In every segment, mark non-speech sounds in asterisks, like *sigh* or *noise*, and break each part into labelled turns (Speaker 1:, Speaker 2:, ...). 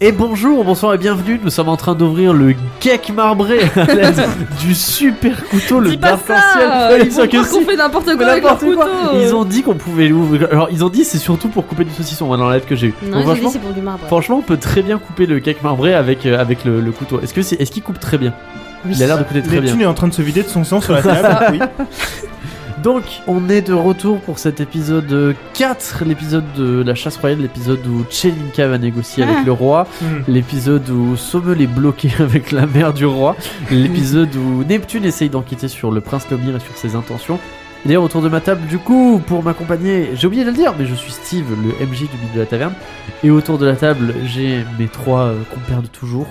Speaker 1: Et bonjour, bonsoir et bienvenue. Nous sommes en train d'ouvrir le geek marbré à
Speaker 2: *laughs*
Speaker 1: l'aide du super couteau, le
Speaker 2: Dis pas
Speaker 1: d'arc-en-ciel.
Speaker 2: ça euh,
Speaker 1: Bien
Speaker 2: Ils
Speaker 1: sûr
Speaker 2: vont
Speaker 1: que
Speaker 2: croire
Speaker 1: si.
Speaker 2: qu'on fait n'importe
Speaker 1: Mais
Speaker 2: quoi avec leur
Speaker 1: n'importe
Speaker 2: couteau
Speaker 1: quoi. Ils ont dit qu'on pouvait l'ouvrir. Alors ils ont dit c'est surtout pour couper du saucisson. Moi dans la lettre que j'ai eu.
Speaker 3: Non, j'ai dit
Speaker 1: franchement,
Speaker 3: c'est pour du marbre.
Speaker 1: franchement, on peut très bien couper le cake marbré avec euh, avec le, le couteau. Est-ce que c'est est-ce qu'il coupe très bien Il a l'air de couper très bien.
Speaker 4: Neptune est en train de se vider de son
Speaker 1: *laughs*
Speaker 4: sang sur la table. oui.
Speaker 1: Donc on est de retour pour cet épisode 4, l'épisode de la chasse royale, l'épisode où Chelinka va négocier
Speaker 2: Ah.
Speaker 1: avec le roi.
Speaker 4: Hmm.
Speaker 1: L'épisode où Sommel est bloqué *laughs* avec la mère du roi. L'épisode où Neptune essaye d'enquêter sur le prince Lomir et sur ses intentions. Et D'ailleurs, autour de ma table, du coup, pour m'accompagner, j'ai oublié de le dire, mais je suis Steve, le MJ du milieu de la taverne. Et autour de la table, j'ai mes trois euh, compères de toujours,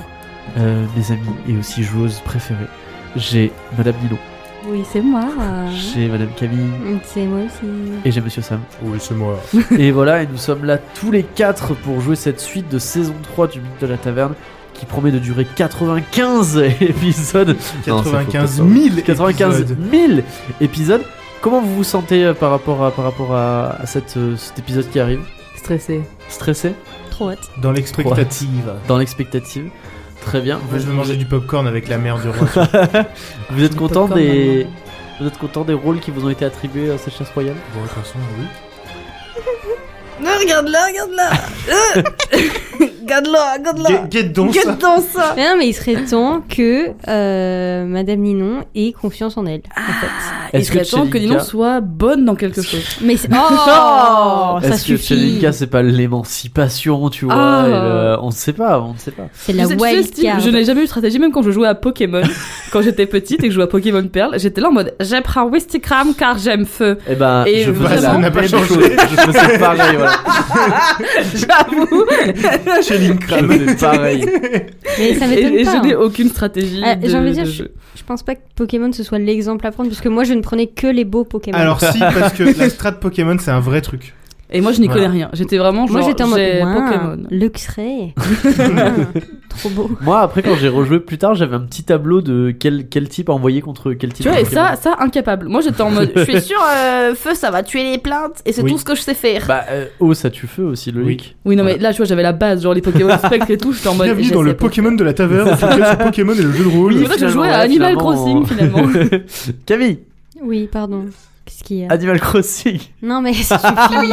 Speaker 1: euh, mes amis et aussi joueuses préférées. J'ai Madame Nilo,
Speaker 3: Oui, c'est moi.
Speaker 2: euh.
Speaker 1: j'ai Madame Camille
Speaker 3: C'est moi aussi.
Speaker 1: et j'ai Monsieur Sam.
Speaker 4: Oui, c'est moi.
Speaker 1: Et voilà, et nous sommes là tous les quatre pour jouer cette suite de saison 3 du Mythe de la Taverne qui promet de durer 95 *laughs* épisodes. Non, ça faut pas
Speaker 4: 95
Speaker 1: ça.
Speaker 4: 000
Speaker 1: 95
Speaker 4: épisodes.
Speaker 1: 000 épisodes. Comment vous vous sentez euh, par rapport à, par rapport à, à cette, euh, cet épisode qui arrive
Speaker 2: Stressé.
Speaker 1: Stressé
Speaker 3: Trop hâte.
Speaker 4: Dans l'expectative.
Speaker 1: Dans l'expectative Très bien.
Speaker 4: Moi, je vais manger du popcorn avec la mère du roi.
Speaker 1: *laughs* Vous êtes
Speaker 2: Du
Speaker 1: content
Speaker 2: popcorn,
Speaker 1: des...
Speaker 2: maman.
Speaker 1: Vous êtes content des rôles qui vous ont été attribués à cette chasse royale
Speaker 4: *laughs* Bon, de toute façon, oui.
Speaker 2: Non, Euh. regarde là, regarde là *laughs* Regarde là, regarde
Speaker 4: Get, get donc ça.
Speaker 2: dans ça
Speaker 3: Mais non, mais il serait temps que euh, Madame Ninon ait confiance en elle,
Speaker 2: Ah.
Speaker 3: en
Speaker 2: Il
Speaker 1: Est-ce que
Speaker 2: serait temps que
Speaker 1: Tchelinka-
Speaker 2: Ninon soit bonne dans quelque chose.
Speaker 3: fait. Mais
Speaker 2: *laughs*
Speaker 3: c'est...
Speaker 2: Oh
Speaker 3: Oh, ça
Speaker 1: Est-ce que
Speaker 3: suffit.
Speaker 1: Chelinka c'est pas l'émancipation, tu vois
Speaker 2: Ah.
Speaker 1: et le- On ne sait pas, on ne sait pas.
Speaker 3: C'est la
Speaker 2: Vous êtes- tu sais,
Speaker 3: wild
Speaker 2: Steve,
Speaker 3: card.
Speaker 2: Je n'ai jamais eu de stratégie, même quand je jouais à Pokémon, *laughs* quand j'étais petite et que je jouais à Pokémon Perle, j'étais là en mode j'apprends Wistikram car
Speaker 3: *laughs*
Speaker 2: j'aime feu. *laughs*
Speaker 1: Eh ben,
Speaker 2: Et
Speaker 1: je faisais
Speaker 2: vraiment,
Speaker 1: la
Speaker 2: on
Speaker 4: n'a pas
Speaker 1: même
Speaker 4: changé.
Speaker 1: chose. Je faisais pareil, voilà.
Speaker 2: *laughs* J'avoue
Speaker 4: Chez Linkram.
Speaker 1: Je faisais pareil.
Speaker 3: Mais ça
Speaker 2: Et,
Speaker 3: m'étonne
Speaker 2: et
Speaker 3: pas.
Speaker 2: je
Speaker 3: hein.
Speaker 2: n'ai aucune stratégie.
Speaker 3: Ah,
Speaker 2: de-
Speaker 3: j'ai envie de
Speaker 2: de
Speaker 3: dire,
Speaker 2: jeu.
Speaker 3: Je pense pas que Pokémon ce soit l'exemple à prendre, puisque moi je ne prenais que les beaux Pokémon.
Speaker 4: Alors
Speaker 1: *laughs*
Speaker 4: si, parce que la strat Pokémon, c'est un vrai truc.
Speaker 2: Et moi je n'y connais
Speaker 4: Voilà.
Speaker 2: rien. J'étais vraiment genre
Speaker 3: moi j'étais en mode
Speaker 2: j'ai
Speaker 3: ouin,
Speaker 2: Pokémon.
Speaker 1: *laughs*
Speaker 3: Luxray. Trop beau.
Speaker 1: Moi, après, quand j'ai rejoué plus tard, j'avais un petit tableau de quel, quel type a envoyé contre quel type.
Speaker 2: Tu vois, et
Speaker 1: de Pokémon.
Speaker 2: ça, ça, incapable. Moi, j'étais en mode, je suis sûr, euh, feu, ça va tuer les plaintes, et c'est
Speaker 4: Oui.
Speaker 2: tout ce que je sais faire.
Speaker 1: Bah, euh, oh, ça tue feu aussi, le
Speaker 4: Oui.
Speaker 1: leak.
Speaker 2: oui, non, mais là, tu vois, j'avais la base, genre
Speaker 4: *laughs*
Speaker 2: les Pokémon Spectre et tout, j'étais en mode.
Speaker 4: Bienvenue
Speaker 2: je
Speaker 4: dans
Speaker 2: sais
Speaker 4: le
Speaker 2: pas.
Speaker 4: Pokémon de
Speaker 1: *laughs*
Speaker 4: la taverne. sur lequel ce Pokémon est le jeu de rôle.
Speaker 2: Oui, c'est vrai que je
Speaker 1: Euh, finalement,
Speaker 2: jouais à
Speaker 1: ouais,
Speaker 2: Animal
Speaker 1: finalement,
Speaker 2: Crossing,
Speaker 1: on-
Speaker 2: finalement.
Speaker 1: *laughs* Camille,
Speaker 3: Oui, pardon. Qu'est-ce qu'il y a
Speaker 1: Animal Crossing.
Speaker 3: Non, mais ça suffit.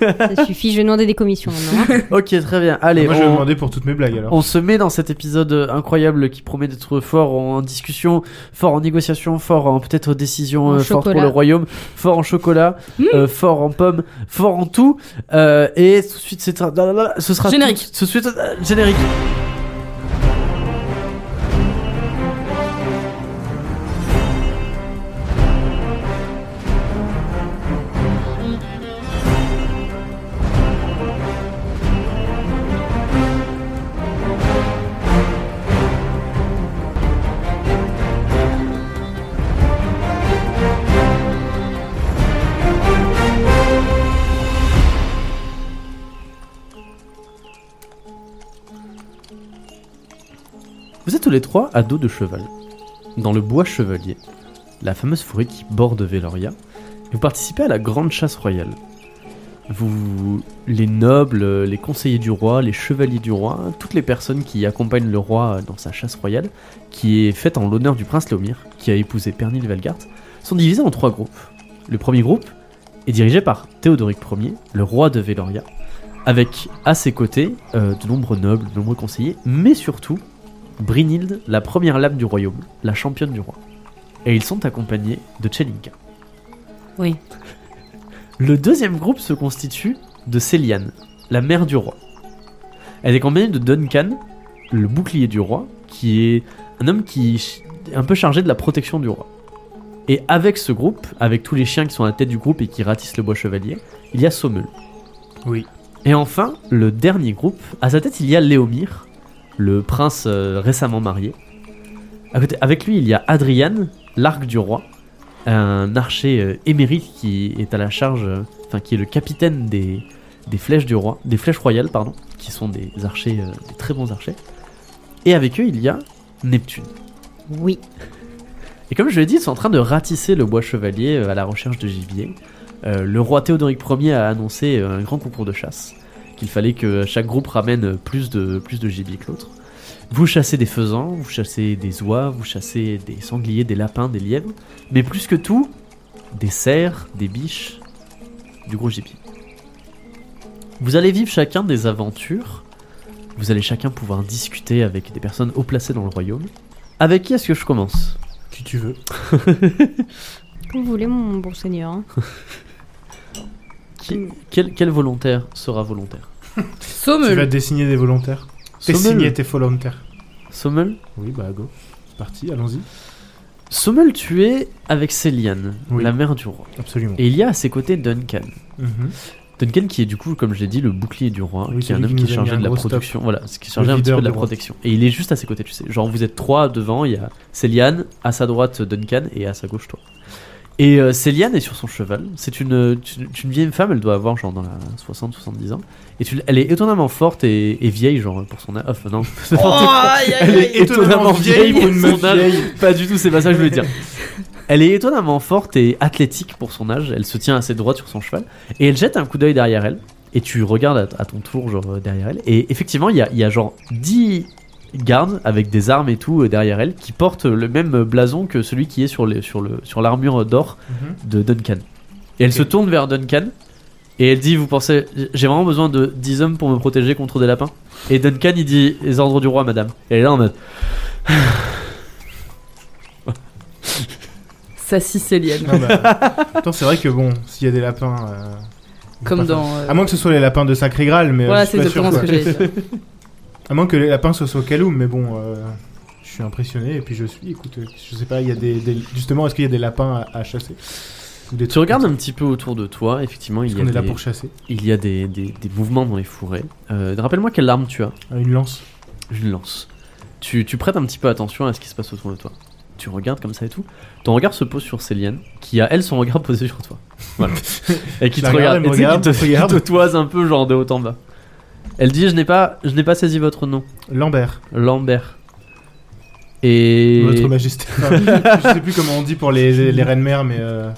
Speaker 3: ça suffit, je vais demander des commissions maintenant. hein.
Speaker 1: Ok, très bien. Allez,
Speaker 4: Moi, je vais
Speaker 1: on,
Speaker 4: demander pour toutes mes blagues alors.
Speaker 1: on se met dans cet épisode incroyable qui promet d'être fort en discussion, fort en négociation, fort en peut-être décision,
Speaker 3: En
Speaker 1: euh, fort pour
Speaker 3: chocolat. Mmh.
Speaker 1: le royaume, fort en chocolat, euh, fort en pommes, fort en tout. euh, et tout de suite, c'est- ce sera
Speaker 2: Générique.
Speaker 1: tout- ce suite, euh, générique. Vous êtes tous les trois à dos de cheval, dans le bois chevalier, la fameuse forêt qui borde Veloria, et vous participez à la grande chasse royale. Vous, les nobles, les conseillers du roi, les chevaliers du roi, toutes les personnes qui accompagnent le roi dans sa chasse royale, qui est faite en l'honneur du prince Lomir, qui a épousé Pernil Valgard, sont divisés en trois groupes. Le premier groupe est dirigé par Théodoric Ier, le roi de Veloria, avec à ses côtés euh, de nombreux nobles, de nombreux conseillers, mais surtout Brynhilde, la première lame du royaume, la championne du roi. Et ils sont accompagnés de Chelinka.
Speaker 3: Oui.
Speaker 1: Le deuxième groupe se constitue de Céliane, la mère du roi. Elle est accompagnée de Duncan, le bouclier du roi, qui est un homme qui est ch- un peu chargé de la protection du roi. Et avec ce groupe, avec tous les chiens qui sont à la tête du groupe et qui ratissent le bois chevalier, il y a Sommel.
Speaker 4: Oui.
Speaker 1: Et enfin, le dernier groupe, à sa tête il y a Léomir, le prince euh, récemment marié. À côté- avec lui il y a Adrian, l'arc du roi, un archer euh, émérite qui est à la charge, euh, enfin qui est le capitaine des, des flèches du roi, des flèches royales pardon, qui sont des archers, euh, des très bons archers. Et avec eux il y a Neptune.
Speaker 3: Oui.
Speaker 1: Et comme je l'ai dit, ils sont en train de ratisser le bois chevalier euh, à la recherche de gibier. Euh, le roi Théodoric Ier a annoncé euh, un grand concours de chasse qu'il fallait que chaque groupe ramène euh, plus de, plus de gibier que l'autre. Vous chassez des faisans, vous chassez des oies, vous chassez des sangliers, des lapins, des lièvres, mais plus que tout, des cerfs, des biches, du gros gibier. Vous allez vivre chacun des aventures, vous allez chacun pouvoir discuter avec des personnes haut placées dans le royaume. Avec qui est-ce que je commence
Speaker 4: Qui tu veux.
Speaker 3: Comme vous voulez, mon bon seigneur. hein.
Speaker 1: Qui- quel, quel volontaire sera volontaire
Speaker 4: Tu vas
Speaker 2: Sommel.
Speaker 4: dessiner des volontaires. Dessiner
Speaker 1: Sommel,
Speaker 4: tes volontaires.
Speaker 1: Sommel
Speaker 4: Oui, bah go. C'est parti, allons-y.
Speaker 1: Sommel, tu es avec Céliane,
Speaker 4: Oui.
Speaker 1: la mère du roi.
Speaker 4: Absolument.
Speaker 1: Et il y a à ses côtés Duncan.
Speaker 4: Mhm.
Speaker 1: Duncan qui est du coup, comme je l'ai dit, le bouclier du roi,
Speaker 4: Oui,
Speaker 1: qui est un homme
Speaker 4: celui qui
Speaker 1: qui est
Speaker 4: nous a mis
Speaker 1: chargé
Speaker 4: un
Speaker 1: de la
Speaker 4: gros stop.
Speaker 1: production. Voilà, ce qui est chargé un petit
Speaker 4: leader
Speaker 1: peu de la
Speaker 4: du roi.
Speaker 1: protection. Et il est juste à ses côtés, tu sais. Genre vous êtes trois devant, il y a Céliane, à sa droite Duncan et à sa gauche toi. Et euh, Céliane est sur son cheval. C'est une, une, une vieille femme, elle doit avoir genre dans la 60-70 ans. Et tu l- elle est étonnamment forte et, et vieille, genre pour son âge. Oh, non,
Speaker 2: Ah,
Speaker 1: elle est étonnamment vieille pour une
Speaker 4: meuf
Speaker 1: son âge.
Speaker 4: vieille.
Speaker 1: Pas du tout, c'est pas ça que je voulais dire. *laughs* Elle est étonnamment forte et athlétique pour son âge. Elle se tient assez droite sur son cheval et elle jette un coup d'œil derrière elle. Et tu regardes à, à ton tour, genre euh, derrière elle. Et effectivement, il y a, il y a genre 10 gardes avec des armes et tout euh, derrière elle qui portent le même blason que celui qui est sur les- sur le- sur l'armure d'or
Speaker 4: Mhm.
Speaker 1: de Duncan. Et elle se tourne vers Duncan et elle dit Vous pensez, j'ai vraiment besoin de 10 hommes pour me protéger contre des lapins Et Duncan il dit Les ordres du roi, madame. Et elle est là en mode
Speaker 2: Sa sicélienne.
Speaker 4: Non, bah, Attends, c'est vrai que bon, s'il y a des lapins. euh,
Speaker 2: Comme
Speaker 4: pas
Speaker 2: dans. euh,
Speaker 4: À moins que ce soit les lapins de Sacré Graal, mais. euh,
Speaker 2: Voilà,
Speaker 4: je suis
Speaker 2: c'est
Speaker 4: pas sûr,
Speaker 2: exactement ce que
Speaker 4: quoi.
Speaker 2: j'allais
Speaker 4: *laughs*
Speaker 2: dire.
Speaker 4: À moins que les lapins soient au Caloum, mais bon, euh, je suis impressionné et puis je suis. Écoute, euh, je sais pas, il y a des. des- Justement, est-ce qu'il y a des lapins à, à chasser Ou des
Speaker 1: Tu
Speaker 4: trucs
Speaker 1: regardes
Speaker 4: comme
Speaker 1: un petit peu autour de toi, effectivement, il
Speaker 4: ça,
Speaker 1: y
Speaker 4: On
Speaker 1: a,
Speaker 4: est là
Speaker 1: des,
Speaker 4: pour chasser.
Speaker 1: il y a des, des- des mouvements dans les fourrés. Euh, Rappelle-moi quelle arme tu as.
Speaker 4: Ah, Une lance.
Speaker 1: Je lance. Tu, tu prêtes un petit peu attention à ce qui se passe autour de toi. Tu regardes comme ça et tout. Ton regard se pose sur Céliane, qui a elle son regard *laughs* posé sur toi. Voilà. et qui te
Speaker 4: Je la
Speaker 1: regarde,
Speaker 4: regarde, elle
Speaker 1: et
Speaker 4: me
Speaker 1: tu sais,
Speaker 4: regarde,
Speaker 1: qui te,
Speaker 4: je regarde.
Speaker 1: qui te toise un peu, genre de haut en bas. Elle dit Je n'ai pas, je n'ai pas saisi votre nom,
Speaker 4: Lambert,
Speaker 1: Lambert. Et.
Speaker 4: votre majesté. Enfin, je sais plus comment on dit pour les, les, les reines mères, mais. euh,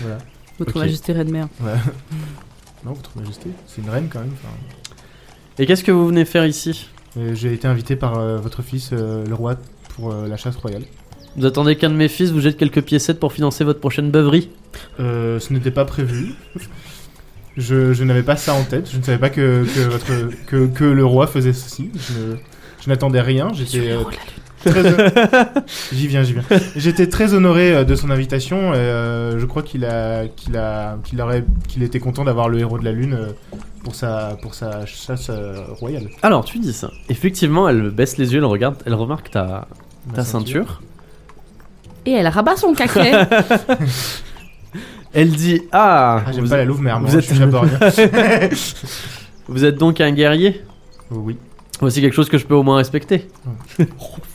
Speaker 4: Voilà.
Speaker 2: Votre
Speaker 1: Ok.
Speaker 2: majesté reine mère.
Speaker 4: Ouais. Non, votre majesté, c'est une reine quand même. enfin.
Speaker 1: Et qu'est-ce que vous venez faire ici
Speaker 4: Euh, J'ai été invité par euh, votre fils, euh, le roi, pour euh, la chasse royale.
Speaker 1: Vous attendez qu'un de mes fils vous jette quelques piécettes pour financer votre prochaine beuverie
Speaker 4: Euh, ce n'était pas prévu. Je, je n'avais pas ça en tête. Je ne savais pas que, que, votre- que, que le roi faisait ceci. Je, je n'attendais rien. J'étais euh, très- J'y viens, j'y viens. J'étais très honoré euh, de son invitation. et, euh, je crois qu'il a, qu'il a, qu'il aurait, qu'il était content d'avoir le héros de la lune euh, pour sa, pour sa chasse euh, royale.
Speaker 1: Alors, tu dis ça. Effectivement, elle baisse les yeux, elle regarde, elle remarque ta,
Speaker 4: Ma
Speaker 1: ta ceinture.
Speaker 2: Et elle rabat son caquet.
Speaker 1: Elle dit Ah,
Speaker 4: Ah, j'aime
Speaker 1: vous,
Speaker 4: pas la louve, mais
Speaker 1: vous
Speaker 4: vous
Speaker 1: êtes-
Speaker 4: êtes... je suis hein. Chaborien.
Speaker 1: *laughs* vous êtes donc un guerrier
Speaker 4: oui.
Speaker 1: Voici quelque chose que je peux au moins respecter.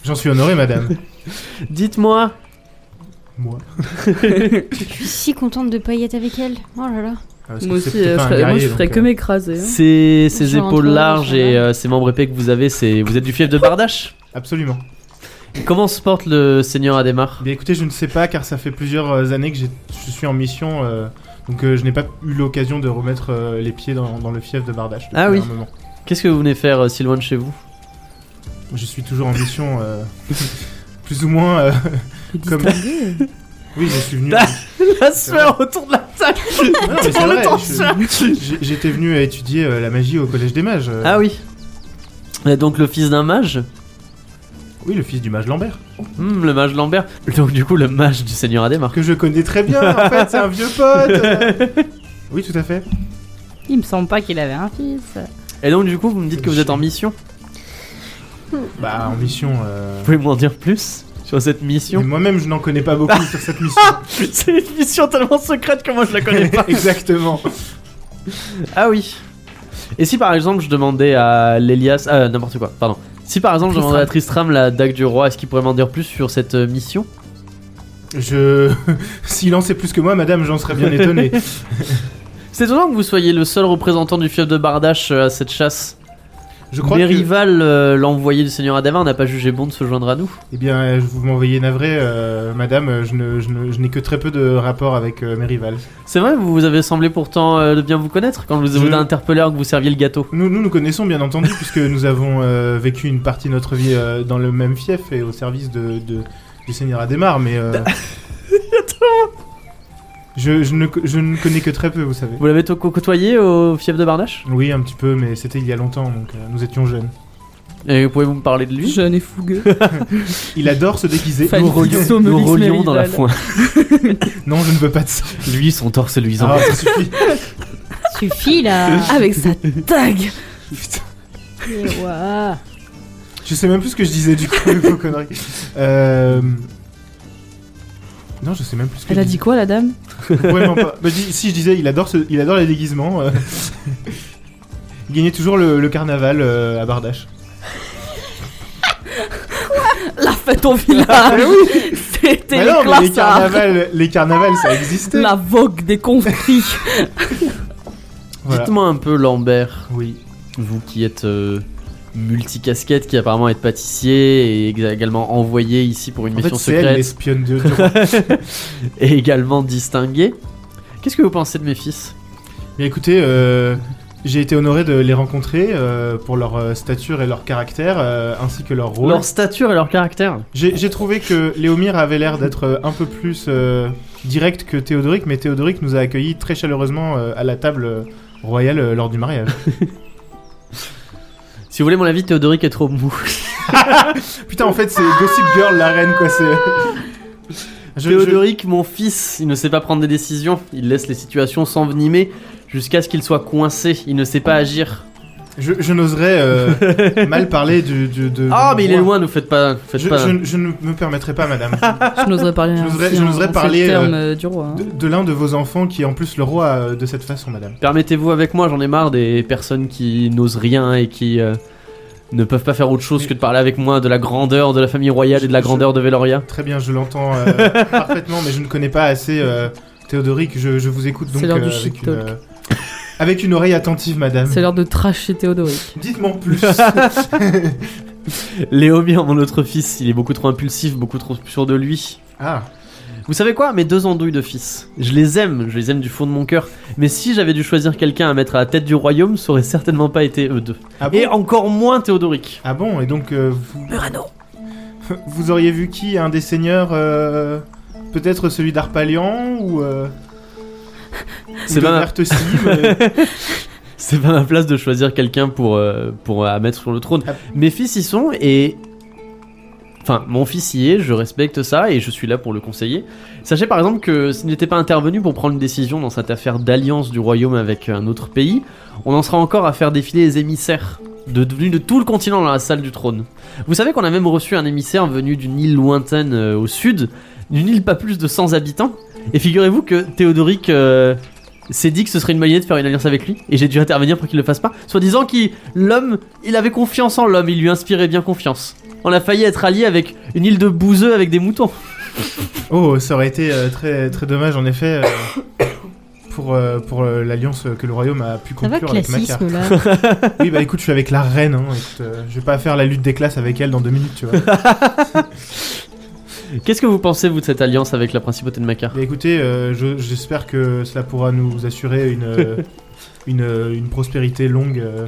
Speaker 4: J'en suis honoré, madame.
Speaker 1: Dites-moi,
Speaker 4: Moi.
Speaker 3: Je suis si contente de pas y être avec elle. Oh là là.
Speaker 4: *laughs* Parce que
Speaker 2: Moi
Speaker 4: c'est
Speaker 2: aussi,
Speaker 4: peut-être
Speaker 2: euh, je
Speaker 4: pas un
Speaker 2: ferais, moi, je
Speaker 4: guerrier,
Speaker 2: ferais
Speaker 4: donc,
Speaker 2: que
Speaker 4: euh,
Speaker 2: m'écraser. hein.
Speaker 1: ces, ces
Speaker 3: Je rentre
Speaker 1: épaules
Speaker 3: dans le
Speaker 1: larges
Speaker 3: chemin.
Speaker 1: et euh, ces membres épais que vous avez, c'est, vous êtes du fief de Bardache
Speaker 4: Absolument.
Speaker 1: Comment se porte le seigneur Adhémar
Speaker 4: Bien écoutez, je ne sais pas car ça fait plusieurs euh, années que j'ai- je suis en mission, euh, donc euh, je n'ai pas eu l'occasion de remettre euh, les pieds dans, dans le fief de Bardache. depuis
Speaker 1: Ah oui.
Speaker 4: un moment.
Speaker 1: Qu'est-ce que vous venez faire euh, si loin de chez vous
Speaker 4: Je suis toujours en mission, euh, *laughs* plus ou moins. euh, comme... *laughs* Oui, je suis venu.
Speaker 1: Ah,
Speaker 4: Non,
Speaker 1: *laughs* La
Speaker 4: sueur
Speaker 1: autour de la table *laughs*
Speaker 4: mais c'est vrai, je- j'ai- J'étais venu à étudier euh, la magie au collège des mages. euh.
Speaker 1: Ah oui Vous êtes donc le fils d'un mage
Speaker 4: Oui, le fils du mage Lambert.
Speaker 1: Hmm, Le mage Lambert. Donc, du coup, le mage du seigneur Adhémar.
Speaker 4: Que je connais très bien, en fait, c'est un vieux pote. euh.
Speaker 1: *laughs*
Speaker 4: Oui, tout à fait.
Speaker 2: Il me semble pas qu'il avait un fils.
Speaker 1: Et donc, du coup, vous me dites que vous êtes en mission
Speaker 4: Bah, en mission. euh,
Speaker 1: Vous pouvez m'en dire plus sur cette
Speaker 4: mais
Speaker 1: mission
Speaker 4: Moi-même, je n'en connais pas beaucoup sur cette mission.
Speaker 1: C'est une mission tellement secrète que moi *laughs* je la connais
Speaker 4: *laughs*
Speaker 1: pas.
Speaker 4: Exactement.
Speaker 1: ah oui. Et si par exemple je demandais à l'Elias, ah n'importe quoi, pardon. Si par exemple je demandais à Tristram la dague du roi, est-ce qu'il pourrait m'en dire plus sur cette euh, mission
Speaker 4: Je. *laughs* S'il en sait plus que moi, madame, j'en serais bien étonné.
Speaker 1: C'est étonnant que vous soyez le seul représentant du fief de Bardache euh, à cette chasse.
Speaker 4: Je crois
Speaker 1: Mais
Speaker 4: que-
Speaker 1: Rival, euh, l'envoyé du Seigneur Adama, n'a pas jugé bon de se joindre à nous.
Speaker 4: Eh bien, euh, vous m'envoyez navré, euh, madame, euh, je ne- je ne- je n'ai que très peu de rapport avec euh, mes rivales.
Speaker 1: C'est vrai, vous vous avez semblé pourtant euh, de bien vous connaître quand je vous ai
Speaker 4: Je-
Speaker 1: interpellé alors que vous serviez le gâteau.
Speaker 4: Nous, nous nous connaissons bien entendu puisque nous avons euh, vécu une partie de notre vie euh, dans le même fief et au service de, de- du seigneur Adhémar, mais... euh, je, je ne, co- je ne connais que très peu, vous savez.
Speaker 1: Vous l'avez to- côtoyé au fief de Barnache
Speaker 4: Oui, un petit peu, mais c'était il y a longtemps, donc euh, nous étions jeunes.
Speaker 1: Et pouvez-vous me parler de lui
Speaker 2: Jeune et *laughs* fougueux.
Speaker 4: Il adore se déguiser.
Speaker 2: Fan.
Speaker 1: Nous
Speaker 2: Nous relions-
Speaker 1: relions,
Speaker 2: sommes Ulysse
Speaker 1: dans la
Speaker 2: Mérival.
Speaker 1: foin.
Speaker 4: Non, je ne veux pas de ça.
Speaker 1: *laughs* Lui, son torse luisant.
Speaker 4: Ah, ça suffit.
Speaker 3: Suffit
Speaker 2: *laughs*
Speaker 3: là.
Speaker 2: euh, Avec sa tag
Speaker 4: Putain.
Speaker 3: Ouah.
Speaker 4: Je sais même plus ce que je disais du coup, *laughs* vos conneries. Euh... Non, je sais même plus ce que
Speaker 2: Elle
Speaker 4: je
Speaker 2: a
Speaker 4: disais.
Speaker 2: dit quoi, la dame
Speaker 4: Ouais, non, pas. Bah, dis- si je disais, il adore, ce- il adore les déguisements. euh. *laughs* Il gagnait toujours le, le carnaval euh, à Bardache.
Speaker 2: La fête *laughs* en village
Speaker 4: Mais
Speaker 2: C'était
Speaker 4: Bah non,
Speaker 2: les
Speaker 4: mais les
Speaker 2: classards
Speaker 4: carnavals, les carnavals, ça existait.
Speaker 2: La vogue des conscrits
Speaker 4: Voilà.
Speaker 1: Dites-moi un peu, Lambert,
Speaker 4: Oui.
Speaker 1: vous qui êtes euh, multicasquette, qui apparemment est pâtissier et exa- également envoyé ici pour une
Speaker 4: En fait,
Speaker 1: mission
Speaker 4: c'est elle
Speaker 1: secrète
Speaker 4: l'espionne de. du roi.
Speaker 1: et également distingué. Qu'est-ce que vous pensez de mes fils
Speaker 4: Mais écoutez, euh, j'ai été honoré de les rencontrer euh, pour leur euh, stature et leur caractère, euh, ainsi que leur rôle.
Speaker 1: Leur stature et leur caractère
Speaker 4: J'ai j'ai trouvé que Léomir avait l'air d'être euh, un peu plus euh, direct que Théodoric, mais Théodoric nous a accueillis très chaleureusement euh, à la table euh, royale euh, lors
Speaker 1: *laughs*
Speaker 4: du mariage.
Speaker 1: Si vous voulez mon avis, Théodoric est trop mou.
Speaker 4: Putain, en fait, c'est Gossip Girl, la reine, quoi. C'est.
Speaker 1: *laughs*
Speaker 4: Je- je-
Speaker 1: Théodoric, mon fils, il ne sait pas prendre des décisions. Il laisse les situations s'envenimer jusqu'à ce qu'il soit coincé. Il ne sait pas agir.
Speaker 4: je, je n'oserais euh, mal parler du. du- de,
Speaker 1: Ah,
Speaker 4: de
Speaker 1: mais
Speaker 4: mon
Speaker 1: il est
Speaker 4: roi.
Speaker 1: loin, ne faites pas. Faites
Speaker 4: Je,
Speaker 1: pas.
Speaker 4: je- je ne me permettrai
Speaker 1: *laughs*
Speaker 4: pas, madame,
Speaker 2: *laughs* Je n'oserais parler
Speaker 4: Je
Speaker 2: ainsi,
Speaker 4: n'oserais- je
Speaker 2: hein,
Speaker 4: n'oserais
Speaker 2: en ces
Speaker 4: parler,
Speaker 2: termes,
Speaker 4: euh,
Speaker 2: euh, du roi. hein.
Speaker 4: de, de l'un de vos enfants qui est en plus le roi euh, de cette façon, madame.
Speaker 1: Permettez-vous avec moi, j'en ai marre des personnes qui n'osent rien et qui euh, ne peuvent pas faire autre chose que de parler avec moi de la grandeur de la famille royale et de la
Speaker 4: Je-
Speaker 1: grandeur de Veloria.
Speaker 4: Très bien, je l'entends euh, parfaitement, mais je ne connais pas assez euh, Théodoric. Je, je vous écoute donc
Speaker 2: C'est l'heure du
Speaker 4: avec,
Speaker 2: shit
Speaker 4: une,
Speaker 2: talk.
Speaker 4: euh, avec une oreille attentive, madame.
Speaker 2: C'est l'heure de tracher Théodoric.
Speaker 4: Dites-moi en
Speaker 2: *laughs*
Speaker 4: plus.
Speaker 1: Léomir, mon autre fils, il est beaucoup trop impulsif, beaucoup trop sûr de lui.
Speaker 4: ah,
Speaker 1: Vous savez quoi Mes deux andouilles de fils. Je les aime, je les aime du fond de mon cœur. Mais si j'avais dû choisir quelqu'un à mettre à la tête du royaume, ça aurait certainement pas été eux deux.
Speaker 4: ah bon
Speaker 1: Et encore moins Théodoric.
Speaker 4: Ah bon, et donc euh, vous,
Speaker 2: Murano
Speaker 4: *laughs* vous auriez vu qui Un des seigneurs euh, Peut-être celui d'Arpalian ou. euh,
Speaker 1: C'est
Speaker 4: ou
Speaker 1: pas-
Speaker 4: de euh Vertessy, mais-
Speaker 1: C'est pas ma place de choisir quelqu'un pour, euh, pour à mettre sur le trône.
Speaker 4: Ah.
Speaker 1: Mes fils y sont et. Enfin, mon fils y est, je respecte ça et je suis là pour le conseiller. Sachez par exemple que s'il n'était pas intervenu pour prendre une décision dans cette affaire d'alliance du royaume avec un autre pays, on en sera encore à faire défiler les émissaires de, venus de tout le continent dans la salle du trône. Vous savez qu'on a même reçu un émissaire venu d'une île lointaine euh, au sud, d'une île pas plus de 100 habitants. Et figurez-vous que Théodoric. euh, s'est dit que ce serait une bonne idée de faire une alliance avec lui et j'ai dû intervenir pour qu'il le fasse pas. Soit disant qu'il l'homme, il avait confiance en l'homme, il lui inspirait bien confiance. On a failli être allié avec une île de bouseux avec des moutons.
Speaker 4: Oh, ça aurait été euh, très, très dommage en effet euh, pour, euh, pour euh, l'alliance que le royaume a pu
Speaker 3: Ça va
Speaker 4: conclure avec Macar.
Speaker 3: classisme
Speaker 4: *laughs*
Speaker 3: là.
Speaker 4: Oui, bah écoute, je suis avec la reine, hein, écoute, euh, je vais pas faire la lutte des classes avec elle dans deux minutes, tu vois.
Speaker 1: Qu'est-ce que vous pensez vous de cette alliance avec la principauté de Macar
Speaker 4: Mais écoutez, euh, je- j'espère que cela pourra nous assurer une, euh, une, euh, une prospérité longue euh,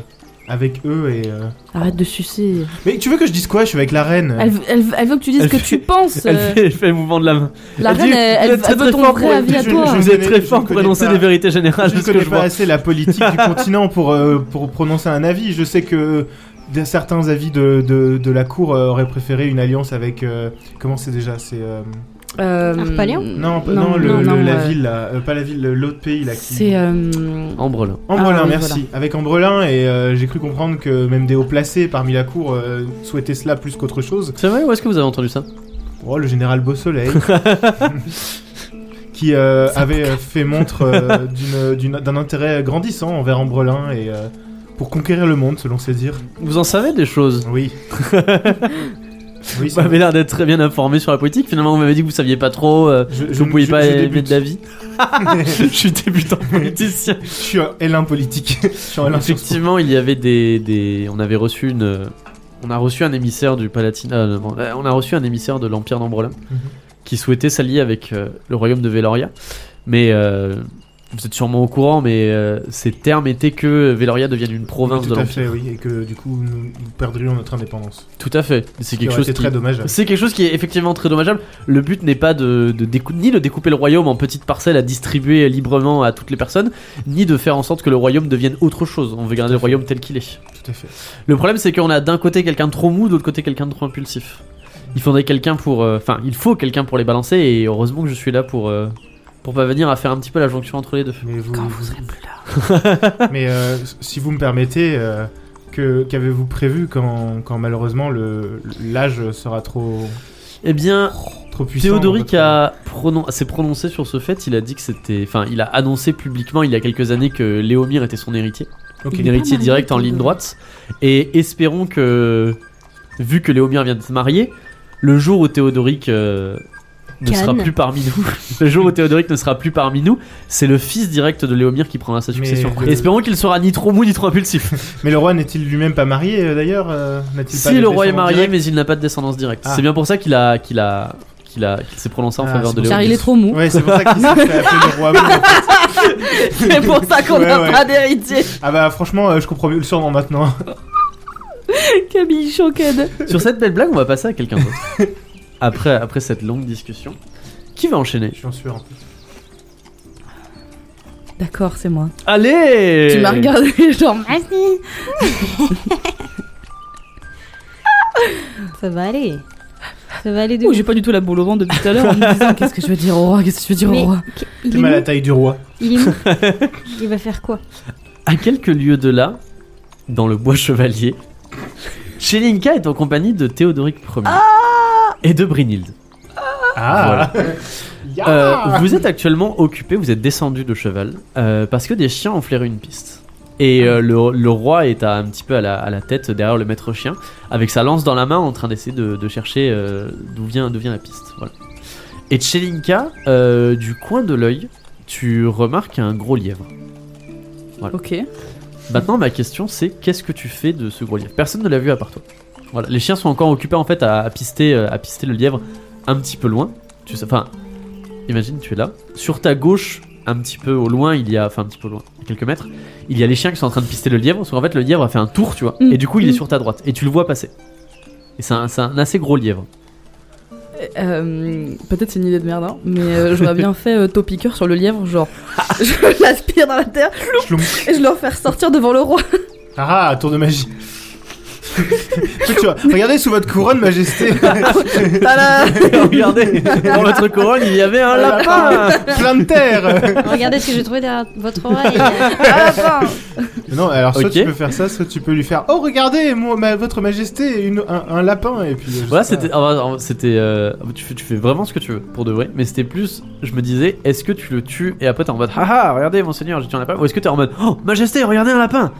Speaker 4: avec eux et. euh,
Speaker 2: Arrête de sucer.
Speaker 4: Mais tu veux que je dise quoi Je suis avec la reine.
Speaker 2: Elle, veut- elle veut- elle veut que tu dises
Speaker 1: Elle
Speaker 2: ce que
Speaker 1: fait-
Speaker 2: tu penses.
Speaker 1: Elle
Speaker 2: euh,
Speaker 1: fait, elle fait le mouvement de la main.
Speaker 2: La
Speaker 1: elle
Speaker 2: reine,
Speaker 1: dit,
Speaker 2: elle,
Speaker 1: vous
Speaker 2: elle
Speaker 1: êtes très,
Speaker 2: veut
Speaker 1: très
Speaker 2: ton
Speaker 1: fort pour
Speaker 2: vrai avis à
Speaker 4: je-
Speaker 2: toi.
Speaker 4: je-
Speaker 1: Vous êtes très
Speaker 4: connais-
Speaker 1: fort
Speaker 4: je
Speaker 1: pour
Speaker 4: connais
Speaker 1: énoncer
Speaker 4: pas-
Speaker 1: des vérités générales
Speaker 4: je
Speaker 1: de
Speaker 4: ne
Speaker 1: ce que
Speaker 4: connais
Speaker 1: je
Speaker 4: pas
Speaker 1: vois.
Speaker 4: assez la politique du continent pour, euh, pour prononcer un avis. Je sais que de- certains avis de, de, de la cour euh, auraient préféré une alliance avec. euh, comment c'est déjà C'est. euh,
Speaker 2: Euh,
Speaker 3: Arpalion
Speaker 4: Non, pas- non, le, le-
Speaker 2: non,
Speaker 4: la
Speaker 2: euh,
Speaker 4: ville, là. Euh, pas la ville, le- l'autre pays, là. Qui...
Speaker 2: C'est. euh,
Speaker 1: Ambrelin.
Speaker 4: Ambrelin,
Speaker 2: Ah oui,
Speaker 4: merci. Avec Ambrelin, et euh, j'ai cru comprendre que même des hauts placés parmi la cour euh, souhaitaient cela plus qu'autre chose.
Speaker 1: C'est vrai ou est-ce que vous avez entendu ça
Speaker 4: Oh, le
Speaker 1: *laughs*
Speaker 4: général Beausoleil. qui euh, avait euh, fait montre
Speaker 1: *laughs*
Speaker 4: euh, d'une- d'une- d'un intérêt grandissant envers Ambrelin et euh, pour conquérir le monde, selon ses dires.
Speaker 1: *laughs* Vous en savez des choses
Speaker 4: Oui. Oui,
Speaker 1: Vous
Speaker 4: c'est
Speaker 1: m'avez l'air d'être très bien informé sur la politique. Finalement, vous m'avez dit que vous saviez pas trop, euh,
Speaker 4: Je-
Speaker 1: que
Speaker 4: je-
Speaker 1: vous pouviez
Speaker 4: je-
Speaker 1: pas
Speaker 4: je
Speaker 1: euh, mettre
Speaker 4: débute. *laughs*
Speaker 1: d'avis. je suis débutant politicien.
Speaker 4: Je suis un L1 politique. Je suis un L1 sur ce
Speaker 1: Effectivement, il y avait des, des- on avait reçu une, euh, on a reçu un émissaire du Palatinat, euh, non, euh, on a reçu un émissaire de l'Empire d'Ambrelin
Speaker 4: Mhm.
Speaker 1: qui souhaitait s'allier avec euh, le royaume de Veloria, mais euh, vous êtes sûrement au courant, mais euh, ces termes étaient que Veloria devienne une province
Speaker 4: Oui,
Speaker 1: de
Speaker 4: tout à
Speaker 1: l'Empire.
Speaker 4: fait, oui, et que du coup nous, nous perdrions notre indépendance.
Speaker 1: Tout à fait. C'est
Speaker 4: C'est
Speaker 1: quelque chose qui,
Speaker 4: très dommageable.
Speaker 1: C'est quelque chose qui est effectivement très dommageable. Le but n'est pas de, de décou- ni de découper le royaume en petites parcelles à distribuer librement à toutes les personnes, ni de faire en sorte que le royaume devienne autre chose. On veut garder le royaume tel qu'il est.
Speaker 4: Tout à fait.
Speaker 1: Le problème, c'est qu'on a d'un côté quelqu'un de trop mou, de l'autre côté quelqu'un de trop impulsif. Il faudrait quelqu'un pour, euh, enfin, il faut quelqu'un pour les balancer. Et heureusement que je suis là pour euh, pour pas venir à faire un petit peu la jonction entre les deux.
Speaker 4: Mais vous,
Speaker 2: Quand vous serez plus là.
Speaker 4: mais euh, si vous me permettez, euh, que qu'avez-vous prévu quand, quand malheureusement le l'âge sera trop
Speaker 1: Eh bien,
Speaker 4: trop puissant
Speaker 1: Théodoric
Speaker 4: votre-
Speaker 1: a pronon- s'est prononcé sur ce fait. Il a dit que c'était, enfin, il a annoncé publiquement il y a quelques années que Léomir était son héritier.
Speaker 4: Ok.
Speaker 1: une héritier direct en ligne droite. Et espérons que, vu que Léomir vient de se marier, le jour où Théodoric euh, ne sera
Speaker 3: Cannes.
Speaker 1: plus parmi nous, *laughs* le jour où Théodoric ne sera plus parmi nous, c'est le fils direct de Léomir qui prendra sa
Speaker 4: Mais
Speaker 1: succession.
Speaker 4: le-
Speaker 1: Espérons qu'il sera ni trop mou ni trop
Speaker 4: *laughs*
Speaker 1: impulsif.
Speaker 4: Mais le roi n'est-il lui-même pas marié euh, d'ailleurs euh, n'a-t-il pas
Speaker 1: Si
Speaker 4: de
Speaker 1: le roi est
Speaker 4: descendant
Speaker 1: marié,
Speaker 4: direct
Speaker 1: mais il n'a pas de descendance directe.
Speaker 4: Ah.
Speaker 1: C'est bien pour ça qu'il a, qu'il a, qu'il a, qu'il s'est prononcé en
Speaker 4: Ah,
Speaker 1: faveur
Speaker 4: c'est
Speaker 1: de
Speaker 4: pour ça.
Speaker 2: Car il
Speaker 1: Léomir.
Speaker 2: est trop mou.
Speaker 4: Ouais, c'est pour ça qu'il s'est fait appeler le roi. mou.
Speaker 2: *laughs*
Speaker 1: *laughs*
Speaker 2: C'est pour ça qu'on
Speaker 4: Ouais,
Speaker 2: n'a
Speaker 4: ouais.
Speaker 2: pas d'héritier.
Speaker 4: Ah bah franchement, euh, je comprends mieux le surnom maintenant.
Speaker 2: Camille
Speaker 4: *laughs*
Speaker 2: Choquette.
Speaker 1: Sur cette belle blague, on va passer à quelqu'un d'autre. *laughs* après, après cette longue discussion, qui va enchaîner
Speaker 4: Je suis en sueur.
Speaker 2: D'accord, c'est moi.
Speaker 1: Allez
Speaker 2: Tu m'as regardé genre.
Speaker 3: Vas-y. *laughs* Ça va aller. Ça va aller de
Speaker 2: Ouh, j'ai pas du tout la boule au ventre depuis tout à l'heure en me *laughs* disant qu'est-ce que je veux dire au roi, qu'est-ce que je veux dire
Speaker 3: Mais
Speaker 2: au roi.
Speaker 3: qu-
Speaker 4: T'es
Speaker 3: il,
Speaker 4: mal à
Speaker 3: est
Speaker 4: la taille du roi.
Speaker 3: mou, il est mou. Il va faire quoi
Speaker 1: À quelques lieues de là, dans le bois chevalier, Chelinka est en compagnie de Théodoric Ier et de Brynhilde.
Speaker 4: Ah. *laughs*
Speaker 1: Euh, vous êtes actuellement occupé, vous êtes descendu de cheval euh, parce que des chiens ont flairé une piste. Et euh, le, le roi est à- un petit peu à la, à la tête derrière le maître chien, avec sa lance dans la main en train d'essayer de, de chercher euh, d'où vient, d'où vient la piste. Voilà. Et Chelinka, euh, du coin de l'œil, tu remarques un gros lièvre.
Speaker 2: Ok.
Speaker 1: Maintenant, ma question c'est qu'est-ce que tu fais de ce gros lièvre Personne ne l'a vu à part toi. Voilà, les chiens sont encore occupés en fait à, à pister, euh, à pister le lièvre un petit peu loin. Tu sais, enfin, imagine, tu es là. Sur ta gauche, un petit peu au loin, il y a, enfin un petit peu au loin, à quelques mètres, il y a les chiens qui sont en train de pister le lièvre. Parce qu'en fait, le lièvre a fait un tour, tu vois,
Speaker 2: Mm,
Speaker 1: et du coup, il est
Speaker 2: mm.
Speaker 1: sur ta droite et tu le vois passer. Et c'est un, c'est un assez gros lièvre. *laughs*
Speaker 2: Euh, Peut-être c'est une idée de merde, hein, mais euh, j'aurais bien fait euh, top piqueur sur le lièvre, genre. *laughs* je l'aspire dans la terre
Speaker 4: Schloum.
Speaker 2: et je le refais sortir devant le roi.
Speaker 4: Ah, ah, tour de magie. *laughs* Tu vois, regardez sous votre couronne, Majesté, *laughs*
Speaker 2: Tada
Speaker 1: Regardez, dans votre couronne, il y avait un lapin.
Speaker 4: plein de terre.
Speaker 3: Regardez ce que j'ai trouvé derrière votre oreille.
Speaker 4: Non, alors soit
Speaker 1: Ok.
Speaker 4: tu peux faire ça, soit tu peux lui faire. Oh, regardez, moi, ma- votre Majesté, une- un, un lapin et puis. euh, je
Speaker 1: Ouais,
Speaker 4: sais pas.
Speaker 1: c'était. alors, alors, c'était euh, tu, fais- tu fais vraiment ce que tu veux, pour de vrai. Mais c'était plus. Je me disais, est-ce que tu le tues Et après, t'es en mode, haha, regardez, monseigneur, j'ai tué un lapin. Ou est-ce que t'es en mode, oh, majesté, regardez un lapin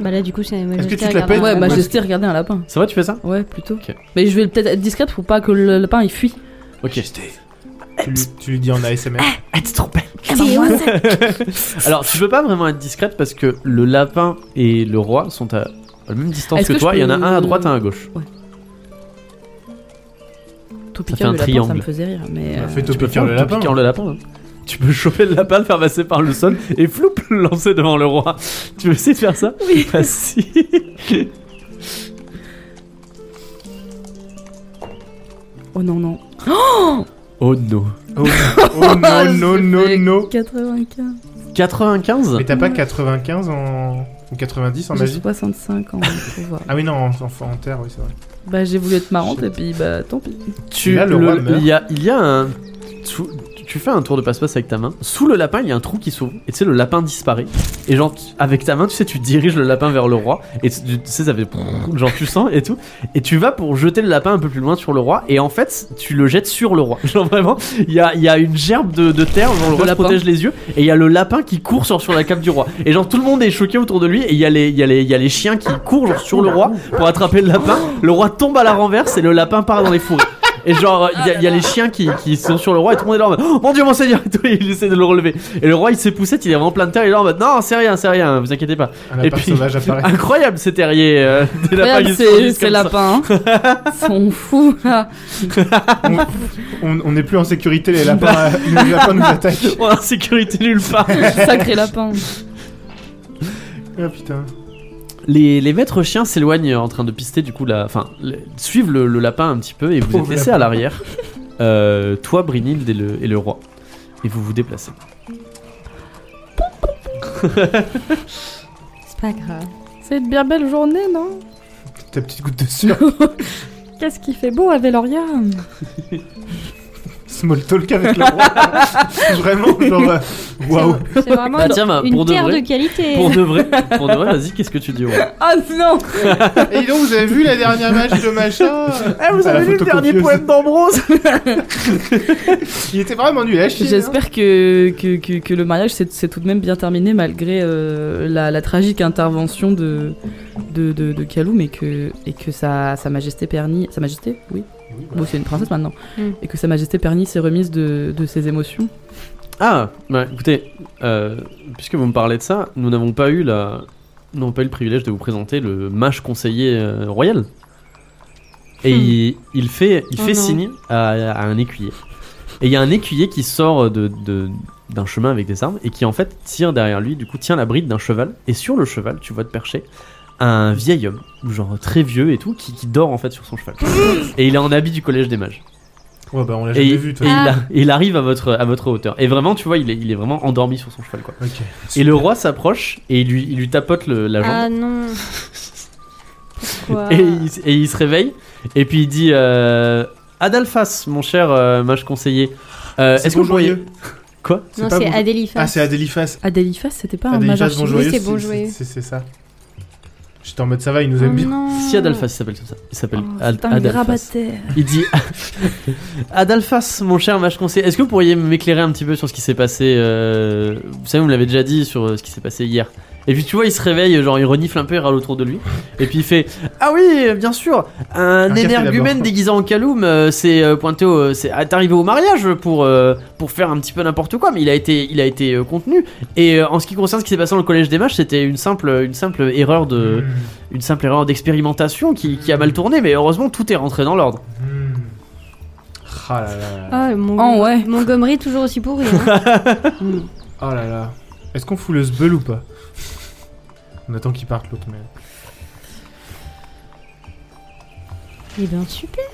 Speaker 3: Bah là, du coup, c'est
Speaker 4: Est-ce que tu te la
Speaker 3: regarde.
Speaker 4: pètes
Speaker 2: Ouais, bah,
Speaker 4: Ouais.
Speaker 2: majesté, regardez un lapin.
Speaker 1: Ça va, tu fais ça
Speaker 2: Ouais, plutôt.
Speaker 1: Ok.
Speaker 2: Mais je vais peut-être être discrète pour pas que le lapin il fuit.
Speaker 1: Ok.
Speaker 4: Tu, lui- tu lui dis en ASMR.
Speaker 1: Être trop belle. Alors, tu peux pas vraiment être discrète parce que le lapin et le roi sont à la même distance
Speaker 2: Est-ce
Speaker 1: que,
Speaker 2: que
Speaker 1: toi.
Speaker 2: je
Speaker 1: Il y en a
Speaker 2: peux-
Speaker 1: un à droite, un à gauche.
Speaker 2: Top
Speaker 1: fait un
Speaker 2: piqueur, le lapin, ça
Speaker 1: triangle.
Speaker 2: me faisait rire. Mais
Speaker 4: Bah,
Speaker 2: euh,
Speaker 4: Fais
Speaker 1: Tu peux
Speaker 4: topiquer
Speaker 1: faire
Speaker 4: le lapin.
Speaker 1: topiqueur le lapin. hein. Tu peux choper le lapin, le faire passer par le sol et floup, le lancer devant le roi. Tu veux essayer de faire ça
Speaker 2: Oui.
Speaker 1: Bah, si.
Speaker 2: Oh non, non.
Speaker 1: Oh non.
Speaker 4: *laughs* Oh, oh
Speaker 2: *laughs*
Speaker 4: non, non, non,
Speaker 2: Fait
Speaker 4: non.
Speaker 2: 95.
Speaker 1: 95
Speaker 4: Mais t'as pas 95 en. ou 90 en
Speaker 2: J'ai
Speaker 4: magie
Speaker 2: 65 ans. faut voir.
Speaker 4: Ah oui, non, en, en, en terre, oui, c'est vrai.
Speaker 2: Bah j'ai voulu être marrante et puis bah tant pis.
Speaker 1: Tu,
Speaker 4: Là, le roi
Speaker 1: le-
Speaker 4: meurt.
Speaker 1: il, y a, il y a un. Tu, tu Tu fais un tour de passe-passe avec ta main. Sous le lapin, il y a un trou qui s'ouvre. Et tu sais, le lapin disparaît. Et genre, tu- avec ta main, tu sais, tu diriges le lapin vers le roi. Et tu tu sais, ça fait. Genre, tu sens et tout. Et tu vas pour jeter le lapin un peu plus loin sur le roi. Et en fait, tu le jettes sur le roi. *laughs* Genre, vraiment, il y a, il y a une gerbe de, de terre. Genre, le roi se
Speaker 2: lapin.
Speaker 1: protège les yeux. Et il y a le lapin qui court sur, sur la cape du roi. Et genre, tout le monde est choqué autour de lui. Et il y, a les- il y, a les- il y a les chiens qui courent genre, sur le roi pour attraper le lapin. Le roi tombe à la renverse et le lapin part dans les fourrés. Et genre, il y,
Speaker 2: Ah,
Speaker 1: a- il y a les chiens qui, qui sont sur le roi et tout le monde est là en mode Oh, Mon dieu, mon seigneur Et tout, il essaie de le relever. Et le roi il s'est poussé, il est vraiment plein de terre, il est là en mode Non, c'est rien, c'est rien, vous inquiétez pas. Et
Speaker 4: Un lapin
Speaker 1: puis-
Speaker 4: sauvage
Speaker 1: *laughs*
Speaker 4: apparaît.
Speaker 1: Incroyable ces terriers euh, des lapins
Speaker 2: Regarde,
Speaker 1: qui se
Speaker 2: c'est
Speaker 1: produisent
Speaker 2: c'est
Speaker 1: comme ça.
Speaker 2: lapin. hein. Ils sont fous là.
Speaker 4: On on n'est plus en sécurité,
Speaker 1: *laughs*
Speaker 4: les lapins, euh, les lapins nous attaquent.
Speaker 1: On est en sécurité nulle part.
Speaker 2: Sacré lapin.
Speaker 4: Ah putain.
Speaker 1: Les, les maîtres chiens s'éloignent en train de pister du coup la. Enfin, le- suivent le, le lapin un petit peu et vous êtes
Speaker 4: Pauvre
Speaker 1: laissés à l'arrière. Euh, toi, Brinild et le, et le roi. Et vous vous déplacez.
Speaker 3: C'est pas grave.
Speaker 2: C'est une bien belle journée, non
Speaker 4: Ta petite goutte de *laughs* sueur.
Speaker 2: Qu'est-ce qui fait beau à Veloria
Speaker 4: Small talk avec le roi. *laughs* Vraiment, genre. euh, Waouh.
Speaker 3: C'est vraiment
Speaker 1: Bah, tiens, bah,
Speaker 3: une
Speaker 1: pour de
Speaker 3: terre
Speaker 1: vrai.
Speaker 3: de qualité.
Speaker 1: Pour de vrai, pour de vrai, vas-y, qu'est-ce que tu dis au roi
Speaker 2: Ah non
Speaker 4: Et dis donc, vous avez vu la dernière match de machin
Speaker 1: vous
Speaker 4: Ah, avez lu le dernier poème
Speaker 1: d'Ambrose
Speaker 4: Il était vraiment nul à chier. hein.
Speaker 2: J'espère que, que, que, que le mariage s'est s'est tout de même bien terminé malgré euh, la, la tragique intervention de, de, de, de Kalou, mais que, et que sa, sa majesté Pernie. Sa majesté Oui.
Speaker 4: Oui, bah,
Speaker 2: Bon, c'est une princesse maintenant.
Speaker 3: Mm.
Speaker 2: Et que sa majesté Pernie s'est remise de, de ses émotions.
Speaker 1: Ah, bah écoutez, euh, puisque vous me parlez de ça, nous n'avons pas eu la... nous n'avons pas eu le privilège de vous présenter le mage conseiller euh, royal. Et
Speaker 3: Hmm.
Speaker 1: il, il fait, il
Speaker 3: Oh
Speaker 1: fait
Speaker 3: non.
Speaker 1: signe à, à un écuyer. Et il y a un écuyer qui sort de, de- d'un chemin avec des armes et qui en fait tire derrière lui, du coup tient la bride d'un cheval. Et sur le cheval, tu vois te percher, un vieil homme, genre très vieux et tout, qui, qui dort en fait sur son
Speaker 3: *laughs*
Speaker 1: cheval. et il est en habit du collège des mages.
Speaker 4: Ouais, bah, on l'a
Speaker 1: Et,
Speaker 4: jamais vu,
Speaker 1: et
Speaker 4: toi.
Speaker 1: il, a- il arrive à votre, à votre hauteur. Et vraiment, tu vois, il est, il est vraiment endormi sur son cheval. Quoi.
Speaker 4: Ok.
Speaker 1: Et le roi s'approche et il lui, il lui tapote le- la jambe.
Speaker 3: Ah non.
Speaker 1: *laughs*
Speaker 3: Pourquoi
Speaker 1: et, il, s- et il se réveille. Et puis il dit euh, Adalphas, mon cher euh, mage conseiller. euh,
Speaker 4: C'est
Speaker 1: Est-ce que vous pourriez.
Speaker 4: Bonjoyeux.
Speaker 1: Quoi
Speaker 3: Non,
Speaker 4: pas
Speaker 3: c'est
Speaker 4: bon-
Speaker 3: Adéliphas.
Speaker 4: Ah, c'est Adéliphas.
Speaker 2: Adéliphas, c'était pas un
Speaker 4: Adéliphas
Speaker 2: mage
Speaker 4: Bonjoyeux.
Speaker 3: c'est
Speaker 4: c'est-
Speaker 3: Bonjoyeux.
Speaker 4: C'est c'est ça. J'étais en mode ça va, il nous
Speaker 3: Oh
Speaker 4: aime bien.
Speaker 3: non. Oh,
Speaker 1: Si Adalphas, il s'appelle comme ça. Il s'appelle Ad-
Speaker 2: un
Speaker 1: Adalphas.
Speaker 2: grabataire.
Speaker 1: Il dit *laughs* Adalphas, mon cher mage conseiller, est-ce que vous pourriez m'éclairer un petit peu sur ce qui s'est passé euh, Vous savez, vous me l'avez déjà dit sur euh, ce qui s'est passé hier. Et puis tu vois, il se réveille, genre il renifle un peu, il râle autour de lui. Et puis il fait Ah oui, bien sûr, un,
Speaker 4: café
Speaker 1: énergumène
Speaker 4: d'abord.
Speaker 1: déguisé en caloum, euh, c'est euh, pointé au, euh, c'est est arrivé au mariage pour, euh, pour faire un petit peu n'importe quoi, mais il a été, il a été euh, contenu. Et euh, en ce qui concerne ce qui s'est passé dans le collège des mages, c'était une simple, une simple erreur de, une simple erreur d'expérimentation qui, qui a mal tourné, mais heureusement tout est rentré dans l'ordre.
Speaker 4: Mmh, mmh. Ah là là. là.
Speaker 3: Ah, mon...
Speaker 2: Oh ouais.
Speaker 3: Montgomery toujours aussi pourri.
Speaker 1: *laughs*
Speaker 3: hein.
Speaker 4: Oh là là. Est-ce qu'on fout le zbeul ou pas On attend qu'il parte l'autre, mais.
Speaker 3: Eh bien super.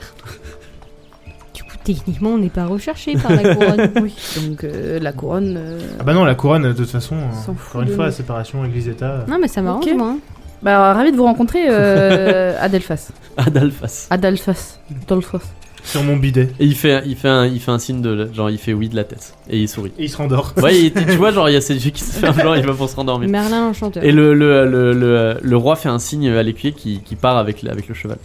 Speaker 3: Du coup, techniquement, on n'est pas recherché par
Speaker 1: *laughs*
Speaker 3: la couronne.
Speaker 2: Oui, donc euh, la couronne. euh,
Speaker 4: Ah bah non, la couronne, de toute façon. euh,
Speaker 2: S'en fout
Speaker 4: Encore une
Speaker 2: de
Speaker 4: fois,
Speaker 2: nous.
Speaker 4: la séparation, euh, église-état.
Speaker 3: Non, mais ça m'arrange,
Speaker 2: Ok.
Speaker 3: moi. hein.
Speaker 2: Bah, ravi de vous rencontrer, euh, Adelphas.
Speaker 1: Adalphas.
Speaker 2: Adalphas. Adolphos.
Speaker 4: Sur mon bidet.
Speaker 1: Et il fait, il fait, un, il fait un signe de, genre il fait oui de la tête et il sourit.
Speaker 4: Et il
Speaker 1: *laughs*
Speaker 4: se rendort.
Speaker 1: Ouais, il- tu vois, genre il y a ses yeux qui se ferment, genre il va pour se rendormir.
Speaker 3: Merlin l'enchanteur.
Speaker 1: Et le, le, le, le, le roi fait un signe à l'écuyer qui, qui part avec, le- avec le cheval.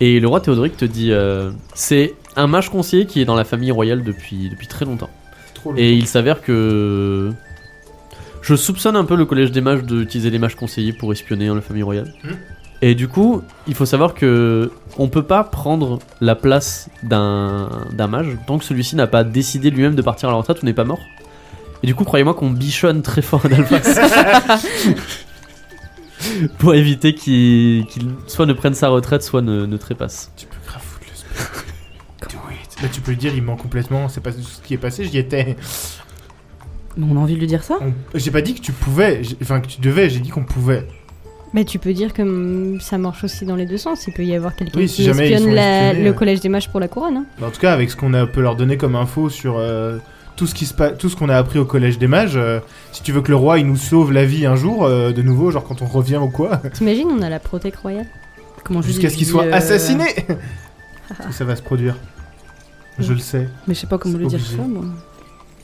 Speaker 1: Et le roi Théodoric te dit, euh, c'est un mage conseiller qui est dans la famille royale depuis, depuis très longtemps.
Speaker 4: Trop
Speaker 1: Et il s'avère que je soupçonne un peu le collège des mages d'utiliser les mages conseillers pour espionner hein, la famille royale.
Speaker 4: Hmm.
Speaker 1: Et du coup, il faut savoir que on peut pas prendre la place d'un d'un mage tant que celui-ci n'a pas décidé lui-même de partir à la retraite ou n'est pas mort. Et du coup, croyez-moi qu'on bichonne très fort Adalphas. pour éviter qu'il qu'il soit ne prenne sa retraite, soit ne, ne trépasse.
Speaker 4: Tu peux grave foutre le zbeul. Do it. Là, tu peux lui dire, il ment complètement. C'est pas ce qui est passé, j'y étais.
Speaker 2: Mais on a envie de lui dire ça
Speaker 4: On- J'ai pas dit que tu pouvais, j'ai- enfin que tu devais, j'ai dit qu'on pouvait.
Speaker 3: Mais tu peux dire que mm, ça marche aussi dans les deux sens. Il peut y avoir quelqu'un
Speaker 4: Oui, si
Speaker 3: qui
Speaker 4: jamais ils
Speaker 3: espionne
Speaker 4: sont
Speaker 3: la-
Speaker 4: espionnés, euh.
Speaker 3: le
Speaker 4: ouais.
Speaker 3: collège des mages pour la couronne. hein.
Speaker 4: Mais en tout cas, avec ce qu'on a- peut leur donner comme info sur euh, tout ce qui se passe, tout ce qu'on a appris au collège des mages, euh, si tu veux que le roi il nous sauve la vie un jour, euh, de nouveau, genre quand on revient ou quoi, *laughs*
Speaker 3: T'imagines, on a la protec royale.
Speaker 2: Comment je lui dis-
Speaker 4: *laughs*
Speaker 2: euh,
Speaker 4: jusqu'à ce qu'il
Speaker 2: je
Speaker 4: soit
Speaker 2: lui dis, euh,
Speaker 4: assassiné. Tout ça va se produire. Je le sais.
Speaker 2: Mais je sais pas comment
Speaker 4: C'est
Speaker 2: lui dire
Speaker 4: obligé.
Speaker 2: ça, moi.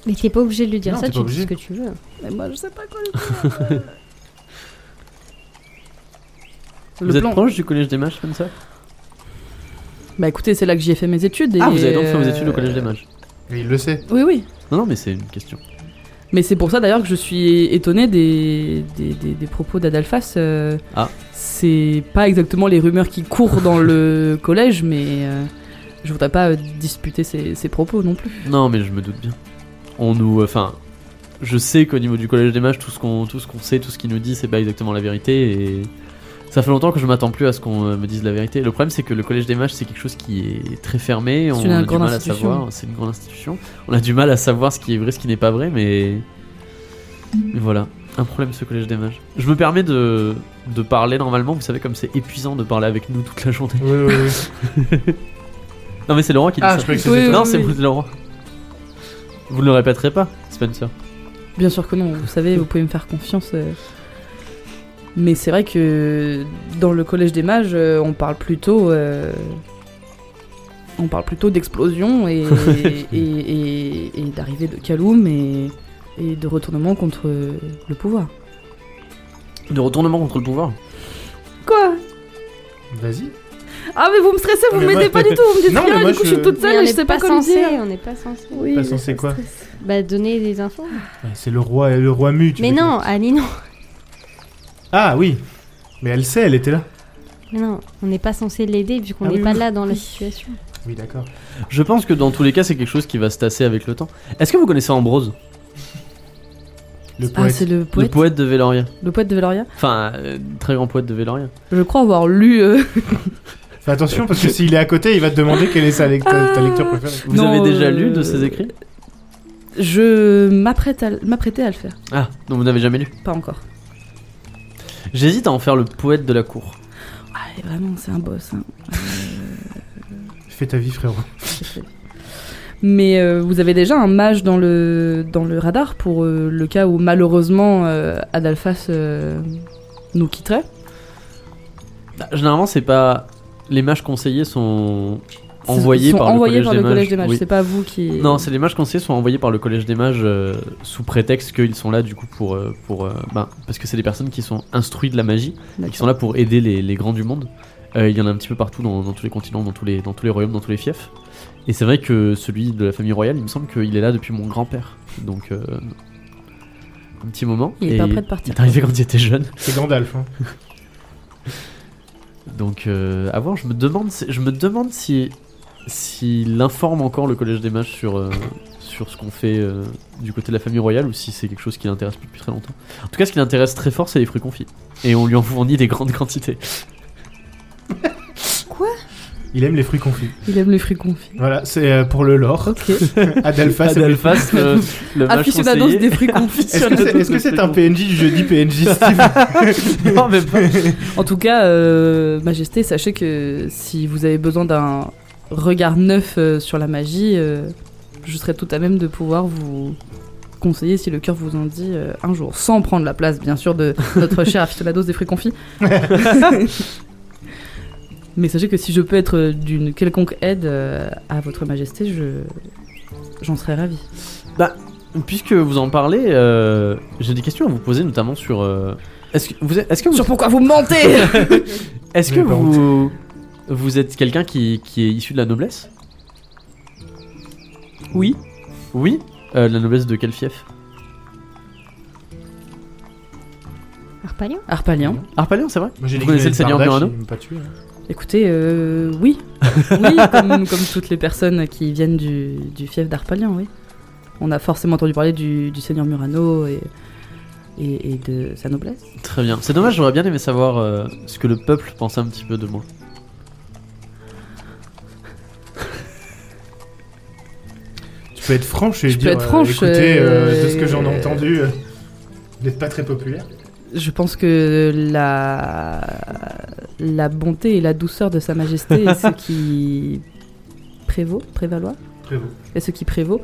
Speaker 3: Mais t'es pas obligé de lui dire
Speaker 4: Non,
Speaker 3: ça,
Speaker 4: t'es
Speaker 3: tu
Speaker 4: pas
Speaker 3: dis
Speaker 4: obligé.
Speaker 3: ce que tu veux.
Speaker 2: Mais moi, je sais pas quoi lui dire. euh.
Speaker 1: *laughs*
Speaker 2: Le
Speaker 1: Vous êtes
Speaker 2: plan.
Speaker 1: proche du collège des mages comme ça
Speaker 2: Bah écoutez, c'est là que j'y ai fait mes études. et,
Speaker 1: Ah, vous avez donc fait vos
Speaker 2: euh,
Speaker 1: études au collège des mages
Speaker 4: Et il le sait.
Speaker 2: Oui, oui.
Speaker 1: Non, non, mais c'est une question.
Speaker 2: Mais c'est pour ça d'ailleurs que je suis étonnée des, des, des- des propos d'Adalphas. euh,
Speaker 1: Ah.
Speaker 2: C'est pas exactement les rumeurs qui courent
Speaker 1: *laughs*
Speaker 2: dans le collège, mais euh, je voudrais pas euh, disputer ses, ses propos non plus.
Speaker 1: Non, mais je me doute bien. On nous. euh, Enfin. je sais qu'au niveau du collège des mages, tout ce qu'on tout ce qu'on sait, tout ce qu'il nous dit, c'est pas exactement la vérité. Et ça fait longtemps que je m'attends plus à ce qu'on euh, me dise la vérité. Le problème, c'est que le collège des mages, c'est quelque chose qui est très fermé. On
Speaker 2: une
Speaker 1: a du
Speaker 2: grande
Speaker 1: mal à
Speaker 2: institution.
Speaker 1: savoir. C'est une grande institution. On a du mal à savoir ce qui est vrai, ce qui n'est pas vrai, mais.
Speaker 2: Mm.
Speaker 1: mais voilà. Un problème ce collège des mages. Je me permets de, de parler normalement, vous savez comme c'est épuisant de parler avec nous toute la journée.
Speaker 4: Oui, oui, oui.
Speaker 1: Non mais c'est Laurent qui dit
Speaker 4: Ah,
Speaker 1: ça.
Speaker 4: je croyais que
Speaker 2: Oui,
Speaker 4: c'était
Speaker 2: oui,
Speaker 4: toi.
Speaker 1: Non, c'est vous, Laurent. Vous ne le répéterez pas, Spencer.
Speaker 2: Bien sûr que non, vous savez, vous pouvez me faire confiance. euh. Mais c'est vrai que dans le collège des mages, euh, on parle plutôt. euh, On parle plutôt
Speaker 4: *laughs*
Speaker 2: d'explosion et, et, et- et d'arrivée de Kaloum et, et de retournement contre le pouvoir.
Speaker 1: De retournement contre le pouvoir.
Speaker 2: Quoi
Speaker 4: Vas-y.
Speaker 2: Ah mais vous me stressez, vous
Speaker 4: Mais
Speaker 2: me
Speaker 4: moi-
Speaker 2: mettez pas du tout, vous me dites
Speaker 4: Non, mais
Speaker 2: rien,
Speaker 4: moi,
Speaker 2: du coup je
Speaker 4: je-
Speaker 2: suis toute
Speaker 3: Mais
Speaker 2: seule
Speaker 3: on
Speaker 2: et je
Speaker 3: est
Speaker 2: sais pas hein.
Speaker 3: pas
Speaker 2: comment
Speaker 3: censé,
Speaker 2: dire.
Speaker 3: On n'est pas censé.
Speaker 2: Oui,
Speaker 4: Pas censé quoi
Speaker 3: Bah, donner des infos.
Speaker 4: Ouais, C'est le roi et le roi mu. tu
Speaker 3: Mais
Speaker 4: veux dire.
Speaker 3: non, Annie, non.
Speaker 4: Ah oui. Mais elle sait, elle était là.
Speaker 3: Mais non, on n'est pas censé l'aider vu qu'on
Speaker 4: Ah
Speaker 3: n'est
Speaker 4: oui,
Speaker 3: pas
Speaker 4: oui.
Speaker 3: là dans la situation.
Speaker 4: Oui, d'accord.
Speaker 1: Je pense que dans tous les cas, c'est quelque chose qui va se tasser avec le temps. Est-ce que vous connaissez Ambrose,
Speaker 4: Le
Speaker 2: Ah
Speaker 4: poète.
Speaker 2: c'est le
Speaker 1: le
Speaker 2: poète,
Speaker 1: poète de Véloria
Speaker 2: le poète de Veloria
Speaker 1: Enfin, euh, très grand poète de Véloria.
Speaker 2: Je crois avoir lu... euh,
Speaker 4: Fais attention parce que s'il est à côté, il va te demander quelle est sa lec- ta, ta lecture préférée.
Speaker 1: Vous
Speaker 2: Ah. Non,
Speaker 1: avez déjà
Speaker 2: euh,
Speaker 1: lu de ses écrits
Speaker 2: Je m'apprête à, l- m'apprêtais à le faire,
Speaker 1: Ah, donc vous n'avez jamais lu.
Speaker 2: pas encore.
Speaker 1: J'hésite à en faire le poète de la cour.
Speaker 2: Allez Ah, vraiment, c'est un boss. hein.
Speaker 4: Fais ta vie, frérot.
Speaker 2: Je sais. Mais euh, vous avez déjà un mage dans le, dans le radar pour euh, le cas où malheureusement euh, Adalphas euh, nous quitterait
Speaker 1: Ah, Généralement, c'est pas. Les mages conseillers sont
Speaker 2: Ils
Speaker 1: envoyés
Speaker 2: sont
Speaker 1: par
Speaker 2: envoyés
Speaker 1: le collège,
Speaker 2: par
Speaker 1: des,
Speaker 2: le
Speaker 1: mages.
Speaker 2: collège des mages,
Speaker 1: Oui.
Speaker 2: c'est pas vous qui...
Speaker 1: Non, c'est les mages conseillers sont envoyés par le collège des mages euh, sous prétexte qu'ils sont là du coup pour euh, pour euh, ben, parce que c'est des personnes qui sont instruites de la magie et
Speaker 2: D'accord.
Speaker 1: qui sont là pour aider les, les grands du monde. Euh, il y en a un petit peu partout dans, dans tous les continents, dans tous les dans tous les royaumes, dans tous les fiefs. Et c'est vrai que celui de la famille royale, il me semble qu'il est là depuis mon grand-père, donc euh, un petit moment.
Speaker 2: Il est
Speaker 1: Et
Speaker 2: pas prêt de partir.
Speaker 1: Il est arrivé quand il était jeune.
Speaker 4: C'est Gandalf. Hein.
Speaker 1: Donc euh, à voir, je me demande, si- je me demande si s'il informe encore le collège des mages sur euh, sur ce qu'on fait euh, du côté de la famille royale ou si c'est quelque chose qui l'intéresse plus depuis très longtemps. En tout cas, ce qui l'intéresse très fort, c'est les fruits confits et on lui en fournit des grandes quantités.
Speaker 4: Il aime les fruits confits.
Speaker 2: Il aime les fruits confits.
Speaker 4: Voilà, c'est euh, pour le lore.
Speaker 2: Ok.
Speaker 4: Adalphas. aime les-
Speaker 1: Adalphas, le, le
Speaker 2: Ah,
Speaker 1: mage
Speaker 2: Aficionados
Speaker 1: conseiller.
Speaker 2: des fruits confits.
Speaker 4: Est-ce que c'est est-ce que c'est un PNJ du
Speaker 1: *laughs*
Speaker 4: jeudi PNJ Steve
Speaker 2: *laughs*
Speaker 1: Non, même pas.
Speaker 2: En tout cas, euh, Majesté, sachez que si vous avez besoin d'un regard neuf euh, sur la magie, euh, je serai tout à même de pouvoir vous conseiller si le cœur vous en dit euh, un jour, sans prendre la place, bien sûr, de *laughs* notre cher aficionados des fruits *laughs* confits. Mais sachez que si je peux être euh, d'une quelconque aide euh, à votre Majesté, je j'en serais ravie.
Speaker 1: Puisque vous en parlez, euh, j'ai des questions à vous poser, notamment sur. euh, est-ce que vous êtes- est-ce que vous
Speaker 2: Sur pourquoi vous mentez
Speaker 1: Est-ce que
Speaker 4: J'ai pas
Speaker 1: vous, vous êtes quelqu'un qui, qui est issu de la noblesse
Speaker 2: Oui.
Speaker 1: Oui Euh, La noblesse de quel fief
Speaker 3: Arpalion
Speaker 2: Arpalian.
Speaker 1: Arpalion, c'est vrai
Speaker 4: Moi, j'ai
Speaker 1: Vous
Speaker 4: des
Speaker 1: connaissez le Seigneur
Speaker 4: Bardache,
Speaker 1: Murano
Speaker 4: il m'a pas tué, hein.
Speaker 2: Écoutez, euh, oui. Oui, comme, comme toutes les personnes qui viennent du, du fief d'Arpalian, oui. On a forcément entendu parler du, du seigneur Murano et, et, et de sa noblesse.
Speaker 1: Très bien. C'est dommage, j'aurais bien aimé savoir euh, ce que le peuple pensait un petit peu de moi.
Speaker 4: Tu peux être franche et
Speaker 2: Je peux
Speaker 4: dire
Speaker 2: être
Speaker 4: euh,
Speaker 2: franche,
Speaker 4: écoutez, euh, de ce
Speaker 2: euh,
Speaker 4: que j'en ai entendu, euh, vous n'êtes pas très populaire.
Speaker 2: Je pense que la, la bonté et la douceur de Sa Majesté est ce qui prévaut, prévaloir,
Speaker 4: Prévost.
Speaker 2: est ce qui prévaut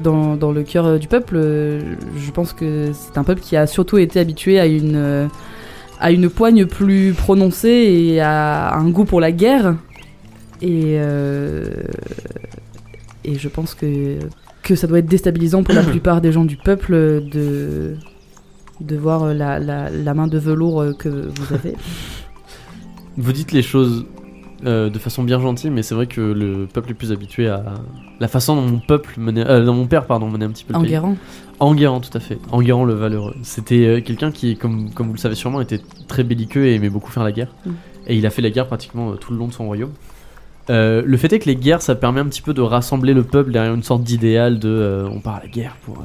Speaker 2: dans, dans le cœur euh, du peuple. Euh, Je pense que c'est un peuple qui a surtout été habitué à une, euh, à une poigne plus prononcée et à un goût pour la guerre. Et, euh, et je pense que, que ça doit être déstabilisant
Speaker 1: *coughs*
Speaker 2: pour la plupart des gens du peuple euh, de, de voir euh, la, la- la main de velours euh, que vous avez.
Speaker 1: Vous dites les choses euh, de façon bien gentille, mais c'est vrai que le peuple est plus habitué à la façon dont mon peuple menait, euh, dont mon père pardon menait un petit peu le pays.
Speaker 2: Enguerrand,
Speaker 1: Enguerrand, tout à fait. Enguerrand le Valeureux. C'était euh, quelqu'un qui, comme, comme vous le savez sûrement, était très belliqueux et aimait beaucoup faire la guerre.
Speaker 2: Mm.
Speaker 1: Et il a fait la guerre pratiquement euh, tout le long de son royaume. Euh, le fait est que les guerres, ça permet un petit peu de rassembler le peuple derrière une sorte d'idéal de euh, on part à la guerre pour, euh,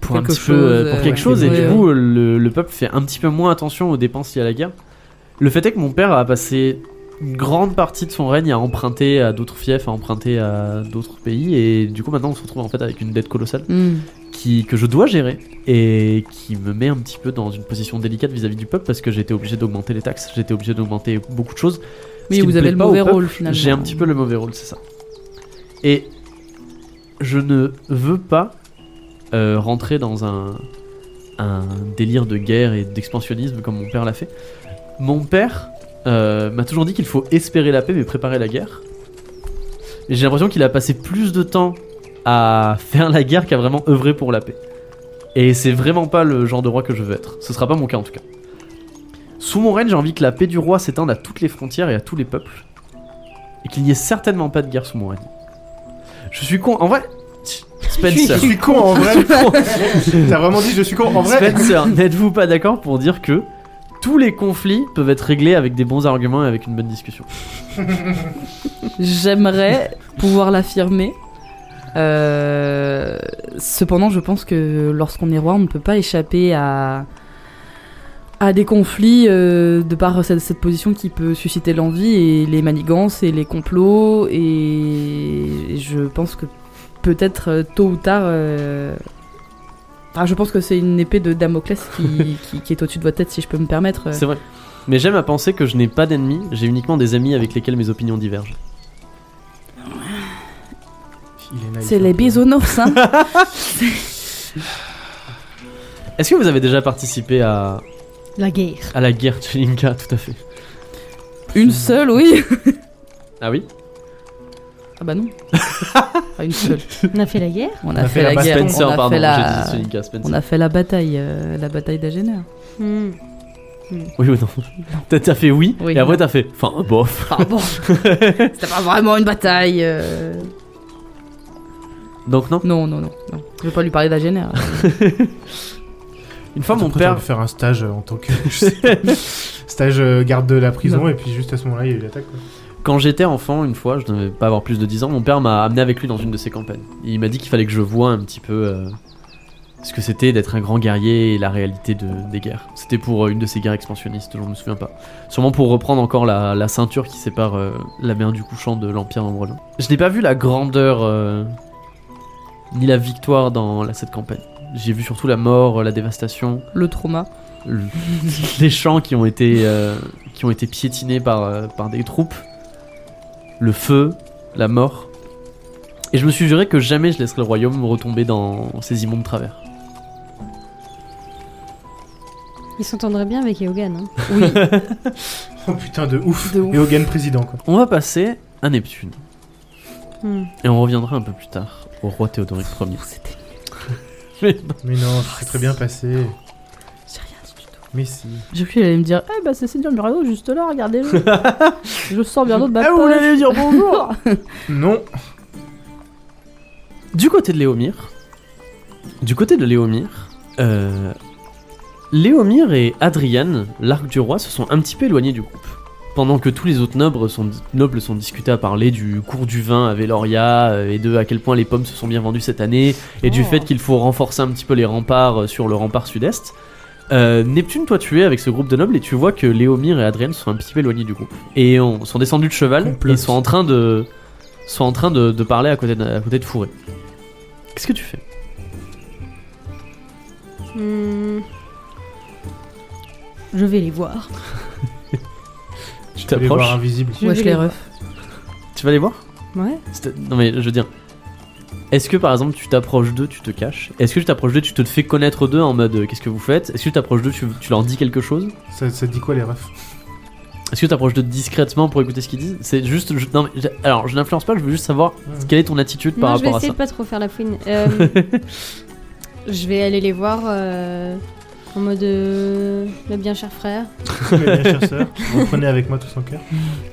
Speaker 1: pour, un
Speaker 2: Quelque
Speaker 1: petit peu, euh,
Speaker 2: chose,
Speaker 1: pour
Speaker 2: euh,
Speaker 1: quelque
Speaker 2: ouais.
Speaker 1: chose. Et
Speaker 2: Ouais,
Speaker 1: du
Speaker 2: ouais.
Speaker 1: coup, euh, le, le peuple fait un petit peu moins attention aux dépenses liées à la guerre. Le fait est que mon père a passé une grande partie de son règne à emprunter à d'autres fiefs, à emprunter à d'autres pays. Et du coup, maintenant, on se retrouve en fait avec une dette colossale
Speaker 2: Hmm.
Speaker 1: qui, que je dois gérer et qui me met un petit peu dans une position délicate vis-à-vis du peuple parce que j'ai été obligé d'augmenter les taxes, j'ai été obligé d'augmenter beaucoup de choses.
Speaker 2: Oui,
Speaker 1: Ce qui
Speaker 2: vous
Speaker 1: me
Speaker 2: avez
Speaker 1: plaît
Speaker 2: le
Speaker 1: pas au
Speaker 2: mauvais
Speaker 1: peuple.
Speaker 2: rôle, finalement.
Speaker 1: J'ai un petit peu le mauvais rôle, c'est ça. Et je ne veux pas euh, rentrer dans un, un délire de guerre et d'expansionnisme comme mon père l'a fait. Mon père euh, m'a toujours dit qu'il faut espérer la paix mais préparer la guerre. Et j'ai l'impression qu'il a passé plus de temps à faire la guerre qu'à vraiment œuvrer pour la paix. Et c'est vraiment pas le genre de roi que je veux être. Ce sera pas mon cas en tout cas. Sous mon règne, j'ai envie que la paix du roi s'étende à toutes les frontières et à tous les peuples. Et qu'il n'y ait certainement pas de guerre sous mon règne. Je suis con. En
Speaker 4: *laughs*
Speaker 1: vrai,
Speaker 4: Je
Speaker 1: Spencer.
Speaker 4: suis con en vrai.
Speaker 1: *laughs*
Speaker 4: T'as vraiment dit je suis con en vrai
Speaker 1: Spencer, n'êtes-vous pas d'accord pour dire que tous les conflits peuvent être réglés avec des bons arguments et avec une bonne discussion
Speaker 2: J'aimerais pouvoir l'affirmer. Euh, cependant, je pense que lorsqu'on est roi, on ne peut pas échapper à, à des conflits euh, de par cette, cette position qui peut susciter l'envie et les manigances et les complots. Et je pense que peut-être euh, tôt ou tard. euh, enfin, je pense que c'est une épée de Damoclès
Speaker 4: *laughs*
Speaker 2: qui, qui- qui est au-dessus de votre tête, si je peux me permettre.
Speaker 1: C'est vrai. Mais j'aime à penser que je n'ai pas d'ennemis, j'ai uniquement des amis avec lesquels mes opinions divergent.
Speaker 4: Il est naïf,
Speaker 2: C'est
Speaker 4: hein.
Speaker 2: les bisounours, hein
Speaker 4: *laughs*
Speaker 1: Est-ce que vous avez déjà participé à,
Speaker 3: La guerre.
Speaker 1: à la guerre Chelinka Tout à fait.
Speaker 2: Une seule, oui
Speaker 1: Ah oui
Speaker 2: Ah *laughs* bah non. Pas une seule.
Speaker 3: On a fait la guerre
Speaker 2: On a, fait, la
Speaker 4: bataille.
Speaker 2: guerre.
Speaker 1: Spencer,
Speaker 2: on a
Speaker 1: pardon,
Speaker 2: fait la...
Speaker 1: j'ai dit Chelinka, Spencer.
Speaker 2: On a fait la bataille, euh, la bataille d'Agener.
Speaker 3: *laughs* Hmm.
Speaker 1: Oui ou non
Speaker 2: *laughs*
Speaker 1: T'as- T'as fait oui,
Speaker 2: Oui,
Speaker 1: et après
Speaker 2: non.
Speaker 1: t'as fait. Enfin, bof.
Speaker 2: Enfin bon, c'était pas vraiment une bataille. euh.
Speaker 1: Donc non
Speaker 2: Non, non, non, non. Je vais pas lui parler d'Agener.
Speaker 1: Une fois, mon
Speaker 4: Après, t'aurais
Speaker 1: père.
Speaker 4: pu faire un stage euh, en tant que *laughs* je sais pas, stage euh, garde de la prison et puis juste à ce moment-là il y a eu l'attaque.
Speaker 1: *laughs*
Speaker 4: quoi.
Speaker 1: Quand j'étais enfant, une fois, je devais pas avoir plus de 10 ans, mon père m'a amené avec lui dans une de ses campagnes. Il m'a dit qu'il fallait que je voie un petit peu euh, ce que c'était d'être un grand guerrier et la réalité de- des guerres. C'était pour euh, une de ces guerres expansionnistes, je me souviens pas. Sûrement pour reprendre encore la, la ceinture qui sépare euh, la mer du couchant de l'Empire Ambrelon. Je n'ai pas vu la grandeur euh, ni la victoire dans la- cette campagne. J'ai vu surtout la mort, euh, la dévastation,
Speaker 2: Le trauma.
Speaker 1: le- les champs qui ont été euh, qui ont été piétinés par euh, par des troupes, le feu, la mort. Et je me suis juré que jamais je laisserai le royaume retomber dans ces immondes travers.
Speaker 3: Il s'entendrait bien avec Eogan. Hein.
Speaker 2: Oui,
Speaker 4: Oh putain de ouf.
Speaker 2: de ouf.
Speaker 4: Et Hogan président
Speaker 1: *laughs*
Speaker 4: quoi.
Speaker 1: On va passer à Neptune
Speaker 3: Hmm.
Speaker 1: et on reviendra un peu plus tard au roi Théodoric Ier.
Speaker 2: C'était-
Speaker 1: Mais
Speaker 4: Mais non, c'est très bien passé.
Speaker 2: J'ai rien dit du tout.
Speaker 4: Mais si.
Speaker 2: J'ai cru qu'il allait me dire Eh bah c'est Seigneur Murado juste là, regardez-le. je sors Murado de ma
Speaker 4: Ah, vous
Speaker 2: poche.
Speaker 4: voulez dire bonjour Non.
Speaker 1: Du côté de Léomir, du côté de Léomir, euh, Léomir et Adriane, l'arc du roi, se sont un petit peu éloignés du groupe. Pendant que tous les autres nobles sont, nobles sont discutés à parler du cours du vin à Veloria euh, et de à quel point les pommes se sont bien vendues cette année et du
Speaker 3: Oh.
Speaker 1: fait qu'il faut renforcer un petit peu les remparts euh, sur le rempart sud-est, euh, Neptune, toi tu es avec ce groupe de nobles et tu vois que Léomir et Adriane sont un petit peu éloignés du groupe. Et on, sont descendus de cheval
Speaker 4: Complot.
Speaker 1: et sont en train de, sont en train de, de parler à côté de, à côté de Fourré. Qu'est-ce que tu fais
Speaker 3: Hmm. Je vais les voir.
Speaker 1: Tu
Speaker 4: Je vais
Speaker 1: t'approches
Speaker 4: voir invisible.
Speaker 3: Je
Speaker 2: Wesh
Speaker 3: vais
Speaker 2: les
Speaker 3: les-
Speaker 2: refs.
Speaker 1: Tu vas les voir
Speaker 3: Ouais.
Speaker 1: C'est- Non mais je veux dire, est-ce que par exemple tu t'approches d'eux, tu te caches Est-ce que tu t'approches d'eux, tu te fais connaître *laughs* d'eux en mode euh, qu'est-ce que vous faites Est-ce que tu t'approches d'eux, tu, tu leur dis quelque chose
Speaker 4: Ça, ça te dit quoi les refs
Speaker 1: Est-ce que t'approches de discrètement pour écouter ce qu'ils disent C'est juste. je- non, mais je- alors, je n'influence pas, je veux juste savoir quelle est ton attitude par
Speaker 3: Moi, je vais
Speaker 1: rapport à
Speaker 3: essayer
Speaker 1: ça.
Speaker 3: de pas trop faire
Speaker 1: *laughs*
Speaker 3: la fouine. Euh, je vais aller les voir euh, en mode euh, le bien cher frère.
Speaker 4: Mais, chère sœur, vous prenez avec moi tout son cœur.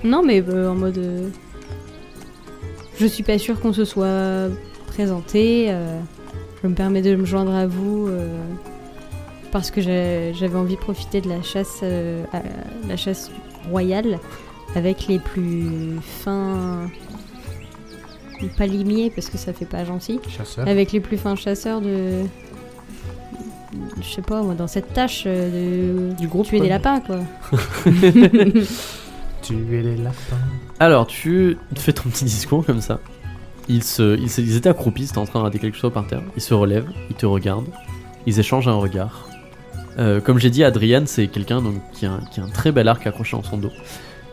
Speaker 3: Non, mais euh, en mode. euh, je suis pas sûre qu'on se soit présenté. euh, je me permets de me joindre à vous euh, parce que j'ai- j'avais envie de profiter de la chasse, euh, à- la chasse royale avec les plus fins. Pas limiers parce que ça fait pas gentil.
Speaker 4: Chère sœur.
Speaker 3: Avec les plus fins chasseurs de. Je sais pas, moi, dans cette tâche euh, de.
Speaker 2: Du groupe,
Speaker 3: tuer
Speaker 2: quoi.
Speaker 3: des lapins, quoi.
Speaker 4: Tu es les lapins.
Speaker 1: *laughs* Alors, tu fais ton petit discours comme ça. Ils, se, ils, se- ils étaient accroupis, ils étaient en train de rater quelque chose par terre. Ils se relèvent, ils te regardent, ils échangent un regard. Euh, comme j'ai dit, Adrian, c'est quelqu'un donc, qui, a un, qui a un très bel arc accroché en son dos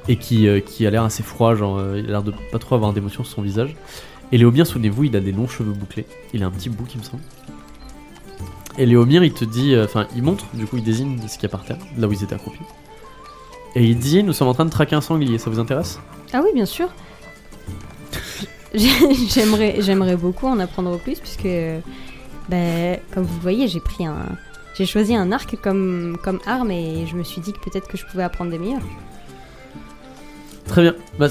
Speaker 1: et qui, euh, qui a l'air assez froid, genre euh, il a l'air de pas trop avoir d'émotion sur son visage. Et Léomir, souvenez-vous, il a des longs cheveux bouclés. Il a un petit bouc, il me semble. Et Léomir, il te dit, euh, enfin, il montre, du coup, il désigne ce qu'il y a par terre, là où ils étaient accroupis. Et il dit Nous sommes en train de traquer un sanglier, ça vous intéresse
Speaker 3: Ah oui, bien sûr. *laughs* J'ai- j'aimerais, j'aimerais beaucoup en apprendre plus puisque, euh, bah, comme vous le voyez, j'ai pris un, j'ai choisi un arc comme, comme arme et je me suis dit que peut-être que je pouvais apprendre des meilleurs.
Speaker 1: Très bien. Bah,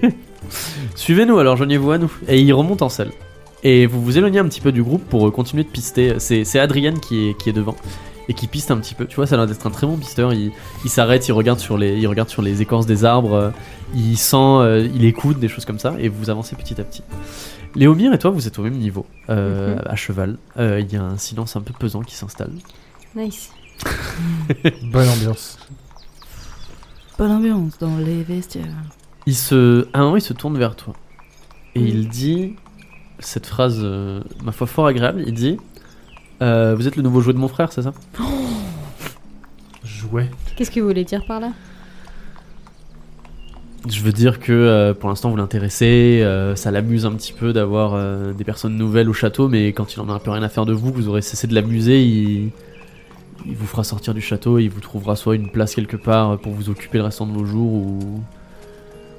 Speaker 1: *laughs* Suivez-nous alors, joignez-vous à nous. Et il remonte en selle. Et vous vous éloignez un petit peu du groupe pour euh, continuer de pister. C'est c'est Adrienne qui est, qui est devant et qui piste un petit peu. Tu vois, ça a l'air d'être un très bon pisteur. Il, il s'arrête, il, regarde sur les- il regarde sur les écorces des arbres, euh, il sent, euh, il écoute, des choses comme ça. Et vous avancez petit à petit. Léomir et toi, vous êtes au même niveau, euh,
Speaker 3: Mhm.
Speaker 1: à cheval. Euh, Il y a un silence un peu pesant qui s'installe.
Speaker 3: Nice.
Speaker 4: Bonne ambiance.
Speaker 2: Bonne ambiance dans les vestiaires.
Speaker 1: Il se, à un moment, il se tourne vers toi. Et
Speaker 3: Mm.
Speaker 1: il dit cette phrase, euh, ma foi, fort agréable. Il dit euh, Vous êtes le nouveau jouet de mon frère, c'est ça
Speaker 4: Jouet.
Speaker 3: Qu'est-ce que vous voulez dire par là
Speaker 1: Je veux dire que euh, pour l'instant, vous l'intéressez. euh, ça l'amuse un petit peu d'avoir euh, des personnes nouvelles au château, mais quand il en a un peu rien à faire de vous, que vous aurez cessé de l'amuser. Il, il vous fera sortir du château, il vous trouvera soit une place quelque part euh, pour vous occuper le restant de vos jours, ou, ou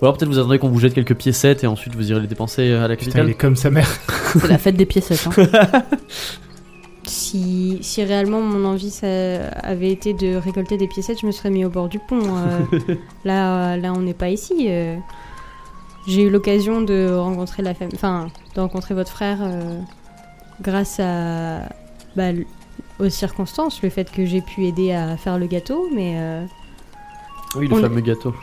Speaker 1: alors peut-être vous attendrez qu'on vous jette quelques piécettes et ensuite vous irez les dépenser euh, à la
Speaker 4: Putain, il
Speaker 1: capitale.
Speaker 4: est comme sa mère. *laughs*
Speaker 2: C'est la fête des piécettes. Hein.
Speaker 3: Si, si réellement mon envie ça avait été de récolter des piécettes, je me serais mis au bord du pont. euh, là, euh, là, on n'est pas ici. euh. J'ai eu l'occasion de rencontrer la famille, enfin, de rencontrer votre frère euh, grâce à bah, l- aux circonstances, le fait que j'ai pu aider à faire le gâteau, mais euh,
Speaker 1: Oui, le
Speaker 3: on-
Speaker 1: fameux gâteau.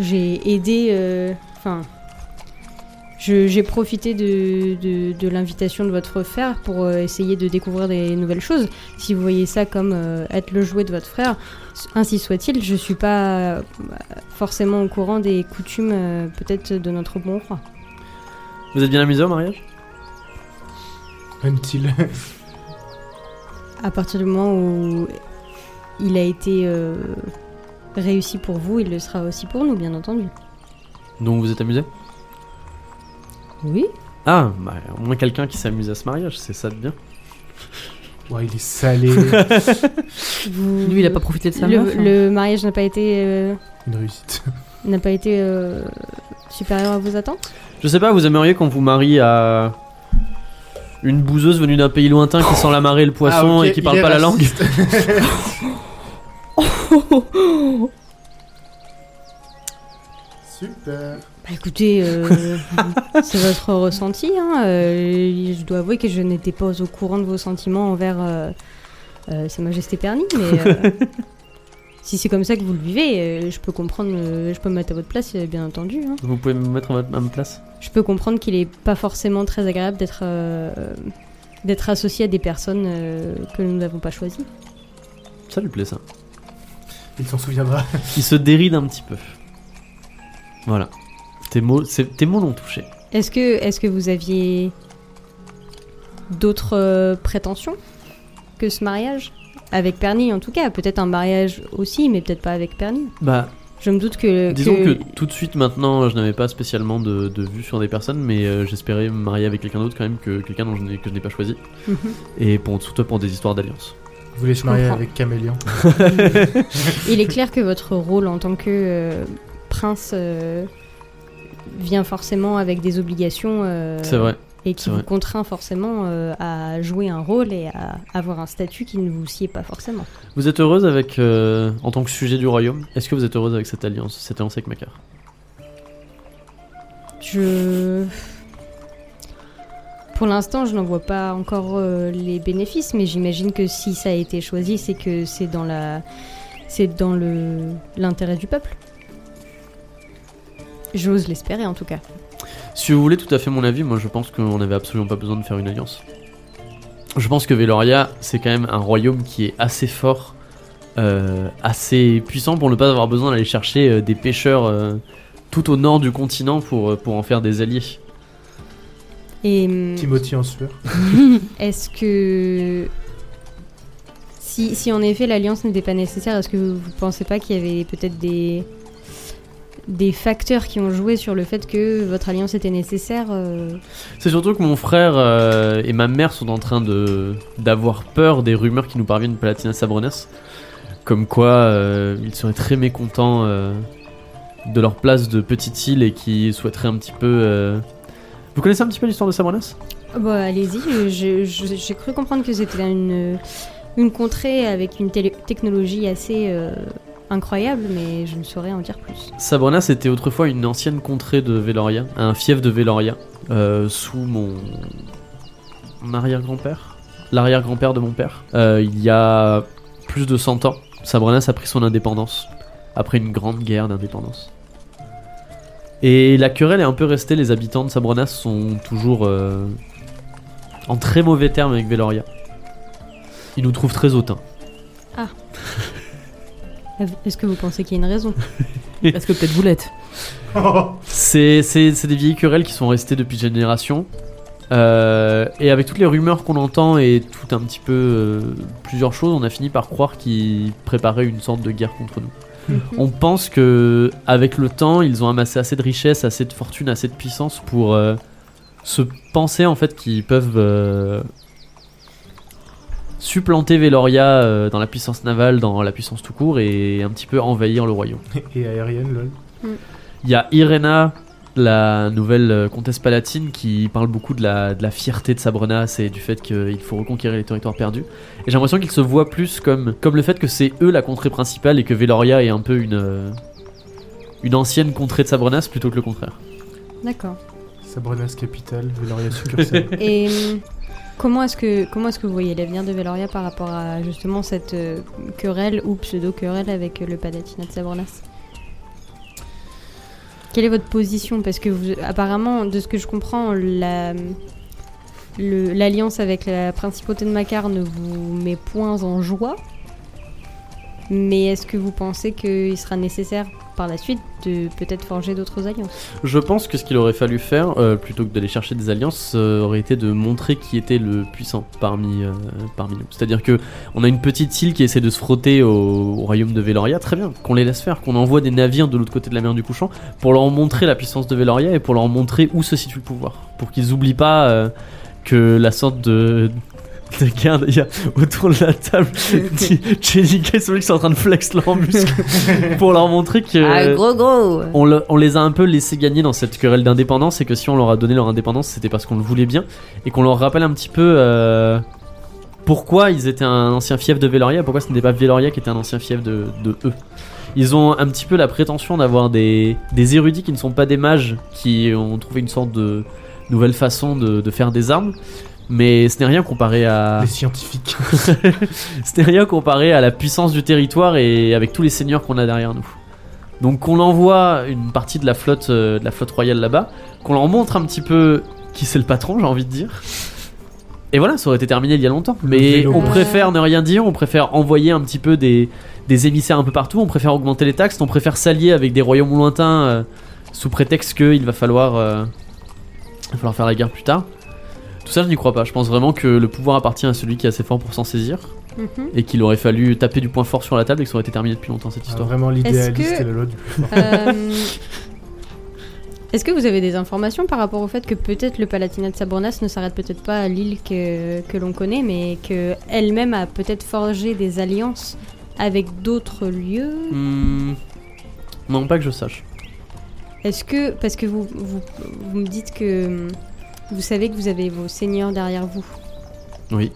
Speaker 3: j'ai aidé, euh, enfin, je- j'ai profité de, de- de l'invitation de votre frère pour euh, essayer de découvrir des nouvelles choses. Si vous voyez ça comme euh, être le jouet de votre frère, s- ainsi soit-il, je suis pas euh, forcément au courant des coutumes euh, peut-être de notre bon roi.
Speaker 1: Vous êtes bien amusé au mariage
Speaker 4: Until.
Speaker 3: À partir du moment où il a été euh, réussi pour vous, il le sera aussi pour nous, bien entendu.
Speaker 1: Donc vous êtes amusé
Speaker 3: Oui.
Speaker 1: Ah, bah, au moins quelqu'un qui s'amuse à ce mariage, c'est ça de bien.
Speaker 4: Ouais, il
Speaker 1: *laughs*
Speaker 4: est salé.
Speaker 3: Vous...
Speaker 2: Lui, il a pas profité de sa
Speaker 3: le,
Speaker 2: meuf. hein.
Speaker 3: le mariage n'a pas été... euh,
Speaker 4: Une réussite.
Speaker 3: n'a pas été euh, supérieur à vos attentes
Speaker 1: Je sais pas, vous aimeriez qu'on vous marie à une bouseuse venue d'un pays lointain qui sent la marée et le *laughs* poisson
Speaker 4: Ah, ok,
Speaker 1: et qui
Speaker 4: il
Speaker 1: parle
Speaker 4: est
Speaker 1: pas la langue
Speaker 4: raciste. *laughs* Super.
Speaker 3: Bah écoutez, *laughs* euh, c'est votre ressenti. Hein. euh, je dois avouer que je n'étais pas au courant de vos sentiments envers euh, euh, Sa Majesté Pernie, mais *laughs* euh, si c'est comme ça que vous le vivez, euh, je peux comprendre, euh, je peux me mettre à votre place, euh, bien entendu. hein.
Speaker 1: Vous pouvez me mettre à votre- à ma place
Speaker 3: Je peux comprendre qu'il est pas forcément très agréable d'être euh, d'être associé à des personnes euh, que nous n'avons pas choisies.
Speaker 1: Ça lui plaît ça.
Speaker 4: Il s'en souviendra.
Speaker 1: Il se déride un petit peu. Voilà. Tes mots, c'est- tes mots l'ont touché.
Speaker 3: Est-ce que, est que vous aviez d'autres euh, prétentions que ce mariage Avec Perny en tout cas, peut-être un mariage aussi, mais peut-être pas avec Perny.
Speaker 1: Bah,
Speaker 3: Je me doute que...
Speaker 1: Disons que tout de suite maintenant, je n'avais pas spécialement de, de vue sur des personnes, mais euh, j'espérais me marier avec quelqu'un d'autre quand même que quelqu'un dont je n'ai- que je n'ai pas choisi.
Speaker 3: Mhm.
Speaker 1: Et pour, surtout pour des histoires d'alliance.
Speaker 4: Vous voulez se marier
Speaker 3: comprends.
Speaker 4: avec Camélian
Speaker 3: *laughs* Il est clair que votre rôle en tant que euh, prince euh, vient forcément avec des obligations euh,
Speaker 1: C'est vrai.
Speaker 3: et qui
Speaker 1: c'est
Speaker 3: vous
Speaker 1: vrai.
Speaker 3: contraint forcément euh, à jouer un rôle et à avoir un statut qui ne vous sied pas forcément.
Speaker 1: Vous êtes heureuse avec, euh, en tant que sujet du royaume, est-ce que vous êtes heureuse avec cette alliance, cette alliance avec Makar
Speaker 3: Je. Pour l'instant, je n'en vois pas encore euh, les bénéfices, mais j'imagine que si ça a été choisi, c'est que c'est dans la, c'est dans le l'intérêt du peuple. J'ose l'espérer en tout cas.
Speaker 1: Si vous voulez tout à fait mon avis, moi je pense qu'on n'avait absolument pas besoin de faire une alliance. Je pense que Veloria, c'est quand même un royaume qui est assez fort, euh, assez puissant pour ne pas avoir besoin d'aller chercher euh, des pêcheurs euh, tout au nord du continent pour, euh, pour en faire des alliés.
Speaker 3: Et hum,
Speaker 4: Timothy en sueur. *laughs*
Speaker 3: est-ce que si, si en effet l'alliance n'était pas nécessaire, est-ce que vous ne pensez pas qu'il y avait peut-être des des facteurs qui ont joué sur le fait que votre alliance était nécessaire euh,
Speaker 1: C'est surtout que mon frère euh, et ma mère sont en train de d'avoir peur des rumeurs qui nous parviennent de Palatina Sabronès, comme quoi euh, ils seraient très mécontents euh, de leur place de petite île et qui souhaiteraient un petit peu. euh, Vous connaissez un petit peu l'histoire de Sabronès
Speaker 3: Bah, allez-y, euh, je- je- j'ai cru comprendre que c'était une, euh, une contrée avec une télé- technologie assez euh, incroyable, mais je ne saurais en dire plus.
Speaker 1: Sabronas était autrefois une ancienne contrée de Veloria, un fief de Veloria, euh, sous mon, mon arrière-grand-père, l'arrière-grand-père de mon père. Euh, il y a plus de 100 ans, Sabronas a pris son indépendance, après une grande guerre d'indépendance. Et la querelle est un peu restée, les habitants de Sabronas sont toujours euh, en très mauvais termes avec Veloria. Ils nous trouvent très hautains.
Speaker 3: Est-ce que vous pensez qu'il y a une raison
Speaker 2: Est-ce que peut-être vous l'êtes
Speaker 1: C'est, c'est- c'est des vieilles querelles qui sont restées depuis des générations. Euh, et avec toutes les rumeurs qu'on entend et tout un petit peu euh, plusieurs choses, on a fini par croire qu'ils préparaient une sorte de guerre contre nous. On pense que avec le temps, ils ont amassé assez de richesses, assez de fortune, assez de puissance pour euh, se penser en fait qu'ils peuvent euh, supplanter Veloria euh, dans la puissance navale, dans la puissance tout court et un petit peu envahir le royaume.
Speaker 4: Et aérienne, lol.
Speaker 1: Il y a Irena, la nouvelle euh, comtesse palatine, qui parle beaucoup de la, de la fierté de Sabrenas et du fait qu'il faut reconquérir les territoires perdus. Et j'ai l'impression qu'ils se voient plus comme, comme le fait que c'est eux la contrée principale et que Veloria est un peu une, euh, une ancienne contrée de Sabrenas plutôt que le contraire.
Speaker 3: *laughs* D'accord.
Speaker 4: Sabrenas Capital, Veloria Succursale.
Speaker 3: Et hum, comment est-ce que, comment est-ce que vous voyez l'avenir de Veloria par rapport à justement cette euh, querelle ou pseudo-querelle avec euh, le Palatinat de Sabornas Quelle est votre position Parce que vous, apparemment, de ce que je comprends, la, le- l'alliance avec la principauté de Macar ne vous met point en joie. Mais est-ce que vous pensez qu'il sera nécessaire par la suite de peut-être forger d'autres alliances
Speaker 1: Je pense que ce qu'il aurait fallu faire, euh, plutôt que d'aller chercher des alliances, euh, aurait été de montrer qui était le puissant parmi, euh, parmi nous. C'est-à-dire que on a une petite île qui essaie de se frotter au, au royaume de Veloria, très bien, qu'on les laisse faire, qu'on envoie des navires de l'autre côté de la mer du couchant pour leur montrer la puissance de Veloria et pour leur montrer où se situe le pouvoir. Pour qu'ils oublient pas euh, que la sorte de. de guerre- il y a autour de la table Jenica et celui qui sont en train de flex leur muscle pour leur montrer que
Speaker 2: Ah, gros gros
Speaker 1: on, le- on les a un peu laissé gagner dans cette querelle d'indépendance et que si on leur a donné leur indépendance, c'était parce qu'on le voulait bien et qu'on leur rappelle un petit peu euh, pourquoi ils étaient un ancien fief de Veloria et pourquoi ce n'était pas Veloria qui était un ancien fief de, de eux. Ils ont un petit peu la prétention d'avoir des, des érudits qui ne sont pas des mages, qui ont trouvé une sorte de nouvelle façon de, de faire des armes, mais ce n'est rien comparé à
Speaker 4: Les scientifiques.
Speaker 1: c'était rien comparé à la puissance du territoire et avec tous les seigneurs qu'on a derrière nous. Donc qu'on envoie une partie de la flotte, euh, de la flotte royale là-bas, qu'on leur montre un petit peu qui c'est le patron, j'ai envie de dire. Et voilà, ça aurait été terminé il y a longtemps. Mais
Speaker 4: vélo.
Speaker 1: on préfère ne rien dire, on préfère envoyer un petit peu des, des émissaires un peu partout, on préfère augmenter les taxes, on préfère s'allier avec des royaumes lointains euh, sous prétexte qu'il va falloir, euh, il va falloir faire la guerre plus tard. Tout ça, je n'y crois pas. Je pense vraiment que le pouvoir appartient à celui qui est assez fort pour s'en saisir
Speaker 3: Mhm.
Speaker 1: et qu'il aurait fallu taper du point fort sur la table et que ça aurait été terminé depuis longtemps cette
Speaker 4: Ah,
Speaker 1: histoire.
Speaker 4: vraiment l'idéaliste
Speaker 3: Est-ce que-
Speaker 4: et la loi du plus fort.
Speaker 3: Euh, Est-ce que vous avez des informations par rapport au fait que peut-être le Palatinat de Sabornas ne s'arrête peut-être pas à l'île que, que l'on connaît, mais qu'elle-même a peut-être forgé des alliances avec d'autres lieux
Speaker 1: Hmm, Non, pas que je sache.
Speaker 3: Est-ce que, parce que vous, vous, vous me dites que hum, vous savez que vous avez vos seigneurs derrière vous,
Speaker 1: Oui.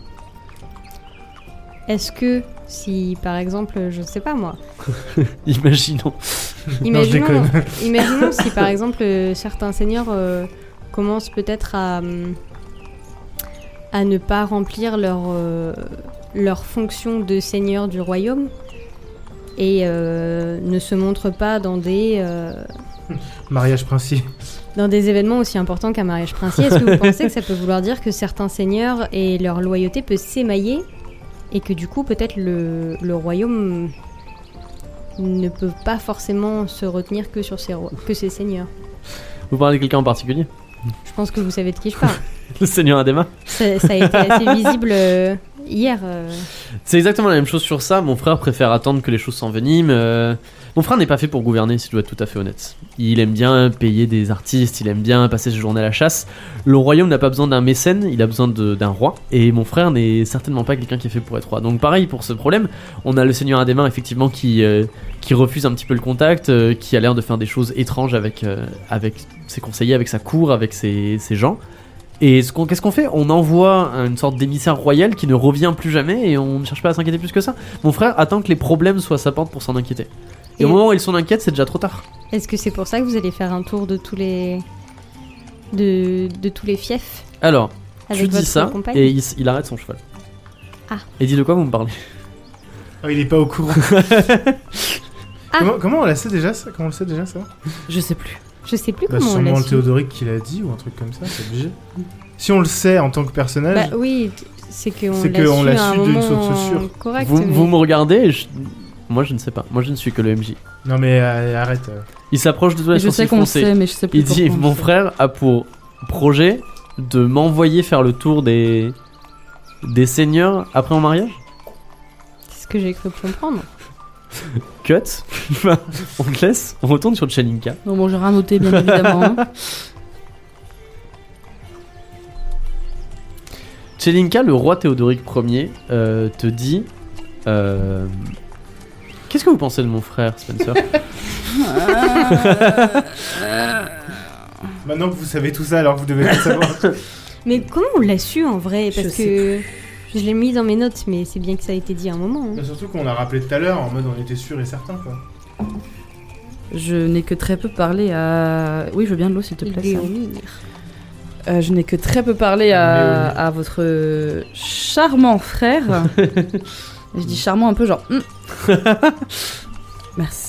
Speaker 3: est-ce que si par exemple, je ne sais pas moi,
Speaker 1: *laughs* Imaginons.
Speaker 4: *laughs* Non, je
Speaker 3: imaginons,
Speaker 4: déconne.
Speaker 3: imaginons si
Speaker 4: *laughs*
Speaker 3: par exemple euh, certains seigneurs euh, commencent peut-être à, hum, à ne pas remplir leur, euh, leur fonction de seigneur du royaume et euh, ne se montrent pas dans des, euh,
Speaker 4: Mariage princier.
Speaker 3: Dans des événements aussi importants qu'un mariage princier, est-ce que vous pensez que ça peut vouloir dire que certains seigneurs et leur loyauté peut s'émailler et que du coup peut-être le, le royaume ne peut pas forcément se retenir que sur ses, roi- que ses seigneurs
Speaker 1: Vous parlez de quelqu'un en particulier
Speaker 3: Je pense que vous savez de qui je parle.
Speaker 1: Le Seigneur Adema
Speaker 3: ça, ça a été assez
Speaker 1: *laughs*
Speaker 3: visible euh, hier. euh.
Speaker 1: C'est exactement la même chose sur ça. Mon frère préfère attendre que les choses s'enveniment. euh, Mon frère n'est pas fait pour gouverner, si je dois être tout à fait honnête. Il aime bien payer des artistes, il aime bien passer ses journées à la chasse. Le royaume n'a pas besoin d'un mécène, il a besoin de- d'un roi. Et mon frère n'est certainement pas quelqu'un qui est fait pour être roi. Donc pareil pour ce problème, on a le Seigneur Adéma effectivement qui, euh, qui refuse un petit peu le contact, euh, qui a l'air de faire des choses étranges avec, euh, avec ses conseillers, avec sa cour, avec ses, ses gens. Et ce qu'on- qu'est-ce qu'on fait On envoie une sorte d'émissaire royal qui ne revient plus jamais et on ne cherche pas à s'inquiéter plus que ça. Mon frère attend que les problèmes soient à sa porte pour s'en inquiéter. Et, au
Speaker 3: Et-
Speaker 1: moment où ils s'en inquiètent, c'est déjà trop tard.
Speaker 3: Est-ce que c'est pour ça que vous allez faire un tour de tous les de, de tous les fiefs
Speaker 1: Alors,
Speaker 3: avec
Speaker 1: tu dis
Speaker 3: votre
Speaker 1: ça
Speaker 3: compagne
Speaker 1: et il, s- il arrête son cheval.
Speaker 3: Ah.
Speaker 1: Et dis de quoi vous me parlez
Speaker 4: Ah, il est pas au *laughs* courant.
Speaker 3: Ah.
Speaker 4: Comment, comment on la sait déjà ça Comment on le sait déjà ça
Speaker 2: Je sais plus.
Speaker 3: Je sais plus
Speaker 4: Bah,
Speaker 3: comment on
Speaker 4: sûrement
Speaker 3: l'a
Speaker 4: le
Speaker 3: su.
Speaker 4: Théodoric qui l'a dit ou un truc comme ça, c'est obligé. Si on le sait en tant que
Speaker 3: Bah
Speaker 4: personnage,
Speaker 3: oui, t- c'est qu'on
Speaker 4: C'est
Speaker 3: l'a
Speaker 4: qu'on
Speaker 3: su
Speaker 4: l'a
Speaker 3: à un
Speaker 4: su d'une
Speaker 3: moment
Speaker 4: source sûre.
Speaker 3: correct.
Speaker 1: vous,
Speaker 3: mais-
Speaker 1: vous me regardez et je- Moi je ne sais pas, moi je ne suis que le MJ.
Speaker 4: non mais euh, arrête. euh.
Speaker 1: Il s'approche de toi,
Speaker 2: Mais
Speaker 1: les
Speaker 2: je
Speaker 1: sourcils
Speaker 2: sais qu'on le
Speaker 1: froncés.
Speaker 2: sait, mais je sais plus.
Speaker 1: Il dit
Speaker 2: pourquoi on
Speaker 1: Mon
Speaker 2: le sait.
Speaker 1: frère a pour projet de m'envoyer faire le tour des. des seigneurs après mon mariage
Speaker 3: C'est ce que j'ai cru comprendre.
Speaker 1: Cut Enfin, On te laisse, on retourne sur Tchelinka.
Speaker 2: Non, bon, j'ai rien noté, bien évidemment. hein.
Speaker 1: Tchelinka, le roi Théodoric Ier, euh, te dit. euh, Qu'est-ce que vous pensez de mon frère, Spencer
Speaker 4: Maintenant que vous savez tout ça, alors vous devez le savoir. *laughs*
Speaker 3: Mais comment on l'a su en vrai
Speaker 2: Je
Speaker 3: Parce
Speaker 2: sais
Speaker 3: que je l'ai mis dans mes notes, mais c'est bien que ça a été dit à un moment. hein.
Speaker 4: Mais Bah, surtout qu'on l'a rappelé tout à l'heure en mode on était sûr et certain quoi.
Speaker 2: je n'ai que très peu parlé à. Oui, je veux bien de l'eau, s'il te plaît. Sam.
Speaker 3: Léomir.
Speaker 2: Euh, je n'ai que très peu parlé à, à votre euh, charmant frère. je dis charmant un peu genre. hmm. Merci.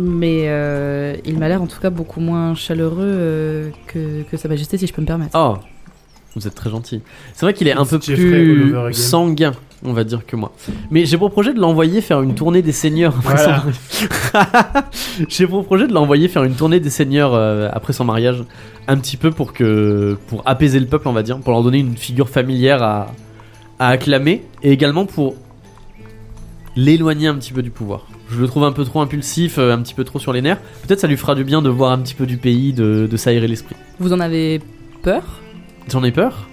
Speaker 2: Mais euh, il m'a l'air en tout cas beaucoup moins chaleureux euh, que, que Sa Majesté, si je peux me permettre.
Speaker 1: Oh Vous êtes très gentil. C'est vrai qu'il est un peu
Speaker 4: Jeffrey all
Speaker 1: plus
Speaker 4: over again.
Speaker 1: sanguin, on va dire, que moi. Mais j'ai pour projet de l'envoyer faire une tournée des seigneurs après son
Speaker 4: Voilà.
Speaker 1: mariage. *laughs* j'ai pour projet de l'envoyer faire une tournée des seigneurs euh, après son mariage. Un petit peu pour que. pour apaiser le peuple, on va dire. Pour leur donner une figure familière à, à acclamer. Et également pour l'éloigner un petit peu du pouvoir. Je le trouve un peu trop impulsif, euh, un petit peu trop sur les nerfs. Peut-être ça lui fera du bien de voir un petit peu du pays, de, de s'aérer l'esprit.
Speaker 2: Vous en avez peur
Speaker 1: J'en ai peur.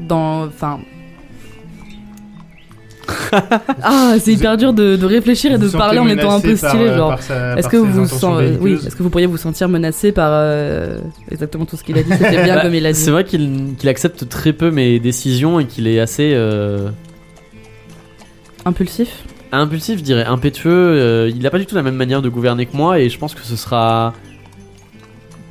Speaker 2: dans enfin *laughs* ah c'est hyper dur de, de réfléchir et de
Speaker 4: Vous
Speaker 2: parler en
Speaker 4: sentez
Speaker 2: étant un peu
Speaker 4: menacé par,
Speaker 2: stylé
Speaker 4: euh,
Speaker 2: genre
Speaker 4: par sa-
Speaker 2: est-ce
Speaker 4: par
Speaker 2: que
Speaker 4: ses
Speaker 2: vous
Speaker 4: intentions
Speaker 2: sent- euh, oui
Speaker 4: belliqueuses
Speaker 2: est-ce que vous pourriez vous sentir menacé par euh, exactement tout ce qu'il a dit c'était
Speaker 1: *laughs*
Speaker 2: bien comme il a dit
Speaker 1: Bah, C'est vrai qu'il qu'il accepte très peu mes décisions et qu'il est assez euh,
Speaker 2: impulsif
Speaker 1: impulsif, je dirais, impétueux. euh, il n'a pas du tout la même manière de gouverner que moi et je pense que ce sera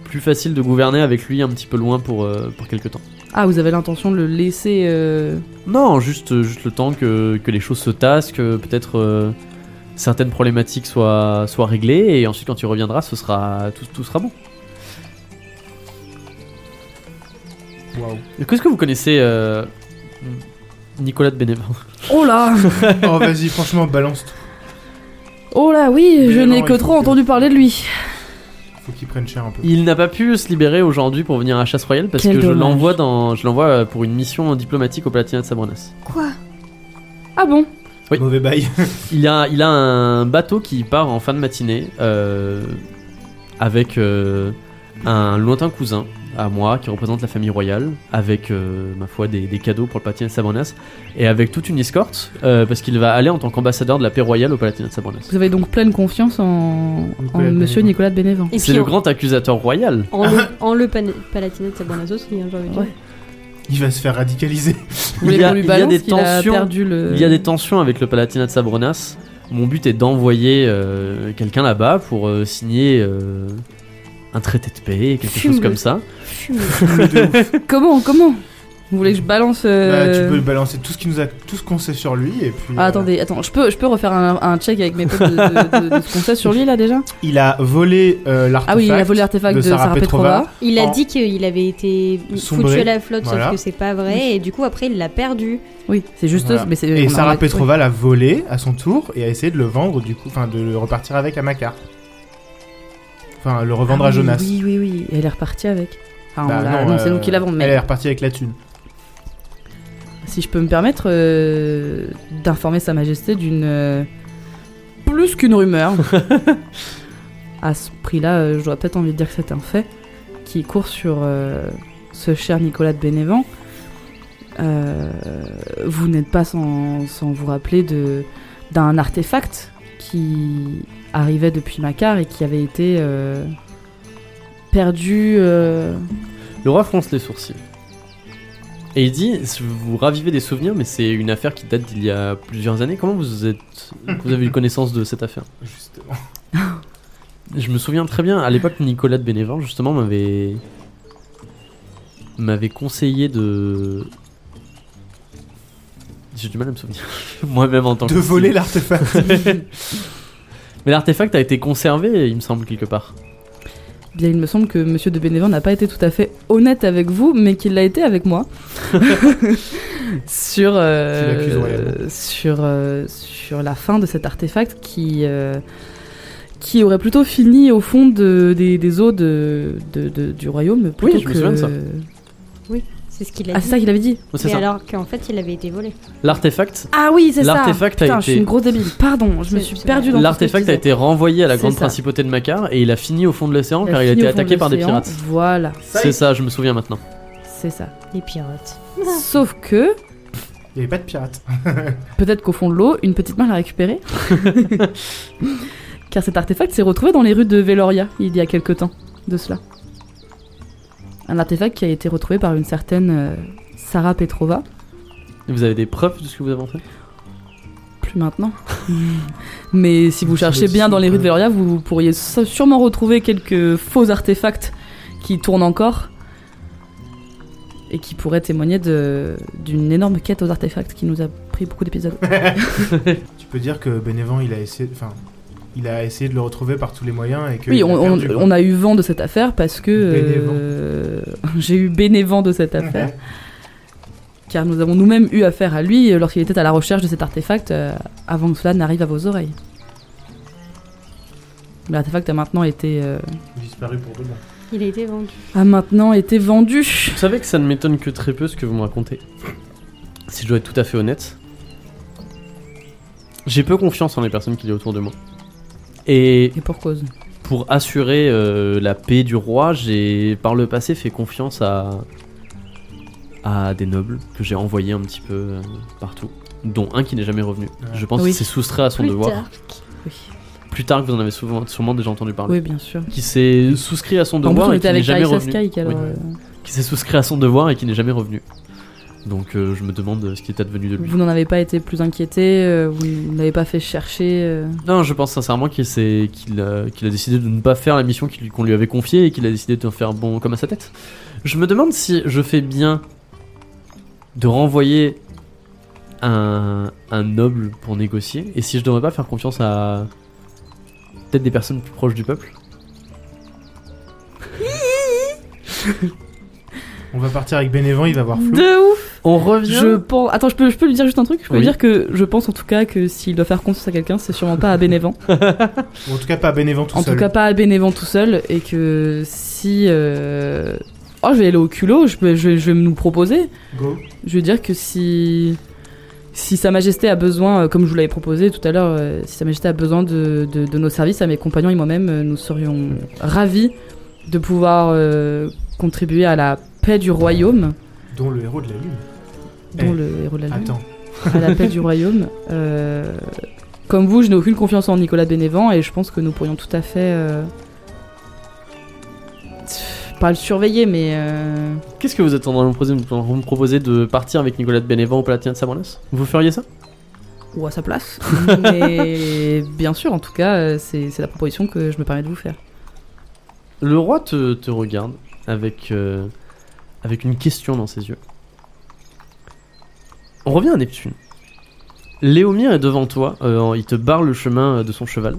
Speaker 1: plus facile de gouverner avec lui un petit peu loin pour, euh, pour quelques temps.
Speaker 2: ah vous avez l'intention de le laisser euh,
Speaker 1: Non, juste, juste le temps que, que les choses se tassent, que peut-être euh, certaines problématiques soient, soient réglées et ensuite quand tu reviendras, ce sera, tout, tout sera bon.
Speaker 4: Waouh.
Speaker 1: Qu'est-ce que vous connaissez euh, Nicolas de Bénévent
Speaker 4: *laughs*
Speaker 2: oh là
Speaker 4: Oh vas-y, franchement, balance tout.
Speaker 2: oh là oui je
Speaker 4: Mais
Speaker 2: n'ai
Speaker 4: non,
Speaker 2: que
Speaker 4: il
Speaker 2: trop
Speaker 4: faut que-
Speaker 2: entendu parler de lui
Speaker 4: Faut qu'il prenne cher un peu.
Speaker 1: Il n'a pas pu se libérer aujourd'hui pour venir à Chasse Royale parce
Speaker 2: Quel
Speaker 1: que je
Speaker 2: dommage.
Speaker 1: l'envoie dans, je l'envoie euh, pour une mission diplomatique au Palatinat de Sabronas.
Speaker 3: Quoi
Speaker 2: ah bon
Speaker 1: Oui.
Speaker 4: Mauvais bail. *laughs*
Speaker 1: Il a, il a un bateau qui part en fin de matinée euh, avec euh, un lointain cousin à moi qui représente la famille royale avec euh, ma foi des, des cadeaux pour le Palatinat de Sabornas et avec toute une escorte euh, parce qu'il va aller en tant qu'ambassadeur de la paix royale au Palatinat de Sabornas.
Speaker 2: Vous avez donc pleine confiance en,
Speaker 4: Nicolas
Speaker 2: en
Speaker 4: de
Speaker 2: monsieur
Speaker 4: Bénévent.
Speaker 2: Nicolas de Bénévent.
Speaker 3: Et
Speaker 1: C'est
Speaker 3: puis
Speaker 1: le
Speaker 3: en-
Speaker 1: grand accusateur royal.
Speaker 3: En
Speaker 4: *laughs*
Speaker 3: le, en le pan- Palatinat de Sabornas aussi, hein, j'ai envie de dire.
Speaker 2: Ouais.
Speaker 4: Il va se faire radicaliser.
Speaker 2: Vous voulez
Speaker 1: Il y a-
Speaker 2: qu'on lui
Speaker 1: il y a
Speaker 2: balance
Speaker 1: des
Speaker 2: qu'il a
Speaker 1: tensions,
Speaker 2: perdu le...
Speaker 1: Il y a des tensions avec le Palatinat de Sabronas. Mon but est d'envoyer euh, quelqu'un là-bas pour euh, signer euh, un traité de paix, quelque chose
Speaker 3: Fume-le.
Speaker 1: comme ça.
Speaker 3: Fume.
Speaker 2: Comment Comment Vous voulez que je balance euh,
Speaker 4: Bah, tu peux le balancer tout ce qui nous a tout ce qu'on sait sur lui et puis.
Speaker 2: Ah,
Speaker 4: euh,
Speaker 2: attendez, attends, je peux, je peux refaire un, un check avec mes potes de, de- de- de ce qu'on sait sur lui
Speaker 4: *laughs*
Speaker 2: là déjà
Speaker 4: Il a volé euh, l'artefact.
Speaker 2: Ah oui, il a volé l'artefact de, Sarah Petrova.
Speaker 3: Il a
Speaker 4: En-
Speaker 3: dit qu'il avait été foutu
Speaker 4: Sombré,
Speaker 3: à la flotte,
Speaker 4: voilà.
Speaker 3: sauf que c'est pas vrai, et du coup après il l'a perdu.
Speaker 2: Oui, c'est juste.
Speaker 4: Voilà.
Speaker 2: Mais c'est,
Speaker 4: Et
Speaker 2: on a-
Speaker 4: Sarah
Speaker 2: ouais.
Speaker 4: Petrova l'a volé à son tour et a essayé de le vendre du coup, enfin de le repartir avec à Macar. Enfin, le revendre à
Speaker 2: Ah oui,
Speaker 4: Jonas.
Speaker 2: Oui, oui, oui. Et elle est repartie avec. Ah, on
Speaker 4: Bah
Speaker 2: l'a- non, c'est
Speaker 4: euh,
Speaker 2: nous qui l'avons, mais
Speaker 4: Elle est repartie avec la thune.
Speaker 2: si je peux me permettre euh, d'informer Sa Majesté d'une. euh, plus qu'une rumeur. à ce prix-là, euh, j'aurais peut-être envie de dire que c'est un fait qui court sur euh, ce cher Nicolas de Bénévent. Euh, vous n'êtes pas sans, sans vous rappeler de d'un artefact qui arrivait depuis Macar et qui avait été euh, perdu. euh,
Speaker 1: Le roi fronce les sourcils. Et il dit Vous ravivez des souvenirs, mais c'est une affaire qui date d'il y a plusieurs années. Comment vous, êtes, vous avez eu connaissance de cette affaire
Speaker 4: Justement.
Speaker 1: Je me souviens très bien, à l'époque, Nicolas de Bénévent, justement, m'avait. m'avait conseillé de. J'ai du mal à me souvenir. *laughs* Moi-même en tant que.
Speaker 4: De voler
Speaker 2: *laughs*
Speaker 4: l'artefact.
Speaker 1: Mais l'artefact a été conservé, il me semble, quelque part.
Speaker 2: Bien, il me semble que Monsieur de Bénévent n'a pas été tout à fait honnête avec vous, mais qu'il l'a été
Speaker 1: *laughs*
Speaker 2: avec moi. sur euh,
Speaker 4: Tu l'accuses royalement.
Speaker 2: sur euh, sur la fin de cet artefact qui euh, qui aurait plutôt fini au fond de- des, des eaux de, de- de- du royaume plutôt
Speaker 1: Oui, je me
Speaker 2: que-
Speaker 1: souviens de ça.
Speaker 3: C'est ce qu'il a
Speaker 2: Ah
Speaker 3: dit.
Speaker 2: c'est ça qu'il avait dit.
Speaker 1: Oh,
Speaker 3: Mais
Speaker 1: c'est ça.
Speaker 3: alors qu'en fait il avait été volé.
Speaker 1: L'artefact.
Speaker 2: Ah oui c'est ça.
Speaker 1: L'artefact a
Speaker 2: Putain, je
Speaker 1: été-
Speaker 2: suis une grosse débile. Pardon, je me
Speaker 3: C'est-
Speaker 2: suis
Speaker 3: c'est
Speaker 2: perdue dans tout ce que
Speaker 1: L'artefact
Speaker 2: je
Speaker 1: a
Speaker 2: disais.
Speaker 1: été renvoyé à la
Speaker 2: C'est
Speaker 1: grande
Speaker 2: ça.
Speaker 1: principauté de Macar et il a fini au fond de l'océan car il a
Speaker 2: fini
Speaker 1: été
Speaker 2: au fond de
Speaker 1: attaqué par des
Speaker 2: l'océan.
Speaker 1: pirates.
Speaker 2: Voilà,
Speaker 1: C'est ça, je me souviens maintenant.
Speaker 2: c'est ça.
Speaker 3: Les pirates.
Speaker 2: Ah. Sauf que
Speaker 4: Il n'y avait pas de pirate.
Speaker 2: Peut-être qu'au fond de l'eau, une petite main
Speaker 4: *laughs*
Speaker 2: l'a récupéré. Car cet artefact s'est retrouvé dans les rues de Veloria il y a quelque temps de cela. Un artefact qui a été retrouvé par une certaine euh, Sarah Petrova,
Speaker 1: Vous avez des preuves de ce que vous avez fait
Speaker 4: *laughs*
Speaker 2: plus maintenant. Mais si vous
Speaker 4: Je
Speaker 2: cherchez
Speaker 4: le sais
Speaker 2: bien dans les rues de
Speaker 4: pas.
Speaker 2: Veloria, vous pourriez sa- sûrement retrouver quelques faux artefacts qui tournent encore et qui pourraient témoigner de- d'une énorme quête aux artefacts qui nous a pris beaucoup d'épisodes.
Speaker 4: Tu peux dire que Bénévent, il a essayé, enfin, il a essayé de le retrouver par tous les moyens et que.
Speaker 2: Oui,
Speaker 4: il a
Speaker 2: on, on-
Speaker 4: perdu.
Speaker 2: on a eu vent de cette affaire parce que euh, *laughs* j'ai eu bénévent de cette affaire. Car nous avons nous-mêmes eu affaire à lui euh, lorsqu'il était à la recherche de cet artefact euh, avant que cela n'arrive à vos oreilles. Mais L'artefact a maintenant été euh,
Speaker 4: Disparu pour de bon.
Speaker 3: Il a été vendu.
Speaker 2: a maintenant été vendu.
Speaker 1: Vous savez que ça ne m'étonne que très peu ce que vous me racontez. Si je dois être tout à fait honnête, j'ai peu confiance en les personnes qu'il y a autour de moi. Et
Speaker 2: Et pour cause.
Speaker 1: pour assurer euh, la paix du roi, j'ai par le passé fait confiance à à des nobles que j'ai envoyés un petit peu euh, partout, dont un qui n'est jamais revenu. Je pense
Speaker 2: Oui.
Speaker 1: qu'il s'est soustrait à son
Speaker 3: Plus
Speaker 1: devoir.
Speaker 3: tard.
Speaker 2: Oui,
Speaker 1: Plus tard, que vous en avez souvent, sûrement déjà entendu parler.
Speaker 2: Oui, bien sûr.
Speaker 1: Qui s'est souscrit à son
Speaker 2: en plus,
Speaker 1: devoir
Speaker 2: on
Speaker 1: et qui
Speaker 2: était
Speaker 1: n'est
Speaker 2: avec
Speaker 1: jamais
Speaker 2: Raissa
Speaker 1: revenu.
Speaker 2: Skyke, alors,
Speaker 1: Oui.
Speaker 2: euh,
Speaker 1: Qui s'est souscrit à son devoir et qui n'est jamais revenu. Donc euh, je me demande ce qui est advenu de lui.
Speaker 2: vous n'en avez pas été plus inquiété, euh, vous n'avez pas fait chercher. euh,
Speaker 1: Non, je pense sincèrement qu'il s'est- qu'il a, qu'il a décidé de ne pas faire la mission qu'il- qu'on lui avait confiée et qu'il a décidé de faire bon comme à sa tête. Je me demande si je fais bien de renvoyer un, un noble pour négocier et si je devrais pas faire confiance à peut-être des personnes plus proches du peuple.
Speaker 4: On va partir avec Bénévent, il va voir Flo.
Speaker 2: De ouf
Speaker 1: On revient.
Speaker 2: Je pense. Attends, je peux, je peux lui dire juste un truc Je peux
Speaker 1: Oui.
Speaker 2: lui dire que je pense en tout cas que s'il doit faire confiance à quelqu'un, c'est sûrement pas à Bénévent.
Speaker 4: Ou en tout cas, pas Bénévent tout
Speaker 2: en
Speaker 4: seul.
Speaker 2: tout cas, pas à Bénévent tout seul. Et que si. euh, Oh, je vais aller au culot, je, peux- je, vais- je vais me nous proposer.
Speaker 4: Go.
Speaker 2: Je veux dire que si. Si Sa Majesté a besoin, euh, comme je vous l'avais proposé tout à l'heure, euh, si Sa Majesté a besoin de, de- de nos services, à mes compagnons et moi-même, euh, nous serions ravis de pouvoir euh, contribuer à la paix du royaume,
Speaker 4: Dont le héros de la lune.
Speaker 2: dont
Speaker 4: Eh,
Speaker 2: le héros de la lune,
Speaker 4: Attends.
Speaker 2: à la paix du royaume. Euh, comme vous, je n'ai aucune confiance en Nicolas Bénévent et je pense que nous pourrions tout à fait. euh, pas le surveiller, mais. euh,
Speaker 1: Qu'est-ce que vous êtes en train de me proposer Vous me proposez de partir avec Nicolas de Bénévent au Palatinat de Sabornas Vous feriez ça
Speaker 2: ou à sa place. Mais bien sûr, en tout cas, euh, c'est c'est la proposition que je me permets de vous faire.
Speaker 1: Le roi te, te regarde avec, euh, avec une question dans ses yeux. On revient à Neptune. Léomir est devant toi, euh, il te barre le chemin euh, de son cheval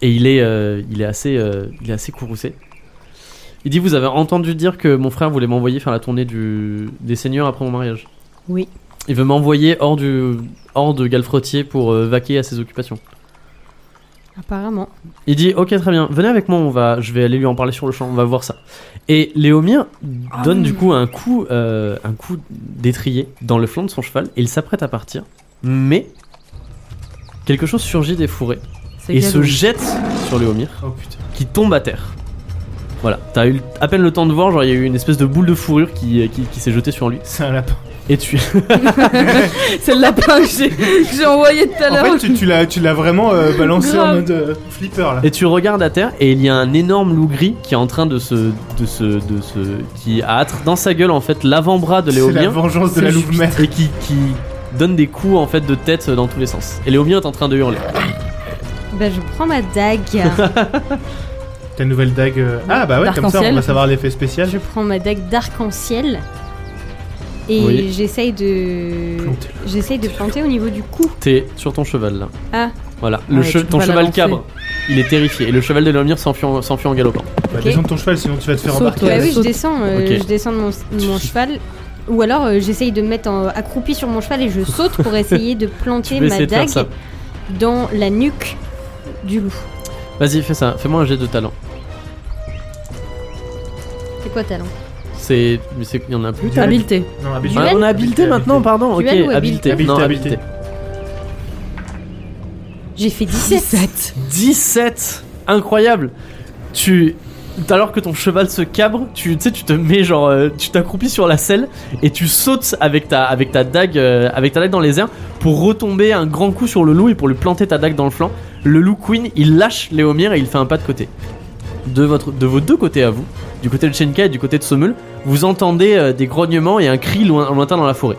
Speaker 1: et il est, euh, il est, assez, euh, il est assez courroucé. Il dit Vous avez entendu dire que mon frère voulait m'envoyer faire la tournée du, des seigneurs après mon mariage
Speaker 3: Oui.
Speaker 1: Il veut m'envoyer hors, du, hors de Galfrotier pour euh, vaquer à ses occupations.
Speaker 3: Apparemment.
Speaker 1: Il dit ok très bien, venez avec moi, on va, je vais aller lui en parler sur le champ, on va voir ça. Et Léomir donne du coup un coup, euh, un coup d'étrier dans le flanc de son cheval et il s'apprête à partir, mais quelque chose surgit des fourrés
Speaker 2: C'est
Speaker 1: et se
Speaker 2: Gazoun.
Speaker 1: jette sur Léomir
Speaker 4: Oh putain.
Speaker 1: qui tombe à terre. Voilà, t'as eu à peine le temps de voir, genre il y a eu une espèce de boule de fourrure qui, euh, qui, qui s'est jetée sur lui
Speaker 4: C'est un lapin.
Speaker 1: et tu
Speaker 2: *laughs* C'est le lapin que j'ai- que j'ai envoyé tout à
Speaker 4: En
Speaker 2: l'heure.
Speaker 4: fait, tu, tu l'as, tu l'as vraiment euh, balancé en
Speaker 2: Grave.
Speaker 4: mode euh, flipper là.
Speaker 1: *laughs* Et tu regardes à terre et il y a un énorme loup gris qui est en train de se. de se. de se. qui a attre dans sa gueule en fait l'avant-bras de
Speaker 4: C'est la
Speaker 1: Léomir
Speaker 4: vengeance de la
Speaker 2: C'est
Speaker 4: louve mère.
Speaker 1: et qui, qui donne des coups en fait de tête dans tous les sens. Et Léomir est en train de hurler.
Speaker 3: Bah, je prends ma dague.
Speaker 4: *laughs* Ta nouvelle dague. euh, Ah bah ouais, comme ça on
Speaker 2: D'arc-en-ciel.
Speaker 4: va savoir l'effet spécial.
Speaker 3: je prends ma dague d'arc-en-ciel. Et
Speaker 1: Oui.
Speaker 3: j'essaye de.
Speaker 4: Planter.
Speaker 3: J'essaye de planter au niveau du cou.
Speaker 1: T'es sur ton cheval là.
Speaker 3: Ah.
Speaker 1: Voilà, le
Speaker 2: Ouais,
Speaker 1: che-
Speaker 2: tu peux
Speaker 1: ton
Speaker 2: pas
Speaker 1: cheval
Speaker 2: l'avancer.
Speaker 1: cabre. Il est terrifié et le cheval de Léomir s'enfuit en, s'enfuit en galopant.
Speaker 4: Bah,
Speaker 3: Ok.
Speaker 4: descends de ton cheval, sinon tu vas te faire
Speaker 2: Saute,
Speaker 4: embarquer.
Speaker 2: ouais.
Speaker 3: Bah oui, je
Speaker 2: saute.
Speaker 3: descends, euh,
Speaker 1: Ok.
Speaker 3: je descends de mon, de mon cheval. Ou alors euh, j'essaye de me mettre en- accroupi sur mon cheval et je saute pour essayer de planter
Speaker 1: Je vais
Speaker 3: ma
Speaker 1: essayer de faire
Speaker 3: dague
Speaker 1: ça.
Speaker 3: dans la nuque du loup.
Speaker 1: Vas-y, fais ça, fais-moi un jet de talent.
Speaker 3: C'est quoi talent
Speaker 1: C'est. mais c'est qu'il y en a plus.
Speaker 4: Duel.
Speaker 2: Habileté.
Speaker 4: Non, habile-
Speaker 1: Ah,
Speaker 3: Duel
Speaker 1: on a habileté maintenant, pardon. Ok,
Speaker 3: Duel ou
Speaker 1: habileté.
Speaker 3: habileté
Speaker 1: Non,
Speaker 4: Habileté,
Speaker 1: habileté.
Speaker 3: J'ai fait 17.
Speaker 1: 17 Incroyable Tu... Alors que ton cheval se cabre, tu tu sais, tu te mets genre, euh, tu t'accroupis sur la selle et tu sautes avec ta, avec ta dague, euh, avec ta dague dans les airs pour retomber un grand coup sur le loup et pour lui planter ta dague dans le flanc. Le loup queen, il lâche Léomir et il fait un pas de côté. De votre, de vos deux côtés à vous, du côté de Shenka et du côté de Sommel, vous entendez euh, des grognements et un cri loin- lointain dans la forêt.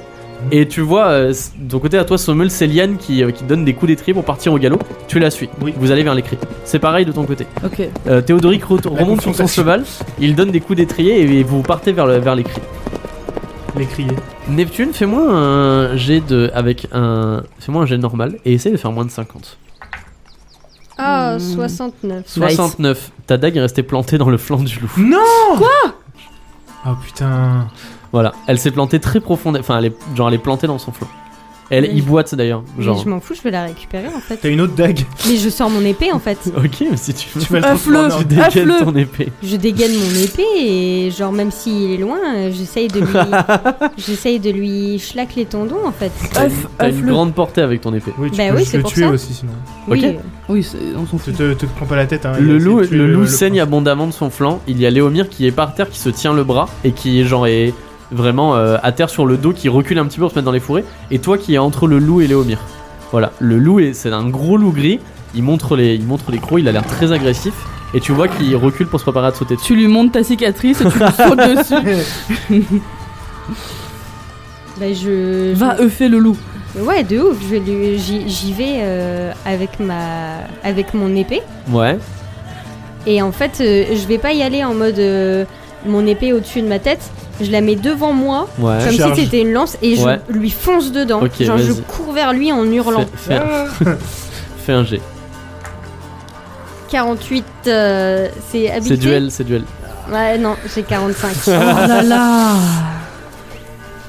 Speaker 1: Et tu vois, euh, s- de ton côté à toi, Sommel, c'est Liane qui, euh, qui donne des coups d'étrier pour partir au galop. Tu la suis.
Speaker 4: Oui.
Speaker 1: Vous allez vers les cris. C'est pareil de ton côté.
Speaker 2: Ok.
Speaker 1: Euh, Théodoric retourne-
Speaker 4: La
Speaker 1: remonte sur son
Speaker 4: confrontation.
Speaker 1: cheval, il donne des coups d'étrier et, et vous partez vers, le- vers les cris.
Speaker 4: Les crier.
Speaker 1: Neptune, fais-moi un jet de, avec un, fais-moi un jet normal et essaye de faire moins de 50.
Speaker 3: Ah,
Speaker 2: Hmm.
Speaker 3: 69.
Speaker 1: 69. Ta dague est restée plantée dans le flanc du *laughs* loup.
Speaker 4: Non Quoi Oh putain.
Speaker 1: Voilà. Elle s'est plantée très profonde. Enfin, elle est, genre, elle est plantée dans son flanc. Elle
Speaker 3: Mais-
Speaker 1: iboite d'ailleurs.
Speaker 3: Mais
Speaker 1: Genre.
Speaker 3: je m'en fous, je vais la récupérer en fait.
Speaker 4: T'as une autre
Speaker 1: *laughs*
Speaker 4: dague.
Speaker 3: Mais je sors mon épée en fait.
Speaker 1: Ok, mais si tu veux,
Speaker 4: Tu vas le
Speaker 2: Affle.
Speaker 4: transformer
Speaker 1: *laughs*
Speaker 4: en-
Speaker 1: tu dégaines
Speaker 2: Affle.
Speaker 1: ton épée.
Speaker 3: Je dégaine mon épée et genre même s'il est loin, euh, j'essaye
Speaker 1: *laughs*
Speaker 3: de lui, j'essaye de lui schlac les tendons en fait.
Speaker 1: T'as une-
Speaker 2: Aff-
Speaker 1: t'as une
Speaker 2: affle.
Speaker 1: grande portée avec ton épée.
Speaker 4: Oui, tu
Speaker 3: Bah
Speaker 4: peux
Speaker 3: oui,
Speaker 4: juste
Speaker 3: c'est
Speaker 4: le
Speaker 3: pour
Speaker 4: tuer
Speaker 3: ça.
Speaker 4: aussi sinon.
Speaker 3: Oui,
Speaker 1: Ok.
Speaker 3: euh,
Speaker 2: Oui, c'est- on s'en
Speaker 4: Te,
Speaker 2: fout.
Speaker 4: te, te prends pas la tête. Hein, il a
Speaker 1: Le
Speaker 4: essayé
Speaker 1: loup,
Speaker 4: de tuer
Speaker 1: le loup
Speaker 4: le
Speaker 1: saigne abondamment de son flanc. Il y a Léomir qui est par terre, qui se tient le bras et qui genre est vraiment euh, à terre sur le dos, qui recule un petit peu pour se mettre dans les fourrés. Et toi qui es entre le loup et Léomir. Voilà, le loup est c'est un gros loup gris. Il montre les, il montre les crocs. Il a l'air très agressif. Et tu vois qu'il recule pour se préparer à te sauter dessus.
Speaker 2: Tu lui montes ta cicatrice et tu lui sautes
Speaker 4: *laughs*
Speaker 2: dessus.
Speaker 3: bah je.
Speaker 2: Va
Speaker 3: je-
Speaker 2: euffer le loup.
Speaker 3: Ouais, de ouf. Je vais lui- j'y, j'y vais euh, avec ma, avec mon épée.
Speaker 1: Ouais.
Speaker 3: Et en fait, euh, je vais pas y aller en mode euh, mon épée au-dessus de ma tête. Je la mets devant moi,
Speaker 1: Ouais.
Speaker 3: comme
Speaker 4: charge.
Speaker 3: si c'était une lance, et je
Speaker 1: Ah, Ouais.
Speaker 3: lui fonce dedans.
Speaker 1: Ok,
Speaker 3: Genre, je
Speaker 1: vas-y.
Speaker 3: cours vers lui en hurlant.
Speaker 1: Fais, fais un, *laughs* fais un G.
Speaker 3: 48, euh, c'est habité.
Speaker 1: C'est duel, c'est duel.
Speaker 3: Ouais, non,
Speaker 1: *laughs*
Speaker 3: j'ai 45.
Speaker 2: Oh là là.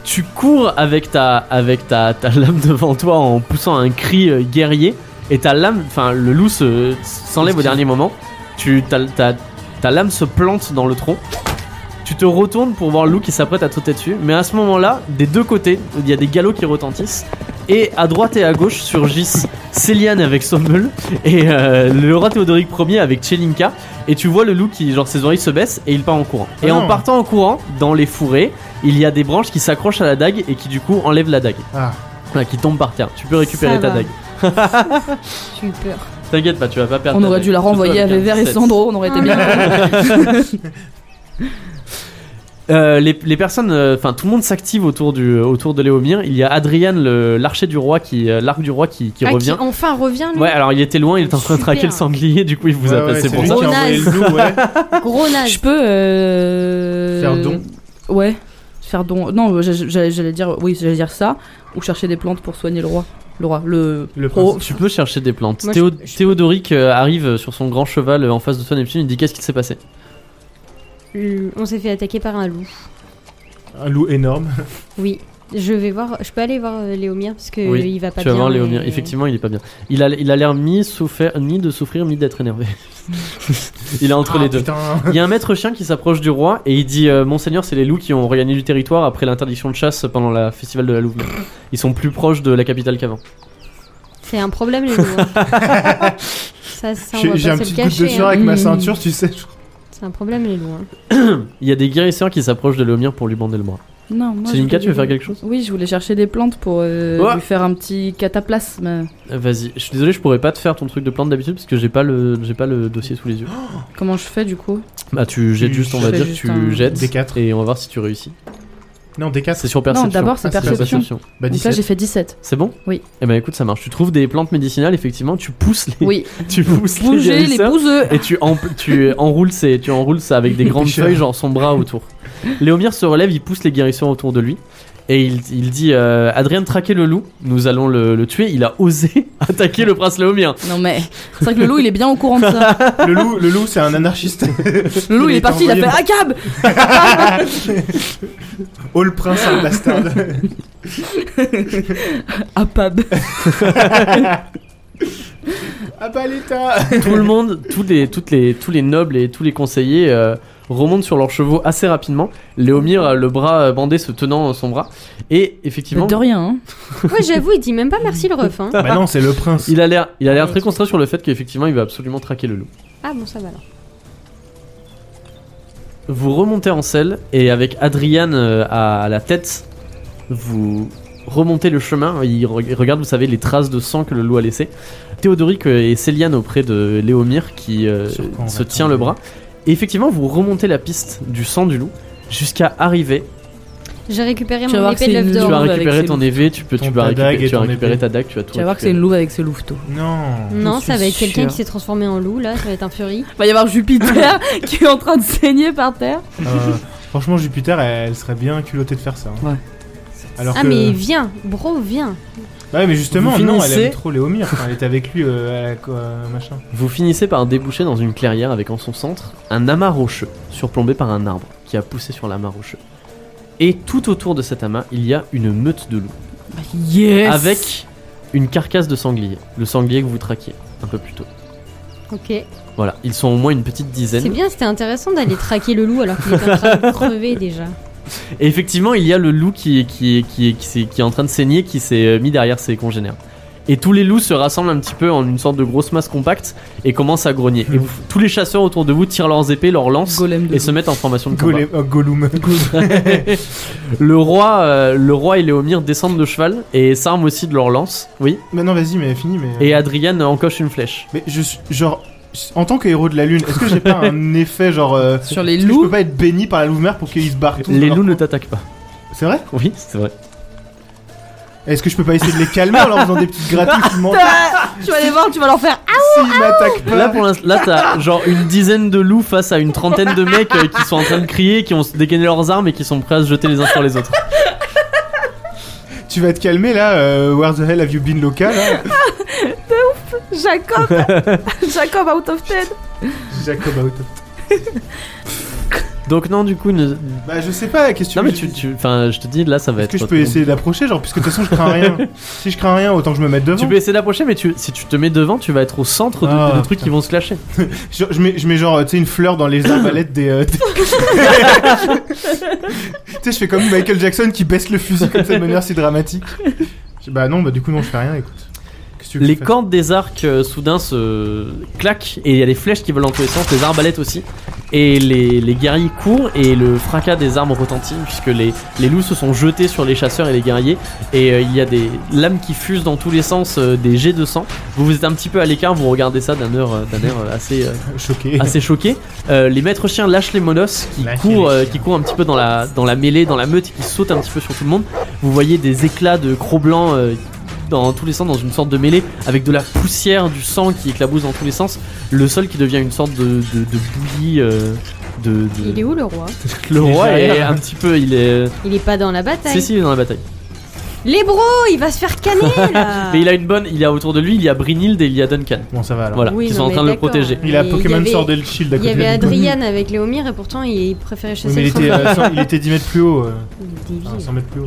Speaker 1: Tu cours avec ta avec ta, *laughs* ta lame devant toi en poussant un cri euh, guerrier et ta lame, enfin le loup se- s'enlève au
Speaker 4: Excuse.
Speaker 1: dernier moment. Tu ta, ta- ta lame se plante dans le tronc. Tu te retournes pour voir le loup qui s'apprête à te sauter dessus, mais à ce moment-là, des deux côtés, il y a des galops qui retentissent Et à droite et à gauche surgissent Céliane avec Sommel et euh, le roi Théodoric Ier avec Chelinka. Et tu vois le loup qui, genre, ses oreilles se baissent et il part en courant. Et
Speaker 4: Ah
Speaker 1: en
Speaker 4: non.
Speaker 1: partant en courant, dans les fourrés, il y a des branches qui s'accrochent à la dague et qui, du coup, enlèvent la dague.
Speaker 4: Ah,
Speaker 1: Voilà, qui tombe par terre. Tu peux récupérer
Speaker 3: Ça
Speaker 1: ta
Speaker 3: va.
Speaker 1: dague.
Speaker 3: J'ai eu peur.
Speaker 1: T'inquiète pas, tu vas pas perdre
Speaker 2: On
Speaker 1: ta
Speaker 2: aurait
Speaker 1: dague.
Speaker 2: dû la
Speaker 1: Surtout
Speaker 2: renvoyer à
Speaker 1: avec un
Speaker 2: Vévert et
Speaker 1: 17.
Speaker 2: Sandro, on aurait été bien.
Speaker 1: Euh, les, les personnes, euh, enfin tout le monde s'active autour du autour de Léomir. Il y a Adrian, le- l'archer du roi, qui euh, l'arc du roi qui, qui
Speaker 3: Ah,
Speaker 1: revient.
Speaker 3: Qui enfin revient, lui. *laughs*
Speaker 1: Ouais, alors il était loin, il était en train de
Speaker 3: Super.
Speaker 1: traquer le sanglier, du coup il vous
Speaker 4: ouais,
Speaker 1: a
Speaker 4: ouais,
Speaker 1: passé
Speaker 4: c'est
Speaker 1: pour
Speaker 4: lui
Speaker 1: ça.
Speaker 4: qui a envoyé le loup, ouais.
Speaker 3: Gros naze.
Speaker 2: Je peux. euh,
Speaker 4: Faire don.
Speaker 2: Ouais, faire don. Non, j'a- j'a- j'allais dire, oui, j'allais dire ça, ou chercher des plantes pour soigner le roi. Le roi, le.
Speaker 4: Le
Speaker 1: Oh,
Speaker 4: prince.
Speaker 1: tu peux chercher des plantes.
Speaker 3: Moi,
Speaker 1: Théo-
Speaker 3: je- je-
Speaker 1: Théodoric euh, arrive sur son grand cheval euh, en face de toi Neptune. Il dit qu'est-ce qui s'est passé
Speaker 3: Euh, On s'est fait attaquer par un loup.
Speaker 4: Un loup énorme.
Speaker 3: Oui. Je vais voir. Je peux aller voir euh, Léomir parce que
Speaker 1: Oui,
Speaker 3: il va pas
Speaker 1: Tu vas
Speaker 3: bien, euh,
Speaker 1: voir Léomir.
Speaker 3: et-
Speaker 1: Effectivement, il est pas bien. Il a il a l'air ni souffert ni de souffrir ni d'être énervé. il est entre
Speaker 4: Ah,
Speaker 1: les deux.
Speaker 4: Putain.
Speaker 1: Il y a un maître chien qui s'approche du roi et il dit euh, Monseigneur, c'est les loups qui ont regagné du territoire après l'interdiction de chasse pendant le festival de la Louve. Ils sont plus proches de la capitale qu'avant.
Speaker 3: C'est un
Speaker 1: *laughs*
Speaker 3: problème, les loups. hein. ça, ça, on va
Speaker 4: J'ai
Speaker 3: pas
Speaker 4: j'ai un
Speaker 3: se
Speaker 4: petit
Speaker 3: le
Speaker 4: coup de
Speaker 3: cacher.
Speaker 4: sueur
Speaker 3: hein.
Speaker 4: avec ma
Speaker 2: Mm.
Speaker 4: ceinture, tu sais.
Speaker 3: C'est un problème, les
Speaker 1: *laughs*
Speaker 3: loups. hein.
Speaker 1: Il y a des guérisseurs qui s'approchent de Léomir pour lui bander le bras.
Speaker 2: Non, moi.
Speaker 1: Céline
Speaker 2: je
Speaker 1: K,
Speaker 2: voulais-
Speaker 1: tu veux faire quelque chose
Speaker 2: Oui, je voulais chercher des plantes pour euh,
Speaker 1: Oh.
Speaker 2: lui faire un petit cataplasme.
Speaker 1: Euh, Vas-y, je suis désolé, je pourrais pas te faire ton truc de plante d'habitude parce que j'ai pas le j'ai pas le dossier sous les yeux.
Speaker 2: Comment je fais du coup
Speaker 1: Bah tu jettes
Speaker 4: Tu
Speaker 1: juste, on
Speaker 4: fais
Speaker 1: va dire,
Speaker 2: juste
Speaker 1: tu
Speaker 2: un-
Speaker 1: jettes
Speaker 4: Des quatre.
Speaker 1: et on va voir si tu réussis.
Speaker 4: Non, des 4.
Speaker 1: C'est sur perception.
Speaker 2: Non, d'abord c'est
Speaker 4: Ah, c'est
Speaker 1: C'est sur
Speaker 2: perception.
Speaker 4: Bah,
Speaker 2: Donc là,
Speaker 4: 17.
Speaker 2: j'ai fait 17.
Speaker 1: C'est bon
Speaker 2: Oui.
Speaker 1: Et ben écoute, ça marche. Tu trouves des plantes médicinales, effectivement, tu pousses les
Speaker 2: Oui,
Speaker 1: *laughs* tu pousses les
Speaker 2: bougez les
Speaker 1: guérisseurs.
Speaker 2: bouseux
Speaker 1: Et tu, en- tu enroules ces- tu enroules ça avec des grandes
Speaker 4: Pêcheur.
Speaker 1: feuilles, genre son bras autour. Léomir se relève, il pousse les guérisseurs autour de lui. Et il, il dit euh, Adrien, traquez le loup, nous allons le, le tuer. Il a osé *laughs* attaquer le prince
Speaker 2: *laughs*
Speaker 1: Léomir.
Speaker 2: Non mais, c'est vrai que le loup il est bien au courant de ça.
Speaker 4: Le loup, le loup, c'est un anarchiste.
Speaker 2: Le loup il,
Speaker 4: Il
Speaker 2: est
Speaker 4: est
Speaker 2: parti, il a fait
Speaker 4: envoyé-
Speaker 2: Ah cab
Speaker 4: Oh le prince, un bastard.
Speaker 2: Ah pab
Speaker 4: ah bah l'état.
Speaker 1: Tout le monde, tous les, toutes les, tous les nobles et tous les conseillers euh, remontent sur leurs chevaux assez rapidement. Léomir, a le bras bandé, se tenant euh, son bras. Et effectivement,
Speaker 2: De rien, hein.
Speaker 3: Ouais, j'avoue, il dit même pas merci le
Speaker 1: *laughs*
Speaker 3: ref. hein.
Speaker 4: Bah non, c'est le prince.
Speaker 1: il a l'air il a l'air très concentré sur le fait qu'effectivement, il va absolument traquer le loup.
Speaker 3: Ah bon, ça va alors.
Speaker 1: Vous remontez en selle et avec Adrian euh, à la tête, vous remontez le chemin. Il re- il regarde, vous savez, les traces de sang que le loup a laissé. Théodoric euh, et Céliane auprès de Léomir qui euh,
Speaker 4: Sur quoi on
Speaker 1: se
Speaker 4: va
Speaker 1: tient
Speaker 4: tomber.
Speaker 1: le bras. Et effectivement, vous remontez la piste du sang du loup jusqu'à arriver.
Speaker 3: J'ai récupéré
Speaker 2: Tu vas
Speaker 3: mon
Speaker 2: voir que
Speaker 3: épée de
Speaker 2: c'est
Speaker 3: l'œuf
Speaker 1: tu
Speaker 2: une- on
Speaker 1: as
Speaker 3: d'or.
Speaker 2: va avec
Speaker 1: récupéré
Speaker 2: ses
Speaker 1: ton
Speaker 2: loups.
Speaker 1: évier, tu peux,
Speaker 4: Ton-
Speaker 1: tu vas
Speaker 4: ta dague
Speaker 1: récupérer,
Speaker 4: et
Speaker 1: tu as
Speaker 4: ton
Speaker 1: récupéré
Speaker 4: épée.
Speaker 1: ta dague, tu as tout.
Speaker 2: Tu vas voir que c'est
Speaker 1: récupéré.
Speaker 2: une louve avec ses louveteaux.
Speaker 4: Non.
Speaker 3: Non,
Speaker 2: suis
Speaker 3: ça va être quelqu'un
Speaker 2: sûre.
Speaker 3: qui s'est transformé en loup là, ça va être un furie.
Speaker 2: Il va y
Speaker 4: *laughs*
Speaker 2: avoir Jupiter qui est en train de saigner par terre.
Speaker 4: Euh, franchement, Jupiter, elle, elle serait bien culottée de faire ça. hein.
Speaker 2: Ouais.
Speaker 4: Alors
Speaker 3: Ah,
Speaker 4: que...
Speaker 3: mais viens, bro, viens.
Speaker 4: Bah ouais, mais justement,
Speaker 1: Vous
Speaker 4: non, elle
Speaker 1: finissez-
Speaker 4: aimait trop Léomir quand elle était avec lui, euh, à la co- euh, machin.
Speaker 1: Vous finissez par déboucher dans une clairière avec en son centre un amas rocheux, surplombé par un arbre qui a poussé sur l'amas rocheux. Et tout autour de cet amas, il y a une meute de loups,
Speaker 2: Yes
Speaker 1: avec une carcasse de sanglier, le sanglier que vous traquiez un peu plus tôt.
Speaker 3: Ok.
Speaker 1: Voilà, ils sont au moins une petite
Speaker 3: C'est
Speaker 1: dizaine.
Speaker 3: bien, c'était intéressant d'aller traquer le loup alors qu'il était en train de crever déjà.
Speaker 1: Et effectivement, il y a le loup qui, qui, qui, qui, s'est- qui est en train de saigner, qui s'est euh, mis derrière ses congénères. Et tous les loups se rassemblent un petit peu en une sorte de grosse masse compacte et commencent à grogner. Et vous- tous les chasseurs autour de vous tirent leurs épées, leurs lances
Speaker 2: Golem de
Speaker 1: et se mettent en formation de combat.
Speaker 4: Golem- euh, Gollum. *laughs*
Speaker 1: Le roi, euh, le roi et Léomir descendent de cheval et s'arment aussi de leur lance, oui.
Speaker 4: mais Bah non, vas-y, mais fini, mais. euh,
Speaker 1: Et Adrian encoche une flèche.
Speaker 4: Mais je suis. Genre, en tant que héros de la Lune, est-ce que j'ai pas un effet, genre. euh,
Speaker 2: Sur les
Speaker 4: est-ce que Je peux
Speaker 2: loups
Speaker 4: pas être béni par la Louve-Mère pour qu'ils se barrent tous.
Speaker 1: Les
Speaker 4: dans leur
Speaker 1: loups ne
Speaker 4: coin
Speaker 1: t'attaquent pas. *laughs*
Speaker 4: C'est vrai
Speaker 1: Oui, c'est vrai.
Speaker 4: Est-ce que je peux pas essayer de les calmer en leur faisant des petites
Speaker 3: Ah,
Speaker 4: gratuites
Speaker 2: Tu vas les voir, tu vas leur faire Ah
Speaker 4: S'ils m'attaquent pas.
Speaker 3: ah,
Speaker 1: Là, pour l'instant, là, t'as genre une dizaine de loups face à une trentaine de mecs euh, qui sont en train de crier, qui ont dégainé leurs armes et qui sont prêts à se jeter les uns sur les autres.
Speaker 4: Tu vas te calmer là, euh, Where the hell have you been
Speaker 1: *laughs*
Speaker 4: local là *laughs*
Speaker 2: Jacob Jacob out of 10
Speaker 4: Jacob out.
Speaker 1: Donc non, du coup, ne-
Speaker 4: Bah je sais pas, qu'est-ce que tu
Speaker 1: non
Speaker 4: veux
Speaker 1: mais
Speaker 4: que
Speaker 1: tu,
Speaker 4: je-
Speaker 1: tu- enfin, je te dis, là, ça va
Speaker 4: Est-ce
Speaker 1: être.
Speaker 4: que je
Speaker 1: pas
Speaker 4: peux
Speaker 1: Bah, trop.
Speaker 4: essayer d'approcher genre Puisque de toute façon je crains
Speaker 1: *laughs*
Speaker 4: rien. si je crains rien, autant que je me mette devant.
Speaker 1: Tu peux essayer d'approcher, mais tu, si tu te mets devant, tu vas être au centre de,
Speaker 4: Ah,
Speaker 1: des trucs qui vont se clasher.
Speaker 4: Je, je mets, je mets genre, tu sais, une fleur dans les arbalètes des. euh, des- *laughs* tu sais, je fais comme Michael Jackson qui baisse le fusil comme ça de manière si dramatique. Je- Bah non, bah du coup, non, je fais rien, écoute. Qu'est-ce que tu veux que
Speaker 1: Les
Speaker 4: je fasse
Speaker 1: cordes des arcs euh, soudain se claquent et il y a des flèches qui volent dans tous les sens, les arbalètes aussi. Et les, les guerriers courent et le fracas des armes retentit puisque les, les loups se sont jetés sur les chasseurs et les guerriers. Et euh, il y a des lames qui fusent dans tous les sens, euh, des jets de sang. Vous vous êtes un petit peu à l'écart, vous regardez ça d'un air, euh, d'un air euh, assez, euh,
Speaker 4: Choqué.
Speaker 1: *laughs* assez choqué. Euh, les maîtres chiens lâchent les monos qui
Speaker 4: Lâchez
Speaker 1: courent,
Speaker 4: les
Speaker 1: euh,
Speaker 4: chiens.
Speaker 1: qui courent un petit peu dans la, dans la mêlée, dans la meute, et qui sautent un petit peu sur tout le monde. Vous voyez des éclats de crocs blancs euh, dans tous les sens, dans une sorte de mêlée, avec de la poussière, du sang qui éclabousse dans tous les sens. Le sol qui devient une sorte de, de, de bouillie. euh, de, de-
Speaker 3: Il est où le roi
Speaker 1: *laughs* Le roi
Speaker 4: Il est
Speaker 1: est
Speaker 4: derrière.
Speaker 1: un petit peu. Il est.
Speaker 3: Il est pas dans la bataille.
Speaker 1: Si, si, il est dans la bataille.
Speaker 3: Les bros, il va se faire
Speaker 1: *laughs*
Speaker 3: canner là
Speaker 1: Mais il a une bonne. Il y a autour de lui, il y a Brinild et il y a Duncan.
Speaker 4: Bon, ça va alors.
Speaker 1: Voilà,
Speaker 3: Oui,
Speaker 1: qui
Speaker 3: non,
Speaker 1: sont en
Speaker 3: mais
Speaker 1: train de le
Speaker 3: d'accord.
Speaker 1: protéger.
Speaker 4: Il a
Speaker 3: Mais il y
Speaker 4: Pokémon
Speaker 3: avait-
Speaker 4: Sword et le Shield à
Speaker 3: Il y
Speaker 4: côté
Speaker 3: avait
Speaker 4: de lui.
Speaker 3: Adrian avec Léomir et pourtant il préférait
Speaker 4: Oui,
Speaker 3: chasser
Speaker 4: mais il
Speaker 3: le
Speaker 4: était,
Speaker 3: frangin.
Speaker 4: euh, cent- il était 10 mètres plus haut. euh,
Speaker 3: Il est débile.
Speaker 4: enfin, 100 mètres plus haut.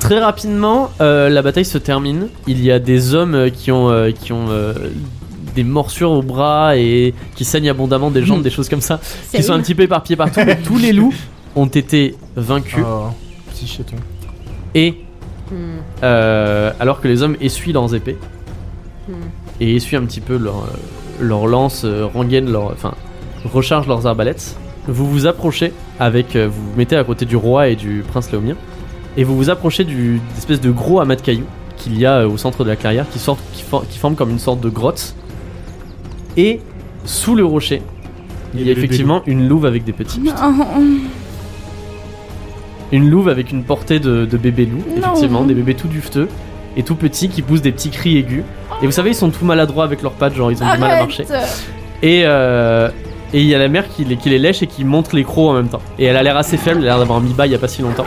Speaker 1: Très rapidement, euh, la bataille se termine. Il y a des hommes euh, qui ont, euh, qui ont euh, des morsures au bras et qui saignent abondamment des jambes, des choses comme ça, qui
Speaker 3: Salut.
Speaker 1: sont un petit peu éparpillés partout. mais tous les loups ont été vaincus.
Speaker 4: Oh, petit chaton.
Speaker 1: Et
Speaker 3: Hmm,
Speaker 1: euh, alors que les hommes essuient leurs épées
Speaker 3: hmm.
Speaker 1: et essuient un petit peu leurs leur lances, euh, rengainent leur, enfin, rechargent leurs arbalètes, vous vous approchez avec. euh, vous vous mettez à côté du roi et du prince Léomir. et vous vous approchez du espèce de gros amas de cailloux qu'il y a euh, au centre de la carrière qui, sort, qui, for- qui forme comme une sorte de grotte. Et sous le rocher, il y a
Speaker 4: des
Speaker 1: effectivement une louve avec des petits.
Speaker 2: Non.
Speaker 1: Une louve avec une portée de, de bébés loups,
Speaker 2: Non.
Speaker 1: effectivement, des bébés tout dufteux et tout petits qui poussent des petits cris aigus. Et vous savez, ils sont tout maladroits avec leurs pattes, genre ils ont du mal à marcher. Et euh, et il y a la mère qui les, qui les lèche et qui montre les crocs en même temps. Et elle a l'air assez faible, elle a l'air d'avoir un mi-bas il y a pas si longtemps.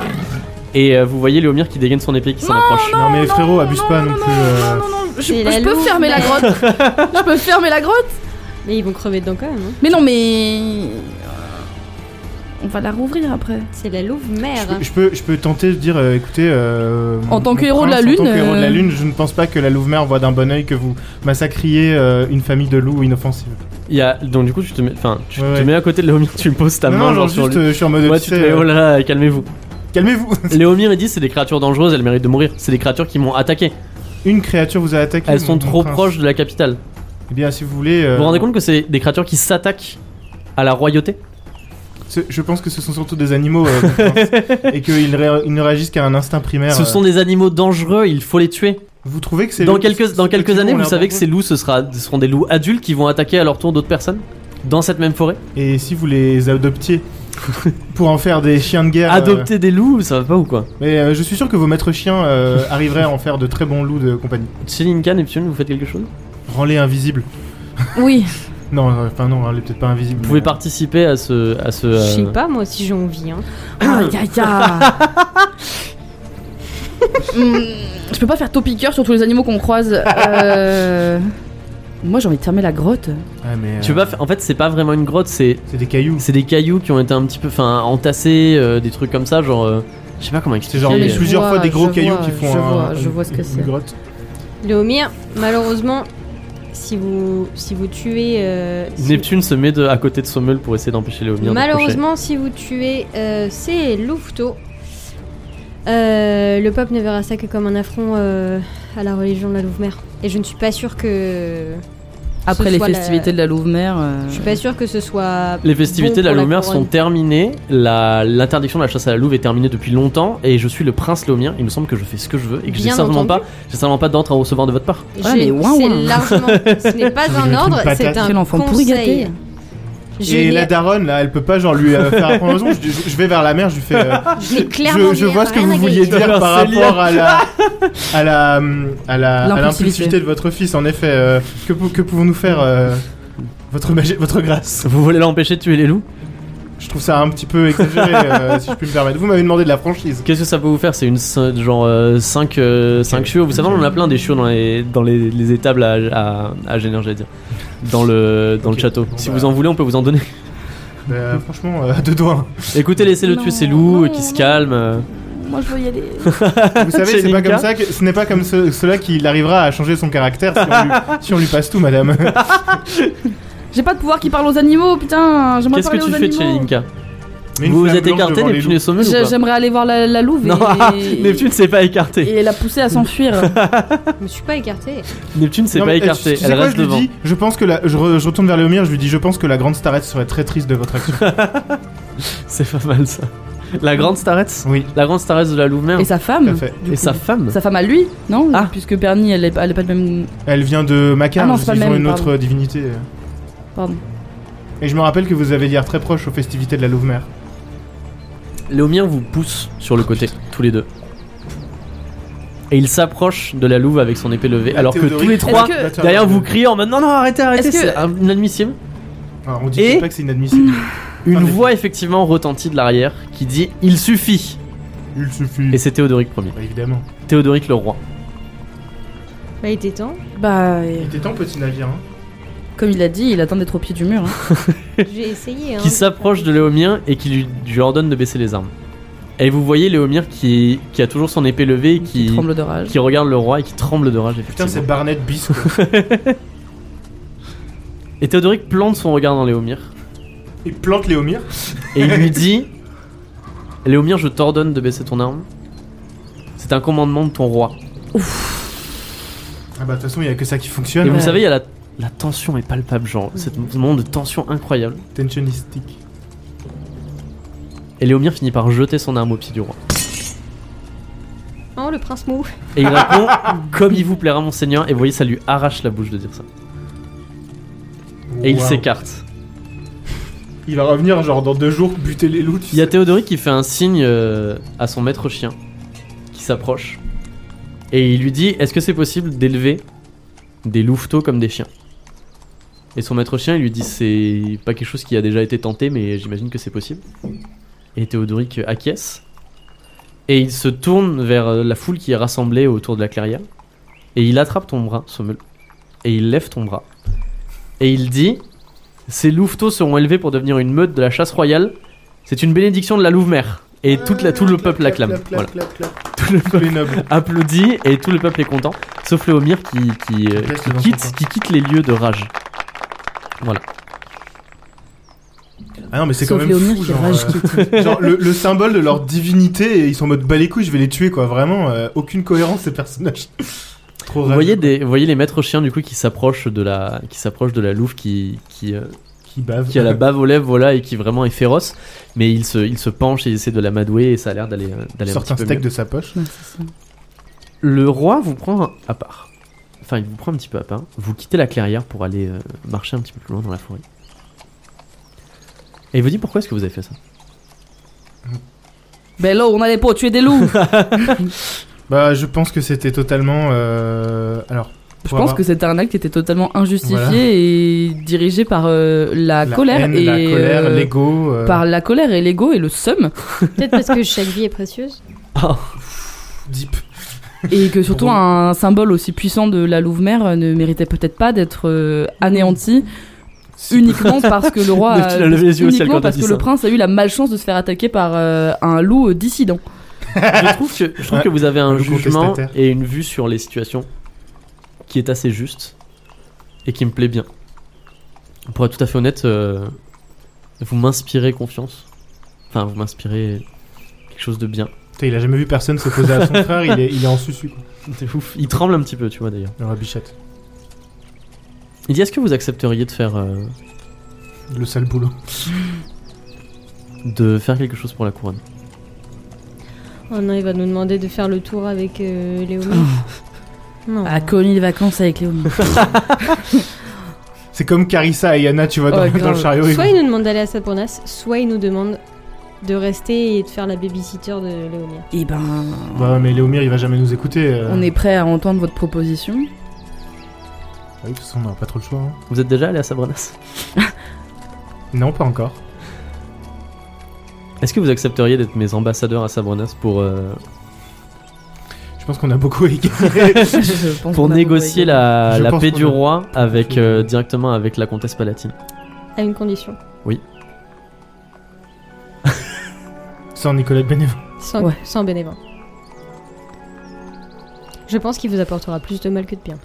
Speaker 1: Et euh, vous voyez Léomir qui dégaine son épée qui s'en approche.
Speaker 4: Non, mais frérot, abuse pas non, plus. euh,
Speaker 2: non, non, je,
Speaker 3: C'est la
Speaker 2: je peux
Speaker 3: louve,
Speaker 2: fermer la
Speaker 3: mais-
Speaker 4: *laughs*
Speaker 2: grotte. je peux fermer la grotte.
Speaker 3: Mais ils vont crever dedans quand même. hein.
Speaker 2: Mais non, mais. On va la rouvrir après.
Speaker 3: C'est la louve
Speaker 4: Je
Speaker 3: mère.
Speaker 4: peux, je, peux, je peux tenter de dire, euh, écoutez, euh,
Speaker 2: En
Speaker 4: mon-
Speaker 2: tant que
Speaker 4: mon
Speaker 2: héros de la
Speaker 4: prince, En tant
Speaker 2: Lune,
Speaker 4: que héros de la
Speaker 2: euh,
Speaker 4: lune, je ne pense pas que la Louve-Mère voit d'un bon oeil que vous massacriez euh, une famille de loups inoffensives.
Speaker 1: Il y a, donc du coup tu te mets, enfin tu
Speaker 4: Ouais,
Speaker 1: te
Speaker 4: ouais.
Speaker 1: mets à côté de Léomir, tu poses ta
Speaker 4: non,
Speaker 1: main genre
Speaker 4: non, genre
Speaker 1: sur
Speaker 4: juste,
Speaker 1: lui.
Speaker 4: euh, je suis en mode,
Speaker 1: Ouais,
Speaker 4: tu
Speaker 1: tu te
Speaker 4: sais,
Speaker 1: mets,
Speaker 4: euh,
Speaker 1: oh là là,
Speaker 4: *laughs*
Speaker 1: calmez-vous.
Speaker 4: calmez-vous.
Speaker 1: Léomir il dit c'est des créatures dangereuses, elles méritent de mourir. C'est des créatures qui m'ont attaqué.
Speaker 4: Une créature vous a attaqué.
Speaker 1: Elles
Speaker 4: mon-
Speaker 1: sont
Speaker 4: mon
Speaker 1: trop
Speaker 4: prince.
Speaker 1: proches de la capitale.
Speaker 4: Eh bien, si vous voulez, euh,
Speaker 1: Vous vous rendez compte que c'est des créatures qui s'attaquent à la royauté
Speaker 4: ce- je pense que ce sont surtout des animaux euh, mon
Speaker 1: *laughs*
Speaker 4: prince, et qu'ils ré- ils ne réagissent qu'à un instinct primaire.
Speaker 1: Ce
Speaker 4: euh.
Speaker 1: sont des animaux dangereux, il faut les tuer.
Speaker 4: Vous trouvez que c'est
Speaker 1: Dans
Speaker 4: le-
Speaker 1: quelques,
Speaker 4: ce-
Speaker 1: dans
Speaker 4: ce petit
Speaker 1: quelques
Speaker 4: loup
Speaker 1: années,
Speaker 4: a
Speaker 1: vous
Speaker 4: l'air
Speaker 1: savez que ces
Speaker 4: dangereux
Speaker 1: loups ce, sera, ce seront des loups adultes qui vont attaquer à leur tour d'autres personnes dans cette même forêt.
Speaker 4: Et si vous les adoptiez *laughs* pour en faire des chiens de guerre. euh,
Speaker 1: Adopter des loups, ça va pas ou quoi
Speaker 4: Mais euh, je suis sûr que vos maîtres chiens euh, arriveraient à en faire de très bons loups de compagnie.
Speaker 1: Tchelinka, Neptune, vous faites quelque chose
Speaker 4: Rends-les invisibles.
Speaker 2: Oui.
Speaker 4: Non, euh, enfin non, elle est peut-être pas invisible.
Speaker 1: Vous pouvez
Speaker 4: mais-
Speaker 1: participer à ce. À ce
Speaker 3: Je
Speaker 1: euh,
Speaker 3: sais pas moi si j'ai envie. Hein.
Speaker 2: Aïe aïe *laughs* aïe. Hmm, je peux pas faire topiqueur sur tous les animaux qu'on croise. Euh, Moi j'ai envie de fermer la grotte.
Speaker 4: Ouais, mais,
Speaker 1: Tu
Speaker 4: euh,
Speaker 1: veux pas fa- En fait, c'est pas vraiment une grotte, c'est
Speaker 4: C'est des cailloux.
Speaker 1: c'est des cailloux qui ont été un petit peu, enfin, entassés, euh, des trucs comme ça, genre, euh, je sais pas comment expliquer.
Speaker 4: C'est genre
Speaker 2: Mais
Speaker 1: euh,
Speaker 2: je
Speaker 4: plusieurs
Speaker 2: vois,
Speaker 4: fois des gros
Speaker 2: je
Speaker 4: cailloux
Speaker 2: vois,
Speaker 4: qui font
Speaker 2: je
Speaker 4: un-
Speaker 2: vois, je
Speaker 4: un-
Speaker 2: vois ce que
Speaker 4: une
Speaker 2: c'est.
Speaker 4: grotte.
Speaker 3: Léomir, malheureusement, si vous, si vous tuez. euh, si-
Speaker 1: Neptune se met de- à côté de Sommel pour essayer d'empêcher Léomir d'approcher.
Speaker 3: malheureusement, si vous tuez euh, ces louveteaux, euh, le peuple ne verra ça que comme un affront euh, à la religion de la louve-mère. Et je ne suis pas sûre que.
Speaker 2: Après
Speaker 3: ce
Speaker 2: les
Speaker 3: soit la-
Speaker 2: festivités de la Louve-Mère. euh,
Speaker 3: Je suis pas sûre que ce soit.
Speaker 1: Les festivités
Speaker 3: bon
Speaker 1: de la
Speaker 3: pour
Speaker 1: Lomère
Speaker 3: couronne.
Speaker 1: sont terminées, la- l'interdiction de la chasse à la louve est terminée depuis longtemps, et je suis le prince Lomir, il me semble que je fais ce que je veux, et que j'ai
Speaker 3: Bien
Speaker 1: certainement,
Speaker 3: entendu.
Speaker 1: pas- j'ai certainement pas d'ordre à recevoir de votre part. *laughs*
Speaker 3: J'ai-
Speaker 2: Ouais, mais ouin,
Speaker 3: c'est
Speaker 2: ouin.
Speaker 3: largement. Ce n'est *laughs* pas
Speaker 4: Vous avez
Speaker 3: un
Speaker 4: une
Speaker 3: ordre,
Speaker 4: patate.
Speaker 3: c'est un
Speaker 2: Quel enfant pourri
Speaker 3: conseil.
Speaker 2: gâté.
Speaker 3: Je
Speaker 4: Et
Speaker 3: l'ai-
Speaker 4: la daronne, là, elle peut pas genre lui euh, faire apprendre raison. Je, je- je vais vers la mer, je lui fais. euh,
Speaker 3: je l'ai clairement
Speaker 4: je, je
Speaker 3: dit,
Speaker 4: vois ce que
Speaker 3: rien
Speaker 4: vous
Speaker 3: à
Speaker 4: vouliez
Speaker 3: gagner.
Speaker 1: *laughs*
Speaker 4: dire
Speaker 1: Alors,
Speaker 4: par
Speaker 1: c'est
Speaker 4: rapport à la à la hum, à la à
Speaker 2: L'impulsivité.
Speaker 4: l'impulsivité de votre fils. En effet, euh, que, pou- que pouvons-nous faire euh, votre maje- *laughs* votre grâce
Speaker 1: Vous voulez l'empêcher de tuer les loups
Speaker 4: Je trouve ça un petit peu exagéré, euh, si je puis me permettre. Vous m'avez demandé de la franchise.
Speaker 1: Qu'est-ce que ça peut vous faire C'est une cin- genre euh, 5 chiots. Vous savez, on en a plein des chiots dans les, dans les, les étables à, à, à Génère, j'allais dire. Dans le, dans
Speaker 4: Ok,
Speaker 1: le château.
Speaker 4: bon,
Speaker 1: si
Speaker 4: bah.
Speaker 1: vous en voulez, on peut vous en donner. *laughs*
Speaker 4: Euh, franchement, euh, à deux doigts.
Speaker 1: Écoutez, laissez-le tuer
Speaker 2: Non,
Speaker 1: ses loups,
Speaker 2: non,
Speaker 1: et qu'il se
Speaker 2: non.
Speaker 1: calme. euh.
Speaker 2: Moi je veux y *laughs* aller.
Speaker 4: Vous savez, c'est pas
Speaker 1: Chelinka.
Speaker 4: comme ça que, ce n'est pas comme ce- cela qu'il arrivera à changer son caractère si on lui, *laughs* si on lui passe tout, madame.
Speaker 2: J'ai pas de pouvoir qui parle aux animaux, putain. J'aimerais
Speaker 1: Qu'est-ce que
Speaker 2: parler
Speaker 1: tu
Speaker 2: aux
Speaker 1: fais,
Speaker 2: animaux.
Speaker 1: Chelinka
Speaker 4: Mais une
Speaker 1: Vous vous
Speaker 4: flamme
Speaker 1: êtes
Speaker 4: blanche
Speaker 1: écarté,
Speaker 4: devant les
Speaker 1: Neptune est
Speaker 2: J'a-
Speaker 1: sommeil ou pas
Speaker 2: J'aimerais aller voir la, la louve
Speaker 1: Non, *laughs*
Speaker 2: et...
Speaker 1: Neptune s'est pas écartée.
Speaker 2: et la pousser
Speaker 1: *laughs*
Speaker 2: à s'enfuir.
Speaker 3: Je me suis pas écartée.
Speaker 1: Neptune s'est
Speaker 4: Non,
Speaker 1: pas
Speaker 4: mais, euh,
Speaker 1: écartée,
Speaker 4: tu sais
Speaker 1: elle
Speaker 4: quoi,
Speaker 1: reste
Speaker 4: je lui
Speaker 1: devant.
Speaker 4: dis, je pense que la, je, re- je retourne vers Léomir, je lui dis je pense que la grande starette serait très triste de votre action.
Speaker 1: C'est pas mal ça. La grande starette
Speaker 4: oui,
Speaker 1: La grande starette de la Louve-Mère
Speaker 2: et sa
Speaker 4: tout à
Speaker 3: Hmm.
Speaker 2: femme
Speaker 4: fait.
Speaker 2: du
Speaker 1: et
Speaker 2: coup.
Speaker 1: sa femme
Speaker 2: Sa femme à lui, non
Speaker 1: Ah.
Speaker 2: Puisque Perny, elle est, elle est pas le même.
Speaker 4: Elle vient de Macar,
Speaker 2: Ah non, c'est pas
Speaker 4: ils
Speaker 2: le
Speaker 4: ont
Speaker 2: même,
Speaker 4: une autre
Speaker 2: pardon.
Speaker 4: euh, divinité.
Speaker 2: Pardon.
Speaker 4: Et je me rappelle que vous avez l'air très proche aux festivités de la Louve-Mère.
Speaker 1: Léomir vous pousse sur le côté, tous les deux. Et il s'approche de la Louve avec son épée levée,
Speaker 4: La
Speaker 1: alors que
Speaker 4: Théodorique.
Speaker 1: tous les trois,
Speaker 2: que-
Speaker 1: derrière vous criez en mode non, non, arrêtez, arrêtez,
Speaker 2: Est-ce que-
Speaker 1: c'est inadmissible.
Speaker 4: Alors, Ah, on dit
Speaker 1: Et-
Speaker 4: pas que c'est inadmissible.
Speaker 2: *laughs*
Speaker 1: Une
Speaker 4: Ah, mais-
Speaker 1: voix effectivement retentit de l'arrière qui dit Il suffit
Speaker 4: Il suffit.
Speaker 1: Et c'est Théodoric Ier,
Speaker 4: Bah, évidemment.
Speaker 1: Théodoric le roi.
Speaker 3: Bah, il était temps.
Speaker 2: Bah, euh,
Speaker 4: Il était temps, petit navire. Hein.
Speaker 2: comme il a dit, il attend d'être au pied du mur. hein.
Speaker 3: J'ai essayé. Hein.
Speaker 1: qui s'approche de Léomir et qui lui, lui ordonne de baisser les armes. Et vous voyez Léomir qui, qui a toujours son épée levée et qui,
Speaker 2: Il tremble de rage.
Speaker 1: qui regarde le roi et qui tremble de rage,
Speaker 4: Putain, c'est
Speaker 1: effectivement.
Speaker 4: Barnett bis. quoi.
Speaker 1: et Théodoric plante son regard dans Léomir
Speaker 4: *laughs* Il plante Léomir.
Speaker 1: et il lui dit Léomir, je t'ordonne de baisser ton arme. C'est un commandement de ton roi.
Speaker 4: Ah bah, de toute façon, il y a que ça qui
Speaker 1: Et
Speaker 4: fonctionne.
Speaker 1: vous
Speaker 2: Ouais.
Speaker 1: savez, il y a la, la tension est palpable, genre, c'est un moment de tension incroyable.
Speaker 4: Tensionistique.
Speaker 1: Et Léomir finit par jeter son arme au pied du roi.
Speaker 3: Oh, le prince mou.
Speaker 1: Et il répond Comme il vous plaira, monseigneur. Et vous voyez, ça lui arrache la bouche de dire ça. Et il
Speaker 4: Waouh.
Speaker 1: s'écarte.
Speaker 4: Il va revenir, genre, dans deux jours, buter les loups. tu
Speaker 1: Il y a
Speaker 4: sais.
Speaker 1: Théodoric qui fait un signe euh, à son maître chien qui s'approche. Et il lui dit Est-ce que c'est possible d'élever des louveteaux comme des chiens Et son maître chien, il lui dit C'est pas quelque chose qui a déjà été tenté, mais j'imagine que c'est possible. Et Théodoric acquiesce. Et il se tourne vers euh, la foule qui est rassemblée autour de la clairière. Et il attrape ton bras, Sommel. Et il lève ton bras. Et il dit Ces louveteaux seront élevés pour devenir une meute de la chasse royale. C'est une bénédiction de la Louve-Mère. Et toute la, tout le
Speaker 4: Ah, Clap,
Speaker 1: peuple
Speaker 4: clap,
Speaker 1: l'acclame.
Speaker 4: clap,
Speaker 1: Voilà.
Speaker 4: clap, clap, clap.
Speaker 1: Tout le
Speaker 4: Tous
Speaker 1: peuple
Speaker 4: les nobles.
Speaker 1: applaudit et tout le peuple est content. Sauf Léomir qui, qui, euh,
Speaker 4: Il reste
Speaker 1: qui
Speaker 4: dans son coin.
Speaker 1: quitte, qui quitte les lieux de rage.
Speaker 4: Ah non, mais c'est quand
Speaker 2: Sauf
Speaker 4: même
Speaker 2: Léomir
Speaker 4: fou,
Speaker 2: qui
Speaker 4: genre,
Speaker 2: rage
Speaker 4: *laughs* euh, genre, le, le symbole de leur divinité, et ils sont en mode bah les couilles, je vais les tuer, quoi. Vraiment, euh, aucune cohérence, ces personnages. *laughs* Trop
Speaker 1: Vous voyez, des, vous voyez les maîtres chiens du coup qui s'approchent de la, qui s'approchent de la louve qui, qui, euh,
Speaker 4: qui bavent.
Speaker 1: qui a
Speaker 4: *laughs*
Speaker 1: la bave aux lèvres, voilà, et qui vraiment est féroce. Mais il se, il se penche et il essaie de l'amadouer et ça a l'air d'aller, euh, d'aller un
Speaker 4: Sort
Speaker 1: petit
Speaker 4: un
Speaker 1: peu
Speaker 4: steak
Speaker 1: mieux.
Speaker 4: de sa poche.
Speaker 2: Ouais, c'est ça.
Speaker 1: Le roi vous prend à part. Enfin, il vous prend un petit peu à part. Vous quittez la clairière pour aller euh, marcher un petit peu plus loin dans la forêt. Et il vous dit pourquoi est-ce que vous avez fait ça
Speaker 2: Bello, Ben on allait pas tuer des loups.
Speaker 4: Bah, je pense que c'était totalement. euh, Alors.
Speaker 2: Je
Speaker 4: pour
Speaker 2: pense
Speaker 4: avoir-
Speaker 2: que c'était un acte qui était totalement injustifié
Speaker 4: Voilà.
Speaker 2: et dirigé par euh, la, colère
Speaker 4: haine,
Speaker 2: et
Speaker 4: la colère,
Speaker 2: euh,
Speaker 4: l'ego. euh,
Speaker 2: par la colère et l'ego et le seum
Speaker 3: *laughs* Peut-être parce que chaque vie est précieuse.
Speaker 4: Deep.
Speaker 2: et que surtout
Speaker 4: Drôle.
Speaker 2: un symbole aussi puissant de la Louve-mère euh, ne méritait peut-être pas d'être euh, anéanti uniquement parce que le
Speaker 1: *laughs*
Speaker 2: roi a,
Speaker 1: Tu l'as levé les yeux au ciel quand
Speaker 2: euh, uniquement
Speaker 1: t'as
Speaker 2: parce
Speaker 1: dit
Speaker 2: que
Speaker 1: ça.
Speaker 2: le prince a eu la malchance de se faire attaquer par euh, un loup euh, dissident.
Speaker 1: je trouve que, je trouve que vous avez un
Speaker 4: Le
Speaker 1: jugement
Speaker 4: contestataire.
Speaker 1: et une vue sur les situations qui est assez juste et qui me plaît bien. Pour être tout à fait honnête, euh, vous m'inspirez confiance. Enfin, vous m'inspirez quelque chose de bien.
Speaker 4: Putain, il a jamais vu personne se poser à son
Speaker 2: *laughs*
Speaker 4: frère, il est, il est en susu. Quoi.
Speaker 1: C'est ouf. Il tremble un petit peu, tu vois d'ailleurs.
Speaker 4: Dans la bichette.
Speaker 1: Il dit est-ce que vous accepteriez de faire, euh,
Speaker 4: Le sale boulot.
Speaker 1: de faire quelque chose pour la couronne
Speaker 3: Oh non, il va nous demander de faire le tour avec euh, Léo. non.
Speaker 2: A connu les vacances avec Léo.
Speaker 4: C'est comme Carissa et Yana, tu vois, *laughs* dans,
Speaker 2: Ouais,
Speaker 4: dans le
Speaker 2: grave.
Speaker 4: chariot. ils
Speaker 3: Soit
Speaker 4: vont-
Speaker 3: il nous demande d'aller à Sapornas, soit il nous demande de rester et de faire la babysitter de Léomir.
Speaker 2: Et ben,
Speaker 4: Bah, mais Léomir, il va jamais nous écouter. euh.
Speaker 2: on est prêt à entendre votre proposition. *laughs*
Speaker 4: Ah oui, de toute façon, on n'aura pas trop le choix. hein.
Speaker 1: Vous êtes déjà allé à Sabranas
Speaker 4: Non, pas encore.
Speaker 1: Est-ce que vous accepteriez d'être mes ambassadeurs à Sabranas pour, euh,
Speaker 4: Je pense qu'on a beaucoup égaré.
Speaker 1: *laughs*
Speaker 2: Je pense
Speaker 1: pour
Speaker 2: qu'on a
Speaker 1: négocier
Speaker 2: compris.
Speaker 1: la,
Speaker 4: Je
Speaker 1: la
Speaker 4: pense
Speaker 1: paix
Speaker 4: qu'on
Speaker 1: du
Speaker 4: a-
Speaker 1: roi avec
Speaker 4: qu'on a-
Speaker 1: euh, directement avec la comtesse palatine
Speaker 3: À une condition.
Speaker 4: Sans Nicolas Bénévent.
Speaker 3: Sans,
Speaker 2: Ouais.
Speaker 3: sans bénévent. Je pense qu'il vous apportera plus de mal que de bien.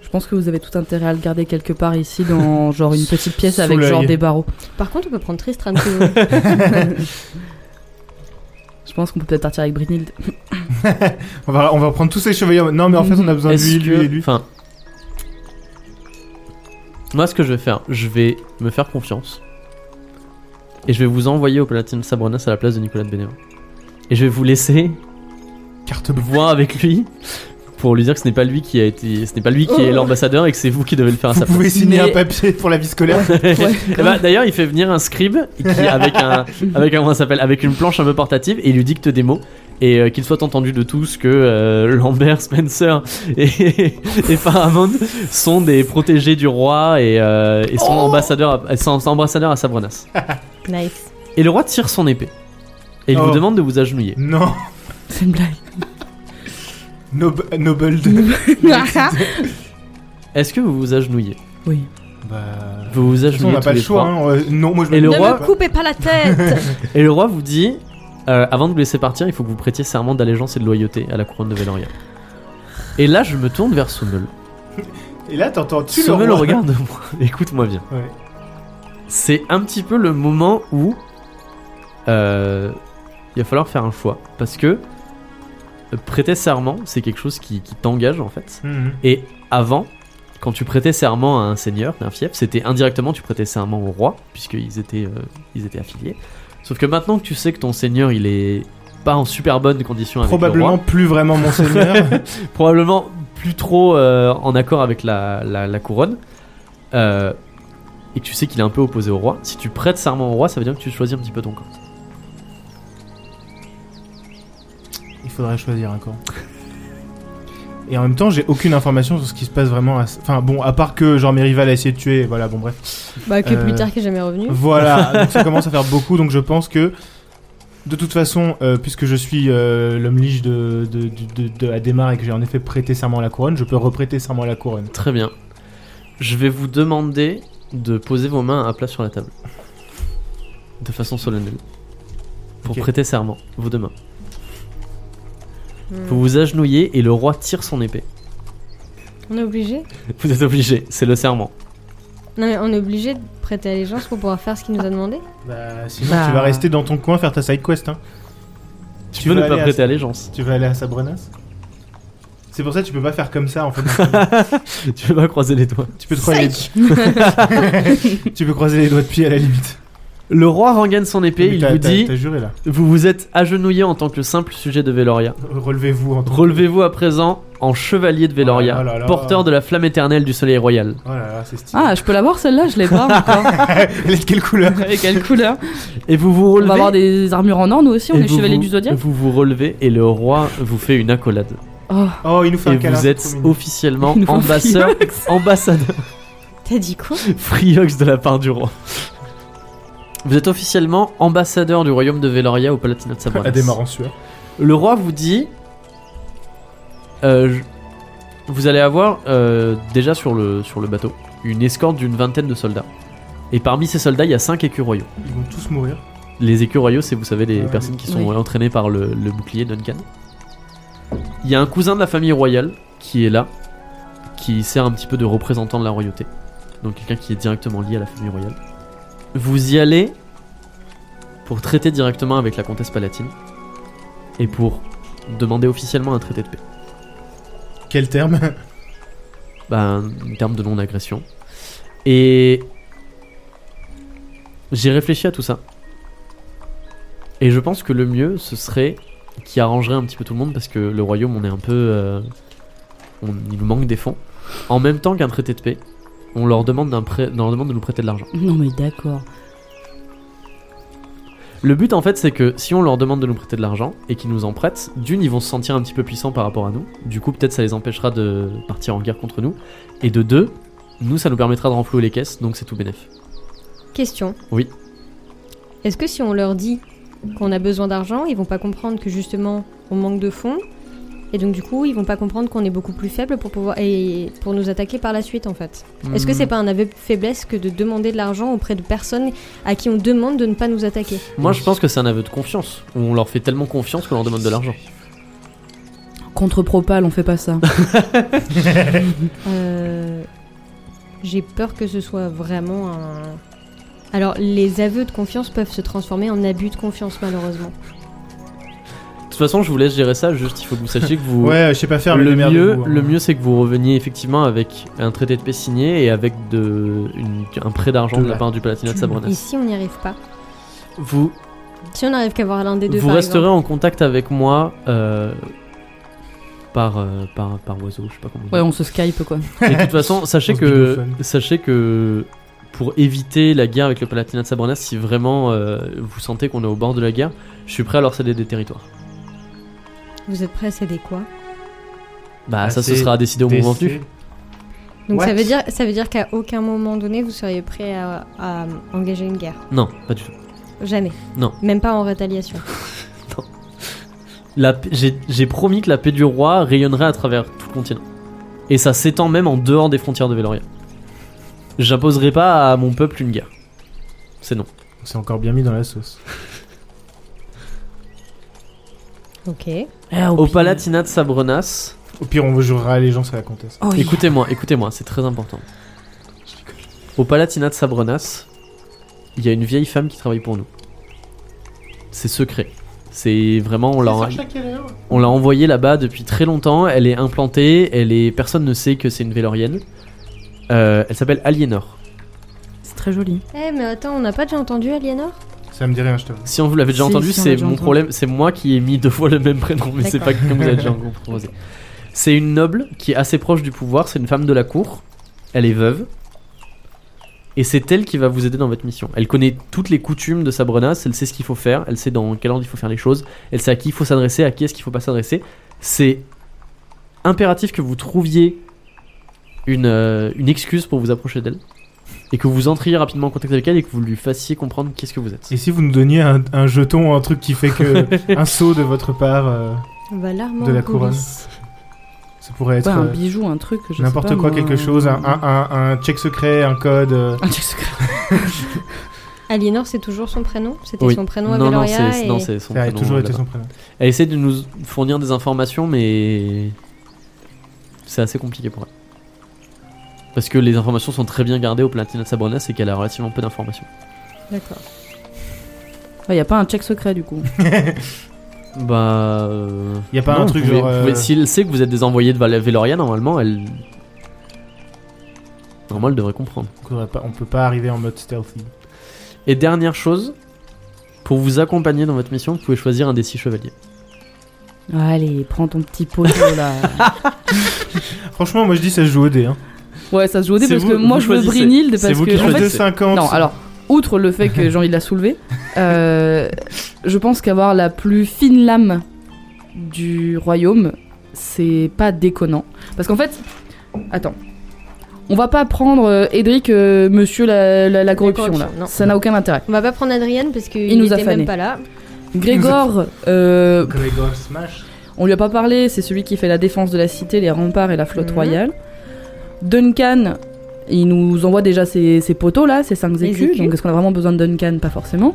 Speaker 4: Je
Speaker 2: Je pense que vous avez tout intérêt à le garder quelque part
Speaker 4: *laughs*
Speaker 2: ici, dans genre une petite pièce
Speaker 4: Sous
Speaker 2: avec genre
Speaker 4: l'œil.
Speaker 2: des barreaux.
Speaker 3: Par contre, on peut prendre Tristram si vous voulez.
Speaker 1: *laughs*
Speaker 2: Je pense qu'on peut peut-être partir avec Brynhild.
Speaker 4: On va, on va prendre tous ces chevaliers. en mode, Non, mais en fait, on a besoin de
Speaker 1: Est-ce
Speaker 4: lui, lui
Speaker 1: que-
Speaker 4: et lui.
Speaker 1: Enfin. Moi, ce que je vais faire, je vais me faire confiance. Et je vais vous envoyer au Palatine Sabronas à la place de Nicolas de Bénévent. Et je vais vous laisser *laughs*
Speaker 4: Carte bleue.
Speaker 1: voir avec lui pour lui dire que ce n'est pas lui qui a été, ce n'est pas lui qui
Speaker 4: Oh.
Speaker 1: est l'ambassadeur et que c'est vous qui devez le faire à
Speaker 4: Vous *laughs*
Speaker 1: sa place.
Speaker 4: pouvez signer
Speaker 2: Mais-
Speaker 4: un papier pour la vie scolaire.
Speaker 1: *laughs* Et bah, d'ailleurs, il fait venir un scribe qui, avec
Speaker 4: *laughs*
Speaker 1: un, avec un, comment ça s'appelle, avec une planche un peu portative et il lui dicte des mots et euh, qu'il soit entendu de tous que euh, Lambert, Spencer et, *laughs* et Faramond sont des protégés du roi et, euh, et
Speaker 4: Oh
Speaker 1: sont ambassadeurs, à, sont- sont ambassadeurs à
Speaker 4: *laughs*
Speaker 1: Sabronas.
Speaker 3: Nice.
Speaker 1: Et le roi tire son épée et il
Speaker 4: Oh.
Speaker 1: vous demande de vous agenouiller.
Speaker 4: Non,
Speaker 2: *laughs* C'est une *laughs* blague.
Speaker 4: Nob- Noble 2.
Speaker 1: Est-ce que vous vous agenouillez
Speaker 2: oui.
Speaker 4: bah. de
Speaker 1: Vous vous
Speaker 4: toute façon, on
Speaker 1: agenouillez
Speaker 4: n'a
Speaker 1: tous
Speaker 4: pas le
Speaker 1: les
Speaker 4: choix.
Speaker 1: trois.
Speaker 4: hein, ouais, Non, moi je
Speaker 1: Et
Speaker 4: me
Speaker 1: le
Speaker 3: ne
Speaker 4: mets
Speaker 1: roi-
Speaker 4: pas.
Speaker 3: me coupez pas la tête
Speaker 1: Et le roi vous dit, euh, avant de vous laisser partir, il faut que vous prêtiez serment d'allégeance et de loyauté à la couronne de Véloria. Et là, je me tourne vers Sommel.
Speaker 4: Et là, t'entends-tu le
Speaker 1: Sommel
Speaker 4: roi
Speaker 1: regarde moi. *laughs* Écoute-moi bien.
Speaker 4: Ouais.
Speaker 1: C'est un petit peu le moment où euh, il va falloir faire un choix. Parce que euh, prêter serment, c'est quelque chose qui, qui t'engage en fait.
Speaker 4: Mhm.
Speaker 1: Et avant, quand tu prêtais serment à un seigneur d'un fief, c'était indirectement tu prêtais serment au roi, puisqu'ils étaient, euh, ils étaient affiliés. Sauf que maintenant que tu sais que ton seigneur il est pas en super bonne condition avec le
Speaker 4: Probablement
Speaker 1: roi,
Speaker 4: plus vraiment monseigneur.
Speaker 1: *laughs* probablement plus trop euh, en accord avec la, la- la couronne, euh, et que tu sais qu'il est un peu opposé au roi, si tu prêtes serment au roi, ça veut dire que tu choisis un petit peu ton camp.
Speaker 4: Il faudrait choisir un camp. Et en même temps, j'ai aucune information sur ce qui se passe vraiment. À... ce- Enfin, bon, à part que genre mes rivales a essayé de tuer, voilà, bon, bref.
Speaker 3: Bah, que
Speaker 4: Euh,
Speaker 3: plus tard que jamais revenu.
Speaker 1: *laughs*
Speaker 4: Voilà, donc ça commence à faire beaucoup, donc je pense que. De toute façon, euh, puisque je suis euh, l'homme lige de, de, de, de- de Adhémar et que j'ai en effet prêté serment à la couronne, je peux reprêter serment à la couronne.
Speaker 1: Très bien. Je vais vous demander de poser vos mains à plat sur la table. De façon solennelle. Pour
Speaker 4: Ok.
Speaker 1: prêter serment, vos deux mains.
Speaker 3: Hmm.
Speaker 1: Vous vous agenouillez et le roi tire son épée. *laughs*
Speaker 3: On est obligé
Speaker 1: Vous êtes obligé, c'est le serment.
Speaker 3: Non, mais on est obligé de prêter allégeance pour pouvoir faire ce qu'il nous a demandé
Speaker 4: Bah, sinon,
Speaker 2: Bah.
Speaker 4: tu vas rester dans ton coin faire ta side quest. Hein.
Speaker 1: Tu,
Speaker 4: Tu
Speaker 1: peux ne
Speaker 4: veux
Speaker 1: pas
Speaker 4: aller à
Speaker 1: prêter
Speaker 4: ça
Speaker 1: allégeance. *laughs*
Speaker 4: Tu vas aller à Sabrenas C'est pour ça que tu peux pas faire comme ça en fait.
Speaker 2: *laughs*
Speaker 1: tu peux pas croiser les doigts.
Speaker 4: tu, peux te croiser les... tu peux croiser les doigts *laughs* de pied à la limite.
Speaker 1: Le roi rengaine son épée,
Speaker 4: Mais
Speaker 1: il
Speaker 4: t'as-
Speaker 1: vous
Speaker 4: t'as-
Speaker 1: dit
Speaker 4: T'as juré là.
Speaker 1: Vous vous êtes agenouillé en tant que simple sujet de Veloria.
Speaker 4: Relevez-vous en tant que-
Speaker 1: Relevez-vous à présent en chevalier de Veloria,
Speaker 4: Oh là là là.
Speaker 1: porteur de la flamme éternelle du soleil royal.
Speaker 4: Oh là là, c'est stylé.
Speaker 2: Ah, je peux l'avoir celle-là, je l'ai pas encore.
Speaker 4: *laughs* Elle est de quelle couleur
Speaker 2: Avec quelle couleur
Speaker 1: Et vous vous
Speaker 2: On
Speaker 1: relevez.
Speaker 2: va avoir des armures en or, nous aussi, on
Speaker 1: et
Speaker 2: est
Speaker 1: vous
Speaker 2: chevalier
Speaker 1: vous-
Speaker 2: du zodiaque.
Speaker 1: Vous vous relevez et le roi vous fait une accolade.
Speaker 2: Oh,
Speaker 4: Oh, il nous fait
Speaker 1: Et
Speaker 4: un câlin.
Speaker 1: vous
Speaker 4: trop
Speaker 1: êtes
Speaker 4: mignon.
Speaker 1: officiellement
Speaker 2: *laughs* Une
Speaker 1: ambassadeur, ambassadeur *laughs*
Speaker 3: T'as dit quoi
Speaker 1: Friox de la part du roi. Vous êtes officiellement ambassadeur du royaume de Veloria au Palatinat de Sabronas.
Speaker 4: Adhémar en sueur.
Speaker 1: Le roi vous dit euh, je- Vous allez avoir euh, déjà sur le, sur le bateau une escorte d'une vingtaine de soldats. Et parmi ces soldats, il y a 5 écus royaux.
Speaker 4: Ils vont tous mourir.
Speaker 1: Les écus royaux, c'est vous savez, les
Speaker 4: Ouais.
Speaker 1: personnes qui sont
Speaker 2: Oui.
Speaker 1: entraînées par le, le bouclier Duncan. Il y a un cousin de la famille royale qui est là, qui sert un petit peu de représentant de la royauté. Donc quelqu'un qui est directement lié à la famille royale. Vous y allez pour traiter directement avec la comtesse palatine et pour demander officiellement un traité de paix.
Speaker 4: Quel terme *laughs*
Speaker 1: Bah, en termes de non-agression. Et j'ai réfléchi à tout ça. Et je pense que le mieux, ce serait qui arrangerait un petit peu tout le monde parce que le royaume, on est un peu. euh, on, il nous manque des fonds. En même temps qu'un traité de paix, on leur demande, d'un prêt- on leur demande de nous prêter de l'argent.
Speaker 2: non mais d'accord.
Speaker 1: Le but en fait c'est que si on leur demande de nous prêter de l'argent et qu'ils nous en prêtent, d'une ils vont se sentir un petit peu puissants par rapport à nous, du coup peut-être ça les empêchera de partir en guerre contre nous, et de deux, nous ça nous permettra de renflouer les caisses, donc c'est tout bénef.
Speaker 3: Question.
Speaker 1: Oui.
Speaker 3: Est-ce que si on leur dit qu'on a besoin d'argent, ils vont pas comprendre que justement on manque de fonds et donc du coup ils vont pas comprendre qu'on est beaucoup plus faible pour pouvoir et pour nous attaquer par la suite en fait. Est-ce que c'est
Speaker 1: Hmm.
Speaker 3: pas un aveu de faiblesse que de demander de l'argent auprès de personnes à qui on demande de ne pas nous attaquer
Speaker 1: Moi je pense que c'est un aveu de confiance, où on leur fait tellement confiance qu'on leur demande de l'argent.
Speaker 4: *laughs*
Speaker 2: Contre Propal, on fait pas ça.
Speaker 3: Euh, J'ai peur que ce soit vraiment un. Alors, les aveux de confiance peuvent se transformer en abus de confiance, malheureusement.
Speaker 1: De toute façon, je vous laisse gérer ça. Juste, il faut que vous sachiez que vous.
Speaker 4: Ouais, euh, je sais pas faire mais
Speaker 1: le mieux,
Speaker 4: démerdez-vous, hein.
Speaker 1: le mieux, c'est que vous reveniez effectivement avec un traité de paix signé et avec de, une- un prêt d'argent
Speaker 4: De
Speaker 1: de la
Speaker 4: la-
Speaker 1: part du Palatinat de Sabranas.
Speaker 3: Et si on n'y arrive pas
Speaker 1: Vous,
Speaker 3: Si on n'arrive qu'à voir l'un des deux,
Speaker 1: vous
Speaker 3: par
Speaker 1: resterez
Speaker 3: exemple.
Speaker 1: en contact avec moi euh, par, euh, par, par oiseau, je sais pas comment. on dit.
Speaker 2: Ouais, on se Skype quoi.
Speaker 1: Et de toute
Speaker 4: *laughs*
Speaker 1: façon, sachez
Speaker 4: On se
Speaker 1: que,
Speaker 4: bidophone.
Speaker 1: sachez que pour éviter la guerre avec le Palatinat de Sabranas, si vraiment euh, vous sentez qu'on est au bord de la guerre, je suis prêt à leur céder des territoires.
Speaker 3: Vous êtes prêts à céder quoi
Speaker 1: Bah,
Speaker 4: Ah,
Speaker 1: ça, ce
Speaker 4: c'est
Speaker 1: sera décidé au moment venu.
Speaker 4: Tester.
Speaker 3: Donc ça
Speaker 4: What
Speaker 3: veut dire, ça veut dire qu'à aucun moment donné, vous seriez prêt à, à engager une guerre.
Speaker 1: Non, pas du tout.
Speaker 3: Jamais.
Speaker 1: Non.
Speaker 3: Même pas en rétaliation.
Speaker 1: La paix- J'ai j'ai promis que la paix du roi rayonnerait à travers tout le continent. Et ça s'étend même en dehors des frontières de Veloria. J'imposerai pas à mon peuple une guerre. C'est non.
Speaker 4: C'est encore bien mis dans la sauce.
Speaker 3: Ok. Eh,
Speaker 4: Eh,
Speaker 1: Au Palatinat de Sabrenas,
Speaker 4: Au pire, on jurera les gens sur la comtesse.
Speaker 2: Oh, écoute.
Speaker 1: écoutez-moi, écoutez-moi, c'est très important. Au Palatinat de Sabrenas, il y a une vieille femme qui travaille pour nous. C'est secret. C'est vraiment, on l'a, On l'a envoyée là-bas depuis très longtemps. Elle est implantée. Elle est. Personne ne sait que c'est une Vélorienne. Euh, elle s'appelle Aliénor.
Speaker 2: C'est très joli.
Speaker 3: Eh mais attends, on n'a pas déjà entendu Aliénor
Speaker 4: Ça me dit rien, je t'avoue.
Speaker 1: Si on vous l'avez déjà
Speaker 2: Si,
Speaker 1: entendu,
Speaker 2: si, on l'a
Speaker 1: c'est
Speaker 2: déjà
Speaker 1: mon
Speaker 2: entendu.
Speaker 1: problème. C'est moi qui ai mis deux fois le même prénom, mais c'est pas
Speaker 3: D'accord.
Speaker 1: comme
Speaker 2: *laughs*
Speaker 1: vous avez déjà proposé. C'est une noble qui est assez proche du pouvoir. C'est une femme de la cour. Elle est veuve. Et c'est elle qui va vous aider dans votre mission. Elle connaît toutes les coutumes de Sabrenas, elle sait ce qu'il faut faire, elle sait dans quel ordre il faut faire les choses, elle sait à qui il faut s'adresser, à qui est-ce qu'il faut pas s'adresser. C'est impératif que vous trouviez une, euh, une excuse pour vous approcher d'elle et que vous entriez rapidement en contact avec elle et que vous lui fassiez comprendre qu'est-ce que vous êtes.
Speaker 4: Et si vous nous donniez un, un jeton, un truc qui fait que.
Speaker 2: *laughs*
Speaker 4: un saut de votre part, euh,
Speaker 3: On va l'armer
Speaker 4: De
Speaker 3: en
Speaker 4: la couronne.
Speaker 3: coulisses.
Speaker 4: ça pourrait être.
Speaker 2: Ouais, un
Speaker 4: euh,
Speaker 2: bijou, un truc. je sais
Speaker 4: N'importe
Speaker 2: pas,
Speaker 4: quoi,
Speaker 2: moi,
Speaker 4: quelque chose, un, un, un- un check secret, un code. euh,
Speaker 2: Un truc secret.
Speaker 3: Aliénor, c'est toujours son prénom C'était
Speaker 1: Oui.
Speaker 3: son prénom à
Speaker 1: Non, non,
Speaker 3: Veloria
Speaker 1: c'est
Speaker 3: et...
Speaker 1: non, c'est son
Speaker 4: ça a
Speaker 1: prénom,
Speaker 4: toujours été
Speaker 1: là-bas.
Speaker 4: son prénom.
Speaker 1: Elle essaie de nous fournir des informations, mais c'est assez compliqué pour elle. Parce que les informations sont très bien gardées au Platinat de Sabrina, c'est qu'elle a relativement peu d'informations.
Speaker 3: D'accord.
Speaker 2: Il y a pas un check secret du coup.
Speaker 1: Bah. euh,
Speaker 4: Y a pas
Speaker 1: non,
Speaker 4: un
Speaker 1: vous
Speaker 4: truc
Speaker 1: pouvez-
Speaker 4: genre.
Speaker 1: vous
Speaker 4: euh,
Speaker 1: pouvez- Si elle sait que vous êtes des envoyés de Val- Veloria, normalement, elle. Normalement, elle devrait comprendre.
Speaker 4: qu'on aurait pas- on peut pas arriver en mode stealthy.
Speaker 1: Et dernière chose, pour vous accompagner dans votre mission, vous pouvez choisir un des six chevaliers.
Speaker 2: Allez, prends ton petit poteau *laughs* là.
Speaker 4: Franchement, moi je dis ça se joue au dé. Hein.
Speaker 2: ouais, ça se joue au dé
Speaker 1: C'est
Speaker 2: parce
Speaker 1: vous-
Speaker 2: que moi
Speaker 1: vous
Speaker 2: je veux
Speaker 1: choisissez.
Speaker 2: Brinild
Speaker 1: C'est
Speaker 2: parce
Speaker 1: vous
Speaker 2: que.
Speaker 1: qui
Speaker 2: en fait,
Speaker 1: choisissez.
Speaker 4: de 50.
Speaker 2: Non, alors, outre le
Speaker 1: *laughs*
Speaker 2: fait que j'ai envie de la soulever, euh, je pense qu'avoir la plus fine lame du royaume, c'est pas déconnant. Parce qu'en fait, attends, on va pas prendre euh, Edric, euh, monsieur la, la- la corruption,
Speaker 3: corruption,
Speaker 2: là.
Speaker 3: non.
Speaker 2: Ça n'a aucun intérêt.
Speaker 3: On va pas prendre Adrienne parce qu'il
Speaker 2: nous a
Speaker 3: était
Speaker 2: fané.
Speaker 3: même pas là.
Speaker 2: Grégor, euh,
Speaker 4: Gregor Smash.
Speaker 2: on lui a pas parlé, c'est celui qui fait la défense de la cité, les remparts et la flotte
Speaker 3: Mhm.
Speaker 2: royale. Duncan, il nous envoie déjà ses, ses poteaux là, ses 5
Speaker 3: Les
Speaker 2: écus,
Speaker 3: écus.
Speaker 2: donc est-ce qu'on a vraiment besoin de Duncan Pas forcément.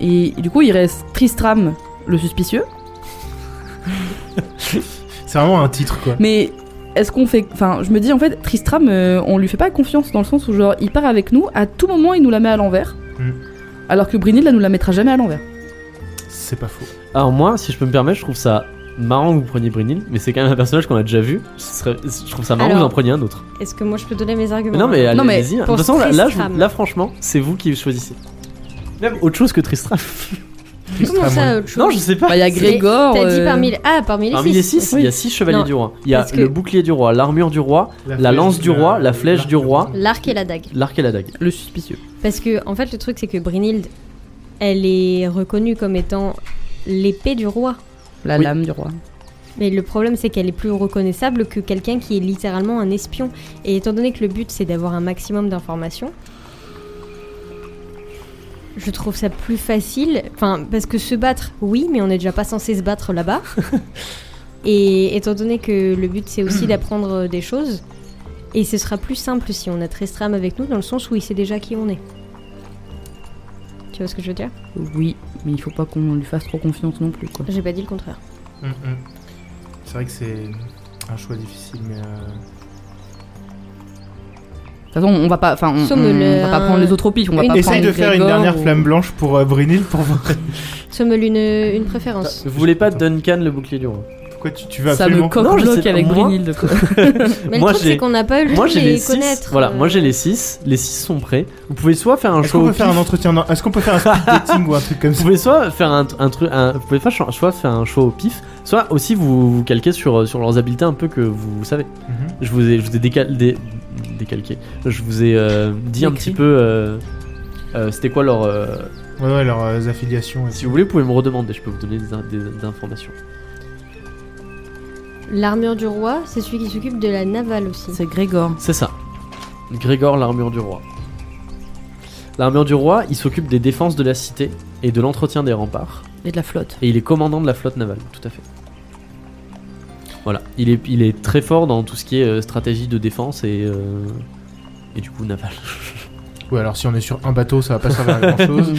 Speaker 2: Et du coup, il reste Tristram, le suspicieux.
Speaker 4: C'est vraiment un titre quoi.
Speaker 2: Mais est-ce qu'on fait. Enfin, je me dis en fait, Tristram, euh, on lui fait pas confiance dans le sens où, genre, il part avec nous, à tout moment, il nous la met à l'envers.
Speaker 4: Mhm.
Speaker 2: Alors que Brinil, là, nous la mettra jamais à l'envers.
Speaker 4: C'est pas faux.
Speaker 1: Alors moi, si je peux me permettre, je trouve ça marrant que vous preniez Brinil, mais c'est quand même un personnage qu'on a déjà vu. Ce serait- Je trouve ça marrant que vous en
Speaker 3: Alors-
Speaker 1: preniez un autre.
Speaker 3: Est-ce que moi je peux donner mes
Speaker 1: Mais
Speaker 3: arguments
Speaker 1: non mais allez,
Speaker 2: Non, mais
Speaker 1: y De toute
Speaker 3: pour
Speaker 1: façon, là, là, je-
Speaker 3: Tristram.
Speaker 1: là, franchement, c'est vous qui choisissez. Même autre chose que
Speaker 3: *laughs*
Speaker 1: Tristram.
Speaker 3: Comment ça, autre chose
Speaker 1: Non, je sais pas.
Speaker 2: Bah, il y a
Speaker 1: C'est-
Speaker 2: Grégor.
Speaker 3: T'as dit
Speaker 2: euh,
Speaker 3: parmi les... Ah, parmi les
Speaker 1: Parmi les
Speaker 3: six.
Speaker 1: six, il y a six chevaliers
Speaker 3: Non,
Speaker 1: du roi. Il y a
Speaker 3: parce que-
Speaker 1: le bouclier du roi, l'armure du roi, La
Speaker 4: flèche
Speaker 1: lance du roi, la flèche
Speaker 4: l'arc
Speaker 1: du roi.
Speaker 3: L'arc et la dague.
Speaker 1: l'arc et la dague.
Speaker 2: Le suspicieux.
Speaker 3: Parce que, en fait, le truc, c'est que Brinild, elle est reconnue comme étant l'épée du roi.
Speaker 2: La
Speaker 1: Oui.
Speaker 2: lame du roi.
Speaker 3: Mais le problème, c'est qu'elle est plus reconnaissable que quelqu'un qui est littéralement un espion. Et étant donné que le but, c'est d'avoir un maximum d'informations, je trouve ça plus facile. Enfin, parce que se battre, oui, mais on n'est déjà pas censé se battre là-bas. et étant donné que le but, c'est aussi d'apprendre des choses, et ce sera plus simple si on a Tristram avec nous, dans le sens où il sait déjà qui on est. Tu vois ce que je veux dire
Speaker 2: Oui, mais il faut pas qu'on lui fasse trop confiance non plus, quoi.
Speaker 3: J'ai pas dit le contraire.
Speaker 4: Mm, mm. C'est vrai que c'est un choix difficile, mais. euh,
Speaker 2: toute façon, on va pas, enfin, on,
Speaker 3: Somme
Speaker 2: on
Speaker 3: le-
Speaker 2: va pas prendre les autres piges. On va
Speaker 3: une-
Speaker 2: pas
Speaker 4: Essaye
Speaker 2: prendre
Speaker 4: de faire une
Speaker 2: Grégor
Speaker 4: dernière
Speaker 2: ou-
Speaker 4: flamme blanche pour euh, Brynil pour voir. *laughs*
Speaker 3: Sommel une, une préférence.
Speaker 1: Vous voulez pas Duncan le bouclier du
Speaker 3: *laughs*
Speaker 1: roi
Speaker 4: Pourquoi tu, tu veux
Speaker 2: Ça me
Speaker 4: absolument.
Speaker 1: Non, je
Speaker 2: coque
Speaker 1: sais-
Speaker 2: avec
Speaker 1: moi-
Speaker 2: Brunhilde. *laughs* quoi.
Speaker 3: Mais
Speaker 1: Moi,
Speaker 3: le truc,
Speaker 1: j'ai-
Speaker 3: c'est qu'on n'a pas eu le
Speaker 1: Moi
Speaker 3: temps de
Speaker 1: j'ai
Speaker 3: les,
Speaker 1: les 6.
Speaker 3: connaître.
Speaker 1: Voilà,
Speaker 3: euh.
Speaker 1: moi j'ai les 6. Les 6 sont prêts. Vous pouvez soit faire un
Speaker 4: Est-ce
Speaker 1: show
Speaker 4: qu'on
Speaker 1: au
Speaker 4: peut faire
Speaker 1: pif,
Speaker 4: un entretien dans- Est-ce qu'on peut faire un speed dating ou un truc comme ça
Speaker 1: Vous pouvez soit faire un, un truc, un- vous pouvez faire cho- soit faire un choix au pif, soit aussi vous vous calquer sur, euh, sur leurs habiletés un peu que vous, vous savez.
Speaker 4: Mhm.
Speaker 1: Je vous ai, je vous ai décal- dé- décalqué. Je vous ai euh, dit un
Speaker 2: Décrit.
Speaker 1: petit peu. euh, euh, C'était quoi leur. euh,
Speaker 4: Ouais, ouais, leurs euh, affiliations. et
Speaker 1: Si
Speaker 4: tout.
Speaker 1: vous voulez, vous pouvez me redemander. Je peux vous donner des, in- des- des informations.
Speaker 3: L'armure du roi, c'est celui qui s'occupe de la navale aussi.
Speaker 2: C'est Grégor.
Speaker 1: C'est ça. Grégor, l'armure du roi. L'armure du roi, il s'occupe des défenses de la cité et de l'entretien des remparts.
Speaker 2: Et de la flotte.
Speaker 1: Et il est commandant de la flotte navale, tout à fait. Voilà, il est, il est très fort dans tout ce qui est euh, stratégie de défense et, euh, et du coup naval.
Speaker 4: Ouais, alors si on est sur un bateau, ça va pas servir à grand
Speaker 1: *laughs*
Speaker 2: Mm.
Speaker 4: chose.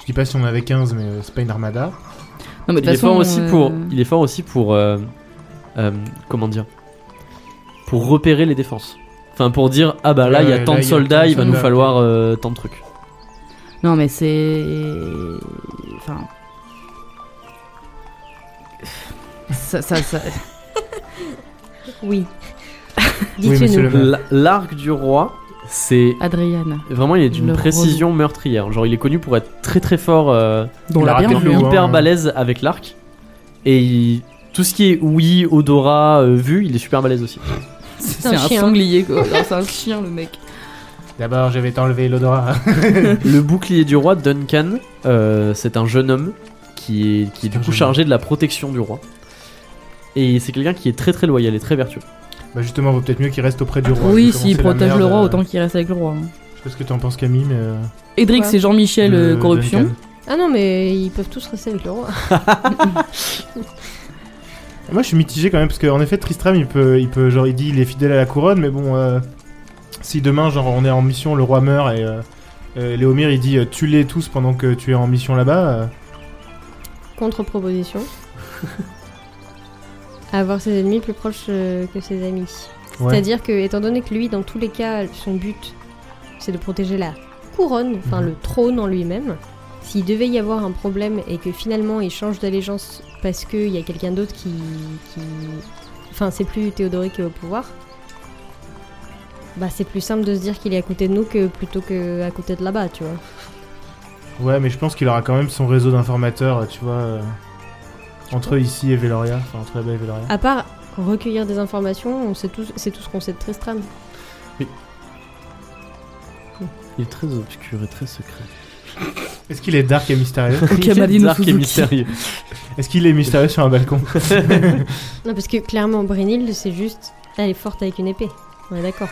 Speaker 4: Je dis pas si on avait 15, mais euh, c'est pas une armada.
Speaker 2: Non, mais de
Speaker 1: Il
Speaker 2: toute
Speaker 1: est
Speaker 2: façon,
Speaker 1: fort aussi
Speaker 2: euh,
Speaker 1: pour, il est fort aussi pour, euh, euh, comment dire, pour repérer les défenses. Enfin, pour dire ah bah là il y a
Speaker 4: Ouais,
Speaker 1: tant
Speaker 4: là,
Speaker 1: de
Speaker 4: il y a
Speaker 1: soldats,
Speaker 4: tant de
Speaker 1: il va nous
Speaker 4: soldats.
Speaker 1: falloir euh, tant de trucs.
Speaker 2: Non, mais c'est. Enfin. Ça, ça, ça-
Speaker 1: *laughs*
Speaker 3: Oui.
Speaker 4: Oui,
Speaker 3: Dites-le
Speaker 4: monsieur
Speaker 3: nous.
Speaker 4: le maire.
Speaker 1: La- L'arc du roi, c'est
Speaker 2: Adriane.
Speaker 1: vraiment il est d'une
Speaker 2: Le
Speaker 1: précision meurtrière. Genre il est connu pour être très très fort. euh,
Speaker 2: Dont
Speaker 4: Il
Speaker 2: l'a
Speaker 4: a
Speaker 2: bien
Speaker 4: raté
Speaker 2: vu.
Speaker 4: le
Speaker 2: hein.
Speaker 4: haut.
Speaker 1: hyper
Speaker 4: hein.
Speaker 1: balèze avec l'arc. Et il- tout ce qui est ouïe, odorat, euh, vue, il est super balèze *laughs* aussi.
Speaker 2: hein. C'est
Speaker 3: un
Speaker 2: un,
Speaker 3: chien.
Speaker 2: sanglier, *laughs* quoi. Non, C'est un chien, le mec.
Speaker 4: D'abord, je vais t'enlever l'odorat. *laughs*
Speaker 1: Le bouclier du roi, Duncan, euh, c'est un jeune homme qui est, qui est du
Speaker 4: Un
Speaker 1: coup
Speaker 4: jeune
Speaker 1: chargé de la protection du roi. Et c'est quelqu'un qui est très très loyal et très vertueux.
Speaker 4: bah justement, vaut peut-être mieux qu'il reste auprès du roi.
Speaker 2: Oui,
Speaker 4: vu comment
Speaker 2: s'il
Speaker 4: c'est la
Speaker 2: protège
Speaker 4: merde,
Speaker 2: le roi,
Speaker 4: euh,
Speaker 2: autant qu'il reste avec le roi. hein.
Speaker 4: Je sais pas ce que t'en penses, Camille, mais. euh,
Speaker 2: Edric,
Speaker 3: Ouais.
Speaker 2: c'est Jean-Michel euh,
Speaker 4: de-
Speaker 2: Corruption.
Speaker 4: Duncan.
Speaker 3: Ah non, mais ils peuvent tous rester avec le roi. *laughs*
Speaker 4: Moi, je suis mitigé quand même parce qu'en effet, Tristram, il peut, il peut, genre, il dit, il est fidèle à la couronne, mais bon, euh, si demain, genre, on est en mission, le roi meurt et euh, euh, Léomir, il dit, euh, tue-les tous pendant que tu es en mission là-bas. euh,
Speaker 1: *laughs*
Speaker 3: Contre-proposition. Avoir ses ennemis plus proches euh, que ses amis.
Speaker 4: ouais.
Speaker 3: C'est-à-dire que, étant donné que lui, dans tous les cas, son but, c'est de protéger la couronne, enfin
Speaker 4: Mhm.
Speaker 3: le trône en lui-même, s'il devait y avoir un problème et que finalement il change d'allégeance parce qu'il y a quelqu'un d'autre qui, qui- Enfin, c'est plus Théodoric qui est au pouvoir, bah c'est plus simple de se dire qu'il est à côté de nous que plutôt que à côté de là-bas, tu vois.
Speaker 4: Ouais, mais je pense qu'il aura quand même son réseau d'informateurs, euh, tu vois, euh, entre ici et Veloria, enfin, entre là-bas et Veloria.
Speaker 3: À part recueillir des informations, on sait tous- c'est tout ce qu'on sait de Tristram.
Speaker 1: Il est très obscur et très *laughs* secret.
Speaker 4: Est-ce qu'il est dark et mystérieux
Speaker 1: Il est
Speaker 2: Kamadino
Speaker 1: dark et
Speaker 2: Suzuki.
Speaker 1: mystérieux.
Speaker 4: Est-ce qu'il est mystérieux sur un balcon
Speaker 3: Non, parce que clairement, Brynhilde, c'est juste. Elle est forte avec une épée. On est d'accord.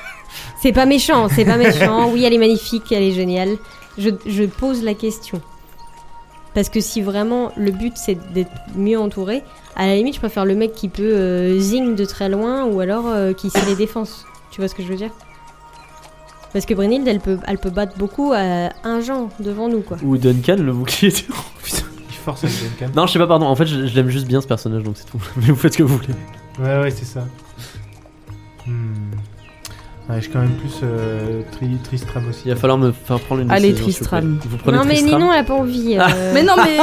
Speaker 3: C'est pas méchant, c'est pas méchant. Oui, elle est magnifique, elle est géniale. Je, je pose la question. Parce que si vraiment le but c'est d'être mieux entouré, à la limite, je préfère le mec qui peut euh, zing de très loin ou alors euh, qui sait les défenses. Tu vois ce que je veux dire Parce que Brynhilde, elle peut, elle peut battre beaucoup à un genre devant nous, quoi.
Speaker 1: Ou Duncan, le bouclier du roi.
Speaker 4: Il force avec Duncan.
Speaker 1: Non, je sais pas, pardon. En fait, je, je l'aime juste bien ce personnage, donc c'est tout. *laughs* Mais vous faites ce que vous voulez.
Speaker 4: Ouais, ouais, c'est ça. Hmm. Ouais, je suis quand même plus euh, tri Tristram aussi.
Speaker 1: Il va falloir me faire prendre une
Speaker 2: Allez,
Speaker 1: décision, s'il vous plaît.
Speaker 2: Tristram.
Speaker 1: Vous prenez
Speaker 3: Non, mais
Speaker 1: Tristram
Speaker 3: Ninon, elle a pas envie.
Speaker 1: Ah.
Speaker 3: euh.
Speaker 2: *laughs* Mais non, mais.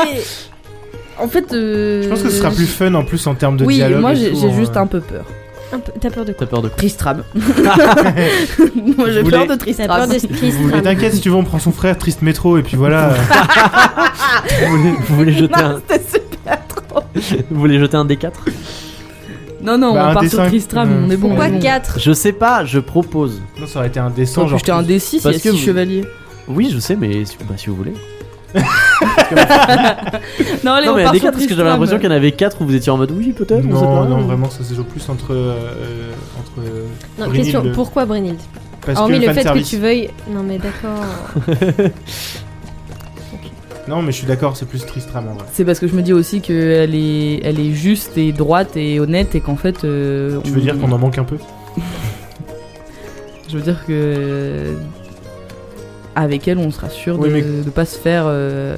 Speaker 2: En fait. euh,
Speaker 4: Je pense que ce sera plus fun en plus en termes de
Speaker 2: Oui,
Speaker 4: dialogue.
Speaker 2: moi
Speaker 4: et
Speaker 2: j'ai
Speaker 4: tout,
Speaker 2: j'ai
Speaker 4: en,
Speaker 2: juste
Speaker 4: euh,
Speaker 2: un peu peur.
Speaker 3: Un peu- T'as peur de quoi
Speaker 1: T'as peur de quoi
Speaker 2: *laughs* Tristram. moi j'ai
Speaker 4: Vous
Speaker 2: peur
Speaker 3: T'as
Speaker 4: voulez-
Speaker 2: de
Speaker 3: peur
Speaker 2: Tristram. *laughs*
Speaker 3: de
Speaker 4: Vous voulez,
Speaker 3: Tristram.
Speaker 4: t'inquiète, si tu veux, on prend son frère, Triste Métro, et puis voilà. euh,
Speaker 1: vous, voulez, vous
Speaker 3: *laughs*
Speaker 1: voulez jeter un,
Speaker 2: Non, c'était super trop.
Speaker 1: vous voulez jeter un D4
Speaker 2: Non, non,
Speaker 4: Bah,
Speaker 2: on
Speaker 4: un
Speaker 2: part
Speaker 4: dessin.
Speaker 2: sur Tristram,
Speaker 4: Euh,
Speaker 2: on est bon.
Speaker 3: Pourquoi
Speaker 2: on est bon.
Speaker 3: 4
Speaker 1: Je sais pas, je propose.
Speaker 4: non, ça aurait été indécent.
Speaker 2: Attends, puis
Speaker 4: genre,
Speaker 2: j'étais un D6, il y
Speaker 1: Parce
Speaker 2: a
Speaker 1: que vous-
Speaker 2: 6 chevaliers.
Speaker 1: Oui, je sais, mais si, bah, si vous voulez.
Speaker 2: Non, allez,
Speaker 1: non,
Speaker 2: on
Speaker 1: mais il y a
Speaker 2: part
Speaker 1: des
Speaker 2: sur
Speaker 1: quatre, parce que j'avais l'impression qu'il
Speaker 2: Tristram.
Speaker 1: y en avait 4 où vous étiez en mode oui, peut-être. on sait
Speaker 4: Non,
Speaker 1: pas.
Speaker 4: non, vraiment, ça se joue plus entre. euh, entre euh,
Speaker 3: Non,
Speaker 4: Brynhilde,
Speaker 3: question, pourquoi Brynhild
Speaker 4: Parce
Speaker 3: Hormis
Speaker 4: que
Speaker 3: le fait
Speaker 4: fanservice.
Speaker 3: que tu veuilles. Non, mais d'accord.
Speaker 4: Non, mais je suis d'accord, c'est plus Tristram en vrai.
Speaker 2: C'est parce que je me dis aussi qu'elle est, elle est juste et droite et honnête et qu'en fait. euh,
Speaker 4: Tu
Speaker 2: on-
Speaker 4: veux dire qu'on en manque un peu
Speaker 2: Je veux dire que. euh, Avec elle, on sera sûr
Speaker 4: Oui,
Speaker 2: de,
Speaker 4: mais-
Speaker 2: de pas se faire. euh,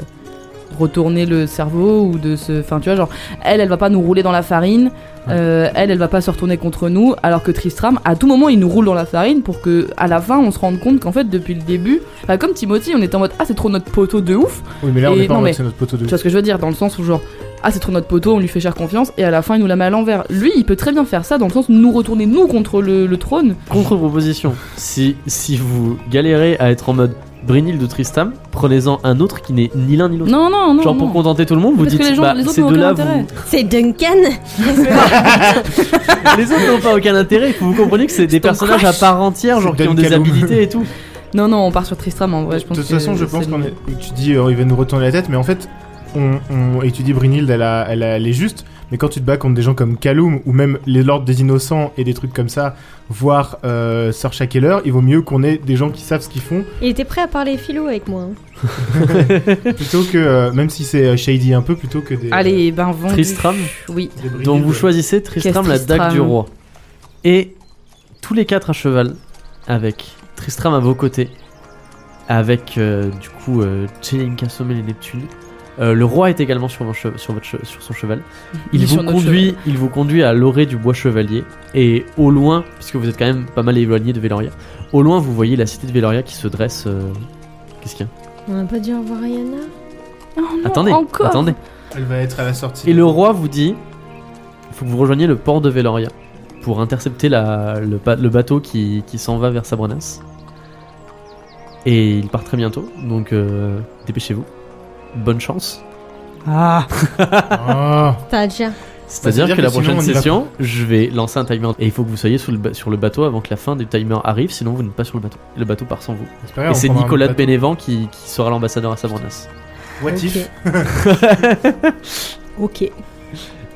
Speaker 2: retourner le cerveau ou de se. Enfin, tu vois, genre, elle, elle va pas nous rouler dans la farine, euh, elle, elle va pas se retourner contre nous, alors que Tristram, à tout moment, il nous roule dans la farine pour que, à la fin, on se rende compte qu'en fait, depuis le début, enfin, comme Timothy, on était en mode Ah, c'est trop notre poteau de ouf,
Speaker 4: Oui, mais là, on
Speaker 2: Et
Speaker 4: est pas
Speaker 2: non,
Speaker 4: en mode
Speaker 2: mais-
Speaker 4: c'est notre poteau de.
Speaker 2: tu vois ce que je veux dire Dans le sens où, genre, ah, c'est trop notre poteau, on lui fait faire confiance, et à la fin, il nous la met à l'envers. Lui, il peut très bien faire ça, dans le sens où nous retourner, nous, contre le, le trône.
Speaker 1: Contre-proposition. Si, si vous galérez à être en mode Brinil de Tristam, prenez-en un autre qui n'est ni l'un ni l'autre.
Speaker 2: Non, non, non.
Speaker 1: Genre
Speaker 2: non.
Speaker 1: pour contenter tout le monde, vous
Speaker 2: Parce que
Speaker 1: dites
Speaker 2: les gens-
Speaker 1: bah,
Speaker 2: les autres
Speaker 1: ces
Speaker 2: n'ont
Speaker 1: deux-là,
Speaker 2: aucun
Speaker 1: vous-
Speaker 3: C'est Duncan
Speaker 1: *laughs* les autres n'ont pas aucun intérêt. Faut Vous comprenez
Speaker 2: *laughs*
Speaker 1: que c'est des
Speaker 2: ton
Speaker 1: personnages à
Speaker 2: crush.
Speaker 1: part entière, genre
Speaker 4: C'est
Speaker 1: qui ont
Speaker 4: Dan
Speaker 1: des
Speaker 4: Calhoun.
Speaker 1: habilités et tout.
Speaker 2: Non, non, on part sur Tristram en vrai, je
Speaker 4: de
Speaker 2: pense
Speaker 4: toute
Speaker 2: que
Speaker 4: façon, je pense
Speaker 2: c'est
Speaker 4: qu'on
Speaker 2: le-
Speaker 4: est. Tu dis, euh, il va nous retourner la tête, mais en fait, on, on- et tu dis Brynhilde, elle, a- elle, a- elle est juste. Mais quand tu te bats contre des gens comme Kaloum ou même les Lords des Innocents et des trucs comme ça, voire euh, Sir Shackler, il vaut mieux qu'on ait des gens qui savent ce qu'ils
Speaker 2: *laughs*
Speaker 4: font
Speaker 3: Il était prêt à parler philo avec moi. hein.
Speaker 4: plutôt que, euh, même si c'est euh, shady un peu, plutôt que des. euh,
Speaker 2: Allez, ben vendu.
Speaker 1: Tristram,
Speaker 2: Oui.
Speaker 4: des Brynhilde.
Speaker 1: dont vous choisissez Tristram,
Speaker 2: Qu'est-ce
Speaker 1: la dague
Speaker 2: Tristram
Speaker 1: du roi. Et tous les quatre à cheval, avec Tristram à vos côtés, avec euh, du coup euh, Tchelinka, Sommel et Neptune. Euh, le roi est également sur, vos che- sur, votre che- sur son cheval. Il,
Speaker 2: Il est
Speaker 1: vous
Speaker 2: sur notre
Speaker 1: conduit, il vous conduit à l'orée du bois chevalier. Et au loin, puisque vous êtes quand même pas mal éloigné de Veloria, au loin vous voyez la cité de Veloria qui se dresse. euh, Qu'est-ce qu'il y a
Speaker 3: On a pas dû revoir Yana
Speaker 2: Oh non,
Speaker 1: Attendez,
Speaker 2: encore.
Speaker 1: attendez.
Speaker 4: Elle va être à la sortie.
Speaker 1: Et le roi vous dit faut que vous rejoigniez le port de Veloria pour intercepter la- le, ba- le bateau qui, qui s'en va vers Sabranas. Et il part très bientôt, donc euh, dépêchez-vous. Bonne chance.
Speaker 2: Ah,
Speaker 4: Ah.
Speaker 3: T'as déjà.
Speaker 1: C'est-à-dire
Speaker 4: Bah,
Speaker 1: que, la
Speaker 4: sinon,
Speaker 1: prochaine
Speaker 4: on y va-
Speaker 1: session, je vais lancer un timer. Et il faut que vous soyez sous le ba- sur le bateau avant que la fin du timer arrive, sinon vous n'êtes pas sur le bateau. Le bateau part sans vous.
Speaker 4: pas grave,
Speaker 1: et
Speaker 4: on
Speaker 1: c'est
Speaker 4: prendra un
Speaker 1: Nicolas de
Speaker 4: autre
Speaker 1: Bénévent qui, qui sera l'ambassadeur à Sabranas.
Speaker 4: bateau. What if
Speaker 3: Ok. Ok.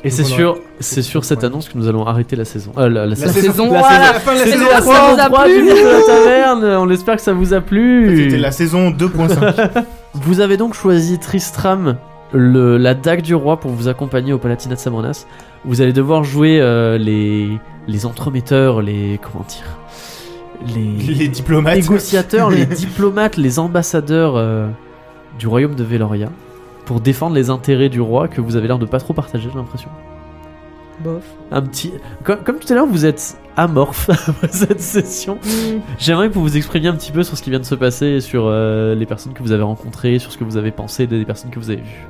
Speaker 1: Et c'est
Speaker 4: on aura-
Speaker 1: sur, c'est sur cette
Speaker 4: Ouais.
Speaker 1: annonce que nous allons arrêter la saison. Euh, la- la
Speaker 4: La
Speaker 1: saison.
Speaker 2: saison,
Speaker 4: la
Speaker 2: voilà.
Speaker 4: saison- la fin de la
Speaker 2: Saison
Speaker 4: saison
Speaker 2: trois,
Speaker 4: trois.
Speaker 2: ça vous a
Speaker 1: Trois
Speaker 2: plu
Speaker 1: minutes de la taverne. On espère que ça vous a
Speaker 4: C'était
Speaker 1: plu.
Speaker 4: la
Speaker 1: *laughs*
Speaker 4: saison 2.5.
Speaker 1: Vous avez donc choisi Tristram, le- la dague du roi, pour vous accompagner au Palatinat de Sabranas. Vous allez devoir jouer euh, les, les entremetteurs, les. Comment dire Les,
Speaker 4: *laughs* les diplomates.
Speaker 1: négociateurs,
Speaker 4: *laughs*
Speaker 1: les diplomates, les ambassadeurs euh, du royaume de Veloria pour défendre les intérêts du roi que vous avez l'air de pas trop partager, j'ai l'impression.
Speaker 2: bof.
Speaker 1: Un petit. Comme, comme tout à l'heure, vous êtes amorphe *laughs* après cette session.
Speaker 3: Hmm.
Speaker 1: J'aimerais que vous vous exprimiez un petit peu sur ce qui vient de se passer, et sur euh, les personnes que vous avez rencontrées, sur ce que vous avez pensé des des personnes que vous avez vues.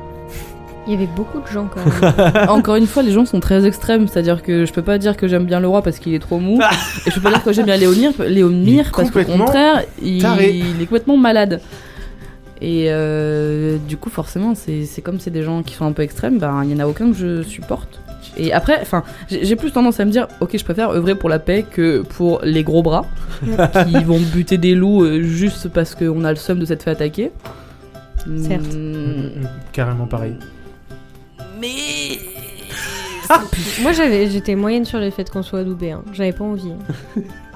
Speaker 1: *laughs*
Speaker 3: Il y avait beaucoup de gens quand même.
Speaker 2: Encore une fois, les gens sont très extrêmes, c'est-à-dire que je peux pas dire que j'aime bien le roi parce qu'il est trop mou, et je peux pas dire que j'aime bien Léonir,
Speaker 4: Ah. Il est
Speaker 2: Léonir parce qu'au
Speaker 4: complètement
Speaker 2: contraire, il,
Speaker 4: taré.
Speaker 2: il est complètement malade. Et euh, du coup, forcément, c'est c'est comme c'est des gens qui sont un peu extrêmes, ben il y en a aucun que je supporte. Et après, enfin, j'ai j'ai plus tendance à me dire, ok, je préfère œuvrer pour la paix que pour les gros
Speaker 4: *laughs*
Speaker 2: bras qui vont buter des loups euh, juste parce qu'on a le seum de s'être fait attaquer.
Speaker 3: Certes.
Speaker 2: Mm.
Speaker 4: Mm, mm, Carrément pareil.
Speaker 2: Mais.
Speaker 3: moi j'avais, j'étais moyenne sur le fait qu'on soit adoubé. hein. J'avais pas envie.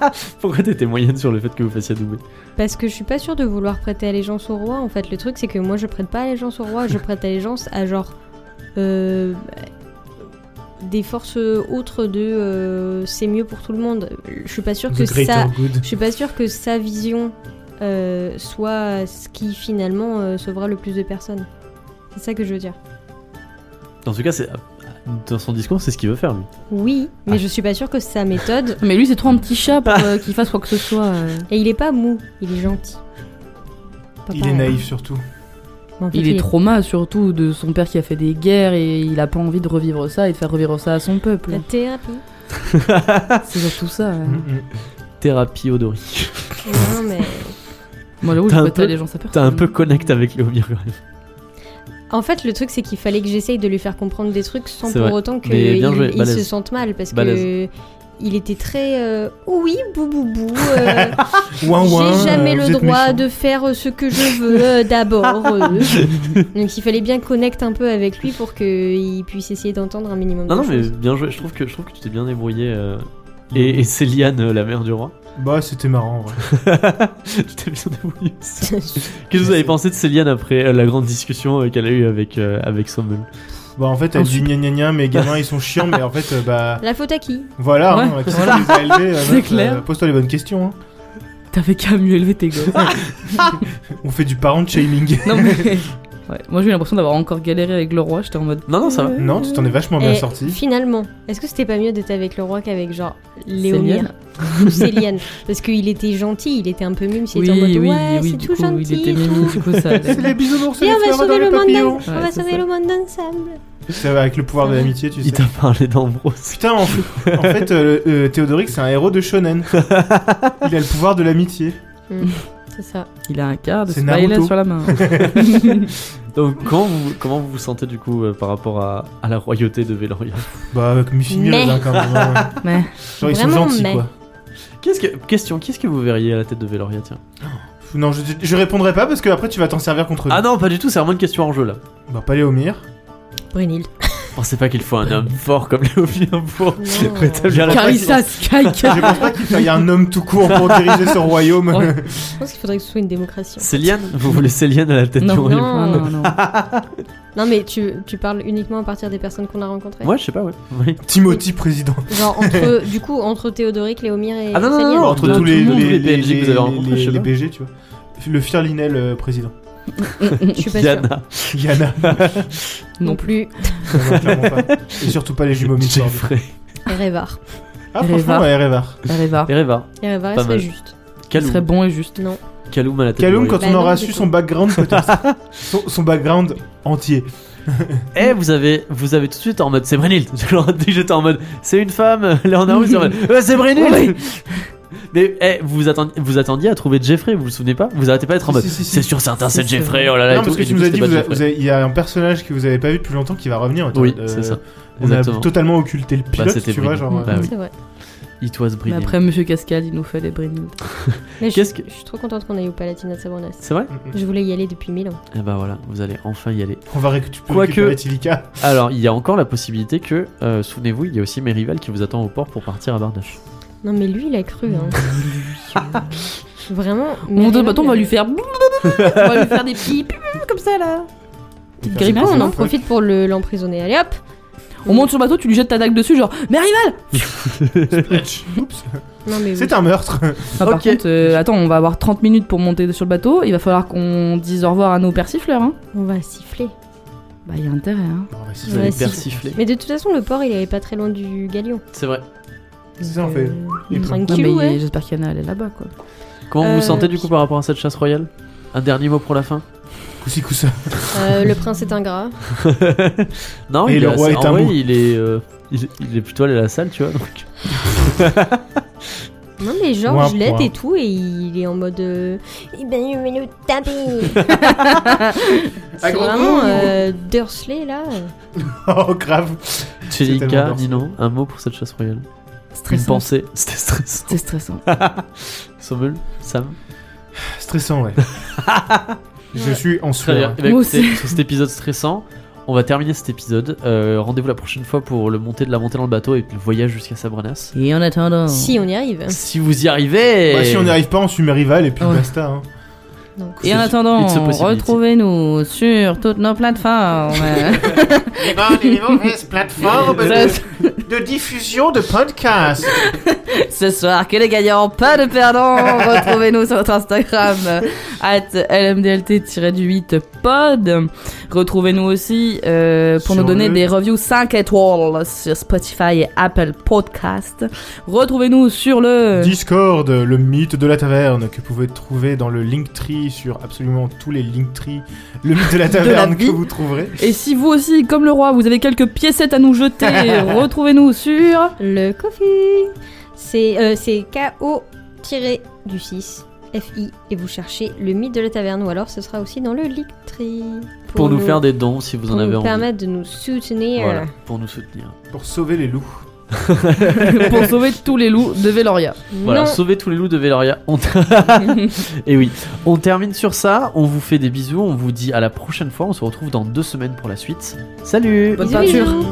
Speaker 3: hein.
Speaker 1: Pourquoi t'étais moyenne sur le fait que vous fassiez doubler
Speaker 3: Parce que je suis pas sûre de vouloir prêter allégeance au roi. En fait, le truc, c'est que moi, je prête pas allégeance au roi. Je prête allégeance à genre. euh, des forces autres de. euh, c'est mieux pour tout le monde. Je suis pas sûre que
Speaker 4: The Greater
Speaker 3: ça.
Speaker 4: Good.
Speaker 3: Je suis pas sûre que sa vision euh, soit ce qui finalement euh, sauvera le plus de personnes. C'est ça que je veux dire.
Speaker 1: Dans ce cas, c'est. euh, Dans son discours, c'est ce qu'il veut faire, lui.
Speaker 3: Oui, mais
Speaker 1: Ah.
Speaker 3: je suis pas sûre que sa méthode.
Speaker 2: *laughs* Mais lui, c'est trop un petit
Speaker 1: *laughs*
Speaker 2: chat pour euh, qu'il fasse quoi que ce soit. euh.
Speaker 3: Et il est pas mou, il est gentil. Pas
Speaker 4: Il est
Speaker 3: pareil. hein.
Speaker 4: naïf surtout.
Speaker 3: Mais en fait,
Speaker 2: Il est trauma surtout de son père qui a fait des guerres et il a pas envie de revivre ça et de faire revivre ça à son peuple.
Speaker 3: La thérapie.
Speaker 2: C'est surtout ça. euh.
Speaker 3: Mmh.
Speaker 4: Mm, mm.
Speaker 1: Thérapie Odori. *laughs*
Speaker 3: Non, mais.
Speaker 2: Moi, j'avoue,
Speaker 1: T'as un
Speaker 2: je prête
Speaker 1: peu-
Speaker 2: pas les gens, ça personne.
Speaker 1: T'as un peu connect avec Léomir quand même.
Speaker 3: En fait, le truc, c'est qu'il fallait que j'essaye de lui faire comprendre des trucs sans
Speaker 1: C'est
Speaker 3: pour
Speaker 1: vrai.
Speaker 3: autant
Speaker 1: Mais
Speaker 3: qu'il
Speaker 1: bien joué,
Speaker 3: il
Speaker 1: balèze.
Speaker 3: se sente mal parce
Speaker 1: Balèze.
Speaker 3: que. Il était très euh, oui, bou bou bou. euh,
Speaker 4: Ouin, ouin,
Speaker 3: J'ai jamais
Speaker 4: euh, vous
Speaker 3: le
Speaker 4: êtes
Speaker 3: droit
Speaker 4: méchant.
Speaker 3: de faire ce que je veux euh, d'abord. euh. Donc il fallait bien connecter un peu avec lui pour qu'il puisse essayer d'entendre un
Speaker 1: *laughs*
Speaker 3: minimum.
Speaker 1: Non,
Speaker 3: de
Speaker 1: non, mais
Speaker 3: choses.
Speaker 1: bien joué. Je trouve que, je trouve que tu t'es bien débrouillé. euh, Et, et Céliane, euh, la mère du roi. *laughs*
Speaker 4: Bah, c'était marrant. ouais.
Speaker 1: tu t'es bien débrouillé aussi. Qu'est-ce que vous avez pensé de Céliane après euh, la grande discussion euh, qu'elle a eue avec, euh, avec Sommel
Speaker 4: Bah, en fait, elle dit
Speaker 2: Ensuite.
Speaker 4: gna gna gna,
Speaker 3: *laughs*
Speaker 4: mes gamins ils sont chiants, mais en fait, euh, bah.
Speaker 3: *laughs* La faute à qui
Speaker 4: Voilà,
Speaker 2: Ouais,
Speaker 4: hein, qui
Speaker 2: voilà.
Speaker 4: nous a élevés, euh,
Speaker 3: *laughs*
Speaker 2: C'est
Speaker 4: meuf,
Speaker 2: clair.
Speaker 4: euh, Pose-toi les bonnes questions. hein.
Speaker 1: Ah.
Speaker 2: T'avais qu'à mieux élever tes gosses.
Speaker 3: *laughs*
Speaker 4: On fait du parent shaming.
Speaker 2: non, mais. Ouais. Moi j'ai eu l'impression d'avoir encore galéré avec le roi, j'étais en mode.
Speaker 1: Non, non, ça va.
Speaker 4: Non, tu t'en es vachement bien
Speaker 3: Et
Speaker 4: sorti.
Speaker 3: Eh, Finalement, est-ce que c'était pas mieux d'être avec le roi qu'avec genre
Speaker 2: Céliane *laughs*
Speaker 3: Léomir ou Céliane Parce qu'il était gentil, il était un peu mime, il
Speaker 2: Oui,
Speaker 3: était en mode
Speaker 2: oui,
Speaker 3: ouais,
Speaker 2: oui,
Speaker 3: c'est
Speaker 2: du
Speaker 3: tout
Speaker 2: coup,
Speaker 3: gentil.
Speaker 2: il était mignon, du coup ça. allait.
Speaker 4: C'est les bisounours,
Speaker 3: Et
Speaker 4: et les
Speaker 3: on va
Speaker 4: fleurs dans
Speaker 3: sauver
Speaker 4: les
Speaker 3: le monde
Speaker 4: papillons.
Speaker 3: d'en- on va
Speaker 2: c'est
Speaker 3: sauver
Speaker 2: ça.
Speaker 3: le monde ensemble.
Speaker 4: C'est avec le pouvoir de l'amitié, tu sais.
Speaker 1: Il t'a parlé d'Ambrose.
Speaker 4: Putain, en, en fait, euh, euh, Théodoric, c'est un héros de
Speaker 3: *laughs*
Speaker 4: shonen. Il a le pouvoir de l'amitié.
Speaker 3: C'est ça.
Speaker 2: Il a un quart de
Speaker 4: C'est
Speaker 2: smiley
Speaker 4: Naruto.
Speaker 2: sur la main.
Speaker 3: *laughs*
Speaker 1: Donc, comment vous, comment vous vous sentez du coup euh, par rapport à, à la royauté de Veloria
Speaker 4: Bah, avec Mifimir,
Speaker 3: Mais.
Speaker 4: hein, quand même. hein.
Speaker 2: Mais
Speaker 4: Genre, ils sont
Speaker 3: Vraiment,
Speaker 4: gentils,
Speaker 3: mais.
Speaker 4: quoi.
Speaker 1: Qu'est-ce que, Question, qu'est-ce que vous verriez à la tête de Veloria tiens
Speaker 4: Non, je, je répondrai pas parce que après tu vas t'en servir contre
Speaker 1: Ah non, pas du tout, c'est vraiment une question en jeu là.
Speaker 4: nous. Bah,
Speaker 1: *laughs*
Speaker 4: pas Léomir.
Speaker 3: Brunil.
Speaker 1: Pensez pas qu'il faut un homme fort comme Léophile *laughs* pour
Speaker 3: Non.
Speaker 1: rétablir la
Speaker 2: Carissa
Speaker 1: *laughs*
Speaker 2: Skyka
Speaker 4: Je pense pas qu'il faille un homme tout court pour diriger ce royaume.
Speaker 2: Ouais.
Speaker 3: Je pense qu'il faudrait que ce soit une démocratie.
Speaker 1: Céliane Vous voulez Céliane à la tête
Speaker 2: Non,
Speaker 1: du
Speaker 2: non,
Speaker 1: royaume
Speaker 2: non, non.
Speaker 3: Non, mais tu, tu parles uniquement à partir des personnes qu'on a rencontrées.
Speaker 1: Ouais, je sais pas, ouais. Oui.
Speaker 4: *laughs* Timothy, président.
Speaker 3: Genre, entre, *laughs* du coup, entre Théodoric, Léomir et.
Speaker 1: Ah non, non, non,
Speaker 3: Céliane.
Speaker 1: non.
Speaker 4: Entre
Speaker 1: de
Speaker 4: tous
Speaker 1: tout
Speaker 4: les,
Speaker 1: le monde,
Speaker 4: les,
Speaker 1: les PNJ que vous avez rencontrés,
Speaker 4: les-
Speaker 1: je sais
Speaker 4: les
Speaker 1: pas.
Speaker 4: BG, tu vois. Le Firlinel, euh, président. *laughs*
Speaker 3: Je suis pas sûre.
Speaker 1: Diana,
Speaker 4: Yana.
Speaker 2: Non
Speaker 3: Non
Speaker 2: plus.
Speaker 3: plus.
Speaker 4: Non, non, clairement pas. Et surtout pas les
Speaker 1: *laughs*
Speaker 4: jumeaux Mitchell.
Speaker 1: Jeffrey,
Speaker 3: Et Révar.
Speaker 4: Ah,
Speaker 2: Erevar.
Speaker 4: franchement, ouais, Erevar.
Speaker 2: Ereva.
Speaker 1: Ereva,
Speaker 3: Et Révar,
Speaker 1: Pas
Speaker 3: elle serait
Speaker 1: mal.
Speaker 3: juste.
Speaker 2: Il serait
Speaker 1: Kaloum.
Speaker 2: bon et juste.
Speaker 3: Non.
Speaker 1: Kaloum à la tête
Speaker 4: Kaloum,
Speaker 1: du
Speaker 4: quand
Speaker 1: royaume.
Speaker 4: on
Speaker 3: Bah
Speaker 4: aura
Speaker 3: non,
Speaker 4: su
Speaker 3: du
Speaker 4: son
Speaker 3: coup.
Speaker 4: background,
Speaker 1: *laughs*
Speaker 4: peut-être. son, son background entier.
Speaker 1: Eh, vous avez, vous avez tout de suite en mode c'est Brynhild. *laughs* Genre, dès que j'étais en mode c'est une femme, *laughs* Léonard Roos, en
Speaker 4: *laughs*
Speaker 1: mode Ouais, c'est Brynhild *laughs* Mais eh, vous, attendiez, vous attendiez à trouver Jeffrey, vous vous souvenez pas Vous arrêtez pas d'être en
Speaker 4: Si,
Speaker 1: mode
Speaker 4: si, si, si.
Speaker 1: c'est sûr, certain, c'est
Speaker 2: Si, c'est
Speaker 1: Jeffrey,
Speaker 2: vrai.
Speaker 1: oh là là,
Speaker 4: non,
Speaker 1: et tout.
Speaker 4: parce que
Speaker 1: Et
Speaker 4: tu
Speaker 1: du
Speaker 4: nous
Speaker 1: coup,
Speaker 4: as
Speaker 1: c'était
Speaker 4: dit,
Speaker 1: pas
Speaker 4: vous a-
Speaker 1: Jeffrey.
Speaker 4: vous avez- il y a un personnage que vous avez pas vu depuis longtemps qui va revenir.
Speaker 1: Oui,
Speaker 4: Euh,
Speaker 1: c'est ça.
Speaker 4: On a
Speaker 1: Exactement. Bah,
Speaker 4: totalement occulté le pilote,
Speaker 1: c'était
Speaker 4: tu vois,
Speaker 1: Brynhild.
Speaker 4: genre.
Speaker 1: Bah
Speaker 4: euh,
Speaker 1: oui.
Speaker 3: C'est vrai.
Speaker 1: It was
Speaker 2: Mais
Speaker 1: Brynhild.
Speaker 2: après, Monsieur Cascade, il nous fait des brindilles.
Speaker 3: Mais je,
Speaker 1: Qu'est-ce que-
Speaker 3: je suis trop contente qu'on aille au Palatinat de Sabornas.
Speaker 1: C'est vrai
Speaker 4: mm, mm.
Speaker 3: Je voulais y aller depuis mille ans.
Speaker 1: Eh bah voilà, vous allez enfin y aller.
Speaker 4: On va récu- tu peux
Speaker 1: Quoique-
Speaker 3: *laughs*
Speaker 4: récupérer Tilika.
Speaker 1: Alors, il y a encore la possibilité que, euh, souvenez-vous, il y a aussi mes rivales qui vous attend au port pour partir à Bardache.
Speaker 3: Non, mais lui, il a cru. Hein. Vraiment.
Speaker 2: Mon
Speaker 3: mais
Speaker 2: dos de
Speaker 3: vraiment,
Speaker 2: bâton, on va
Speaker 3: il a-
Speaker 2: lui faire. on va lui faire des petits comme ça là. Petite
Speaker 4: Faire ses
Speaker 2: grimace,
Speaker 3: Ah, on en
Speaker 2: non
Speaker 3: profite pour le- l'emprisonner. Allez hop
Speaker 2: On monte sur le bateau, tu lui jettes ta dague dessus, genre. Mais rival
Speaker 4: Oups.
Speaker 3: Non, mais oui.
Speaker 4: C'est un meurtre.
Speaker 2: Ah, Par
Speaker 1: Ok.
Speaker 2: contre, euh, attends, on va avoir 30 minutes pour monter sur le bateau. Il va falloir qu'on dise au revoir à nos persifleurs. Hein.
Speaker 3: On va siffler.
Speaker 2: Bah, il y a intérêt. Hein.
Speaker 4: Bon, bah, si,
Speaker 1: Vous
Speaker 3: Ouais,
Speaker 1: allez
Speaker 3: si.
Speaker 1: persifler.
Speaker 3: Mais de toute façon, le port, il est pas très loin du galion.
Speaker 1: C'est vrai.
Speaker 4: C'est ça, on fait.
Speaker 3: Il
Speaker 2: Mm.
Speaker 3: prend une
Speaker 2: Non,
Speaker 3: queue,
Speaker 2: mais
Speaker 3: ouais.
Speaker 2: J'espère qu'Anna, elle est là-bas quoi.
Speaker 1: Comment vous vous
Speaker 3: Euh,
Speaker 1: sentez du coup par rapport à cette chasse royale Un dernier mot pour la fin
Speaker 4: Coussi coussa.
Speaker 3: Euh, le prince est ingrat.
Speaker 1: *laughs* Non,
Speaker 4: Et
Speaker 1: il
Speaker 4: le
Speaker 1: est-
Speaker 4: roi
Speaker 1: c'est-
Speaker 4: est
Speaker 1: en
Speaker 4: un
Speaker 1: vrai,
Speaker 4: mou.
Speaker 1: il est, euh, il, est- il est plutôt allé à la salle, tu vois. Donc.
Speaker 3: Non, mais genre,
Speaker 4: Ouin,
Speaker 3: je l'aide
Speaker 4: ouin.
Speaker 3: et tout, et il est en mode. euh, Eh ben, je vais le taper C'est
Speaker 4: *laughs* Ah, gros
Speaker 3: vraiment
Speaker 4: con.
Speaker 3: euh, Dursley, là.
Speaker 4: Oh, grave. tellement
Speaker 1: Tchelika,
Speaker 4: doré.
Speaker 1: Nino, un mot pour cette chasse royale Une
Speaker 2: Stressant.
Speaker 1: pensée *laughs* C'était stressant.
Speaker 2: C'est stressant.
Speaker 1: Sommel Sam
Speaker 3: *laughs*
Speaker 4: Stressant, ouais. Je
Speaker 3: Ouais.
Speaker 4: suis en
Speaker 1: Très bien.
Speaker 4: sueur.
Speaker 1: Eh bien,
Speaker 2: Moi
Speaker 1: écoutez,
Speaker 2: aussi.
Speaker 1: sur cet épisode stressant, on va terminer cet épisode. Euh, Rendez-vous la prochaine fois pour le monter de la montée dans le bateau et le voyage jusqu'à Sabranas.
Speaker 2: Et en attendant.
Speaker 1: Oh.
Speaker 3: Si, on y arrive.
Speaker 1: Si vous y arrivez
Speaker 4: Bah, si on n'y arrive pas, on suit mes rivales et puis
Speaker 3: Ah
Speaker 2: Ouais.
Speaker 4: basta. hein.
Speaker 3: Donc,
Speaker 2: Et en
Speaker 1: It's a
Speaker 2: attendant,
Speaker 1: possibility.
Speaker 2: retrouvez-nous sur toutes nos plateformes.
Speaker 4: Eh ben, on est les mauvaises plateformes de, de diffusion de podcasts.
Speaker 2: Ce soir, que les gagnants, pas de perdants. *laughs* Retrouvez-nous sur notre Instagram, at lmdlt-du8pod. Retrouvez-nous aussi euh, pour
Speaker 4: Sur
Speaker 2: nous donner
Speaker 4: le-
Speaker 2: des reviews 5 étoiles sur Spotify et Apple Podcast. Retrouvez-nous sur
Speaker 3: Euh.
Speaker 2: le...
Speaker 4: Discord, le mythe de la taverne que vous pouvez trouver dans le Linktree sur absolument tous les Linktree. Le mythe de la taverne que
Speaker 2: vie.
Speaker 4: vous trouverez.
Speaker 2: Et si vous aussi, comme le roi, vous avez quelques piécettes à nous jeter,
Speaker 4: *laughs*
Speaker 2: retrouvez-nous sur...
Speaker 3: Le Kofi C'est euh, c'est KO-du-6, FI, et vous cherchez le mythe de la taverne, ou alors ce sera aussi dans le Linktree.
Speaker 1: pour nous faire des dons si vous
Speaker 3: pour
Speaker 1: en avez
Speaker 3: nous
Speaker 1: envie.
Speaker 3: permettre euh, de nous soutenir.
Speaker 1: Voilà, pour nous soutenir.
Speaker 4: Pour sauver les loups.
Speaker 2: pour sauver tous les loups de
Speaker 4: *laughs*
Speaker 2: Veloria.
Speaker 1: Voilà,
Speaker 3: Non.
Speaker 1: sauver tous les loups de Veloria. On... Et Eh oui, on termine sur ça. On vous fait des bisous. On vous dit à la prochaine fois. On se retrouve dans deux semaines pour la suite. Salut
Speaker 2: Bonne
Speaker 3: Bisous,
Speaker 2: peinture.
Speaker 3: bisous.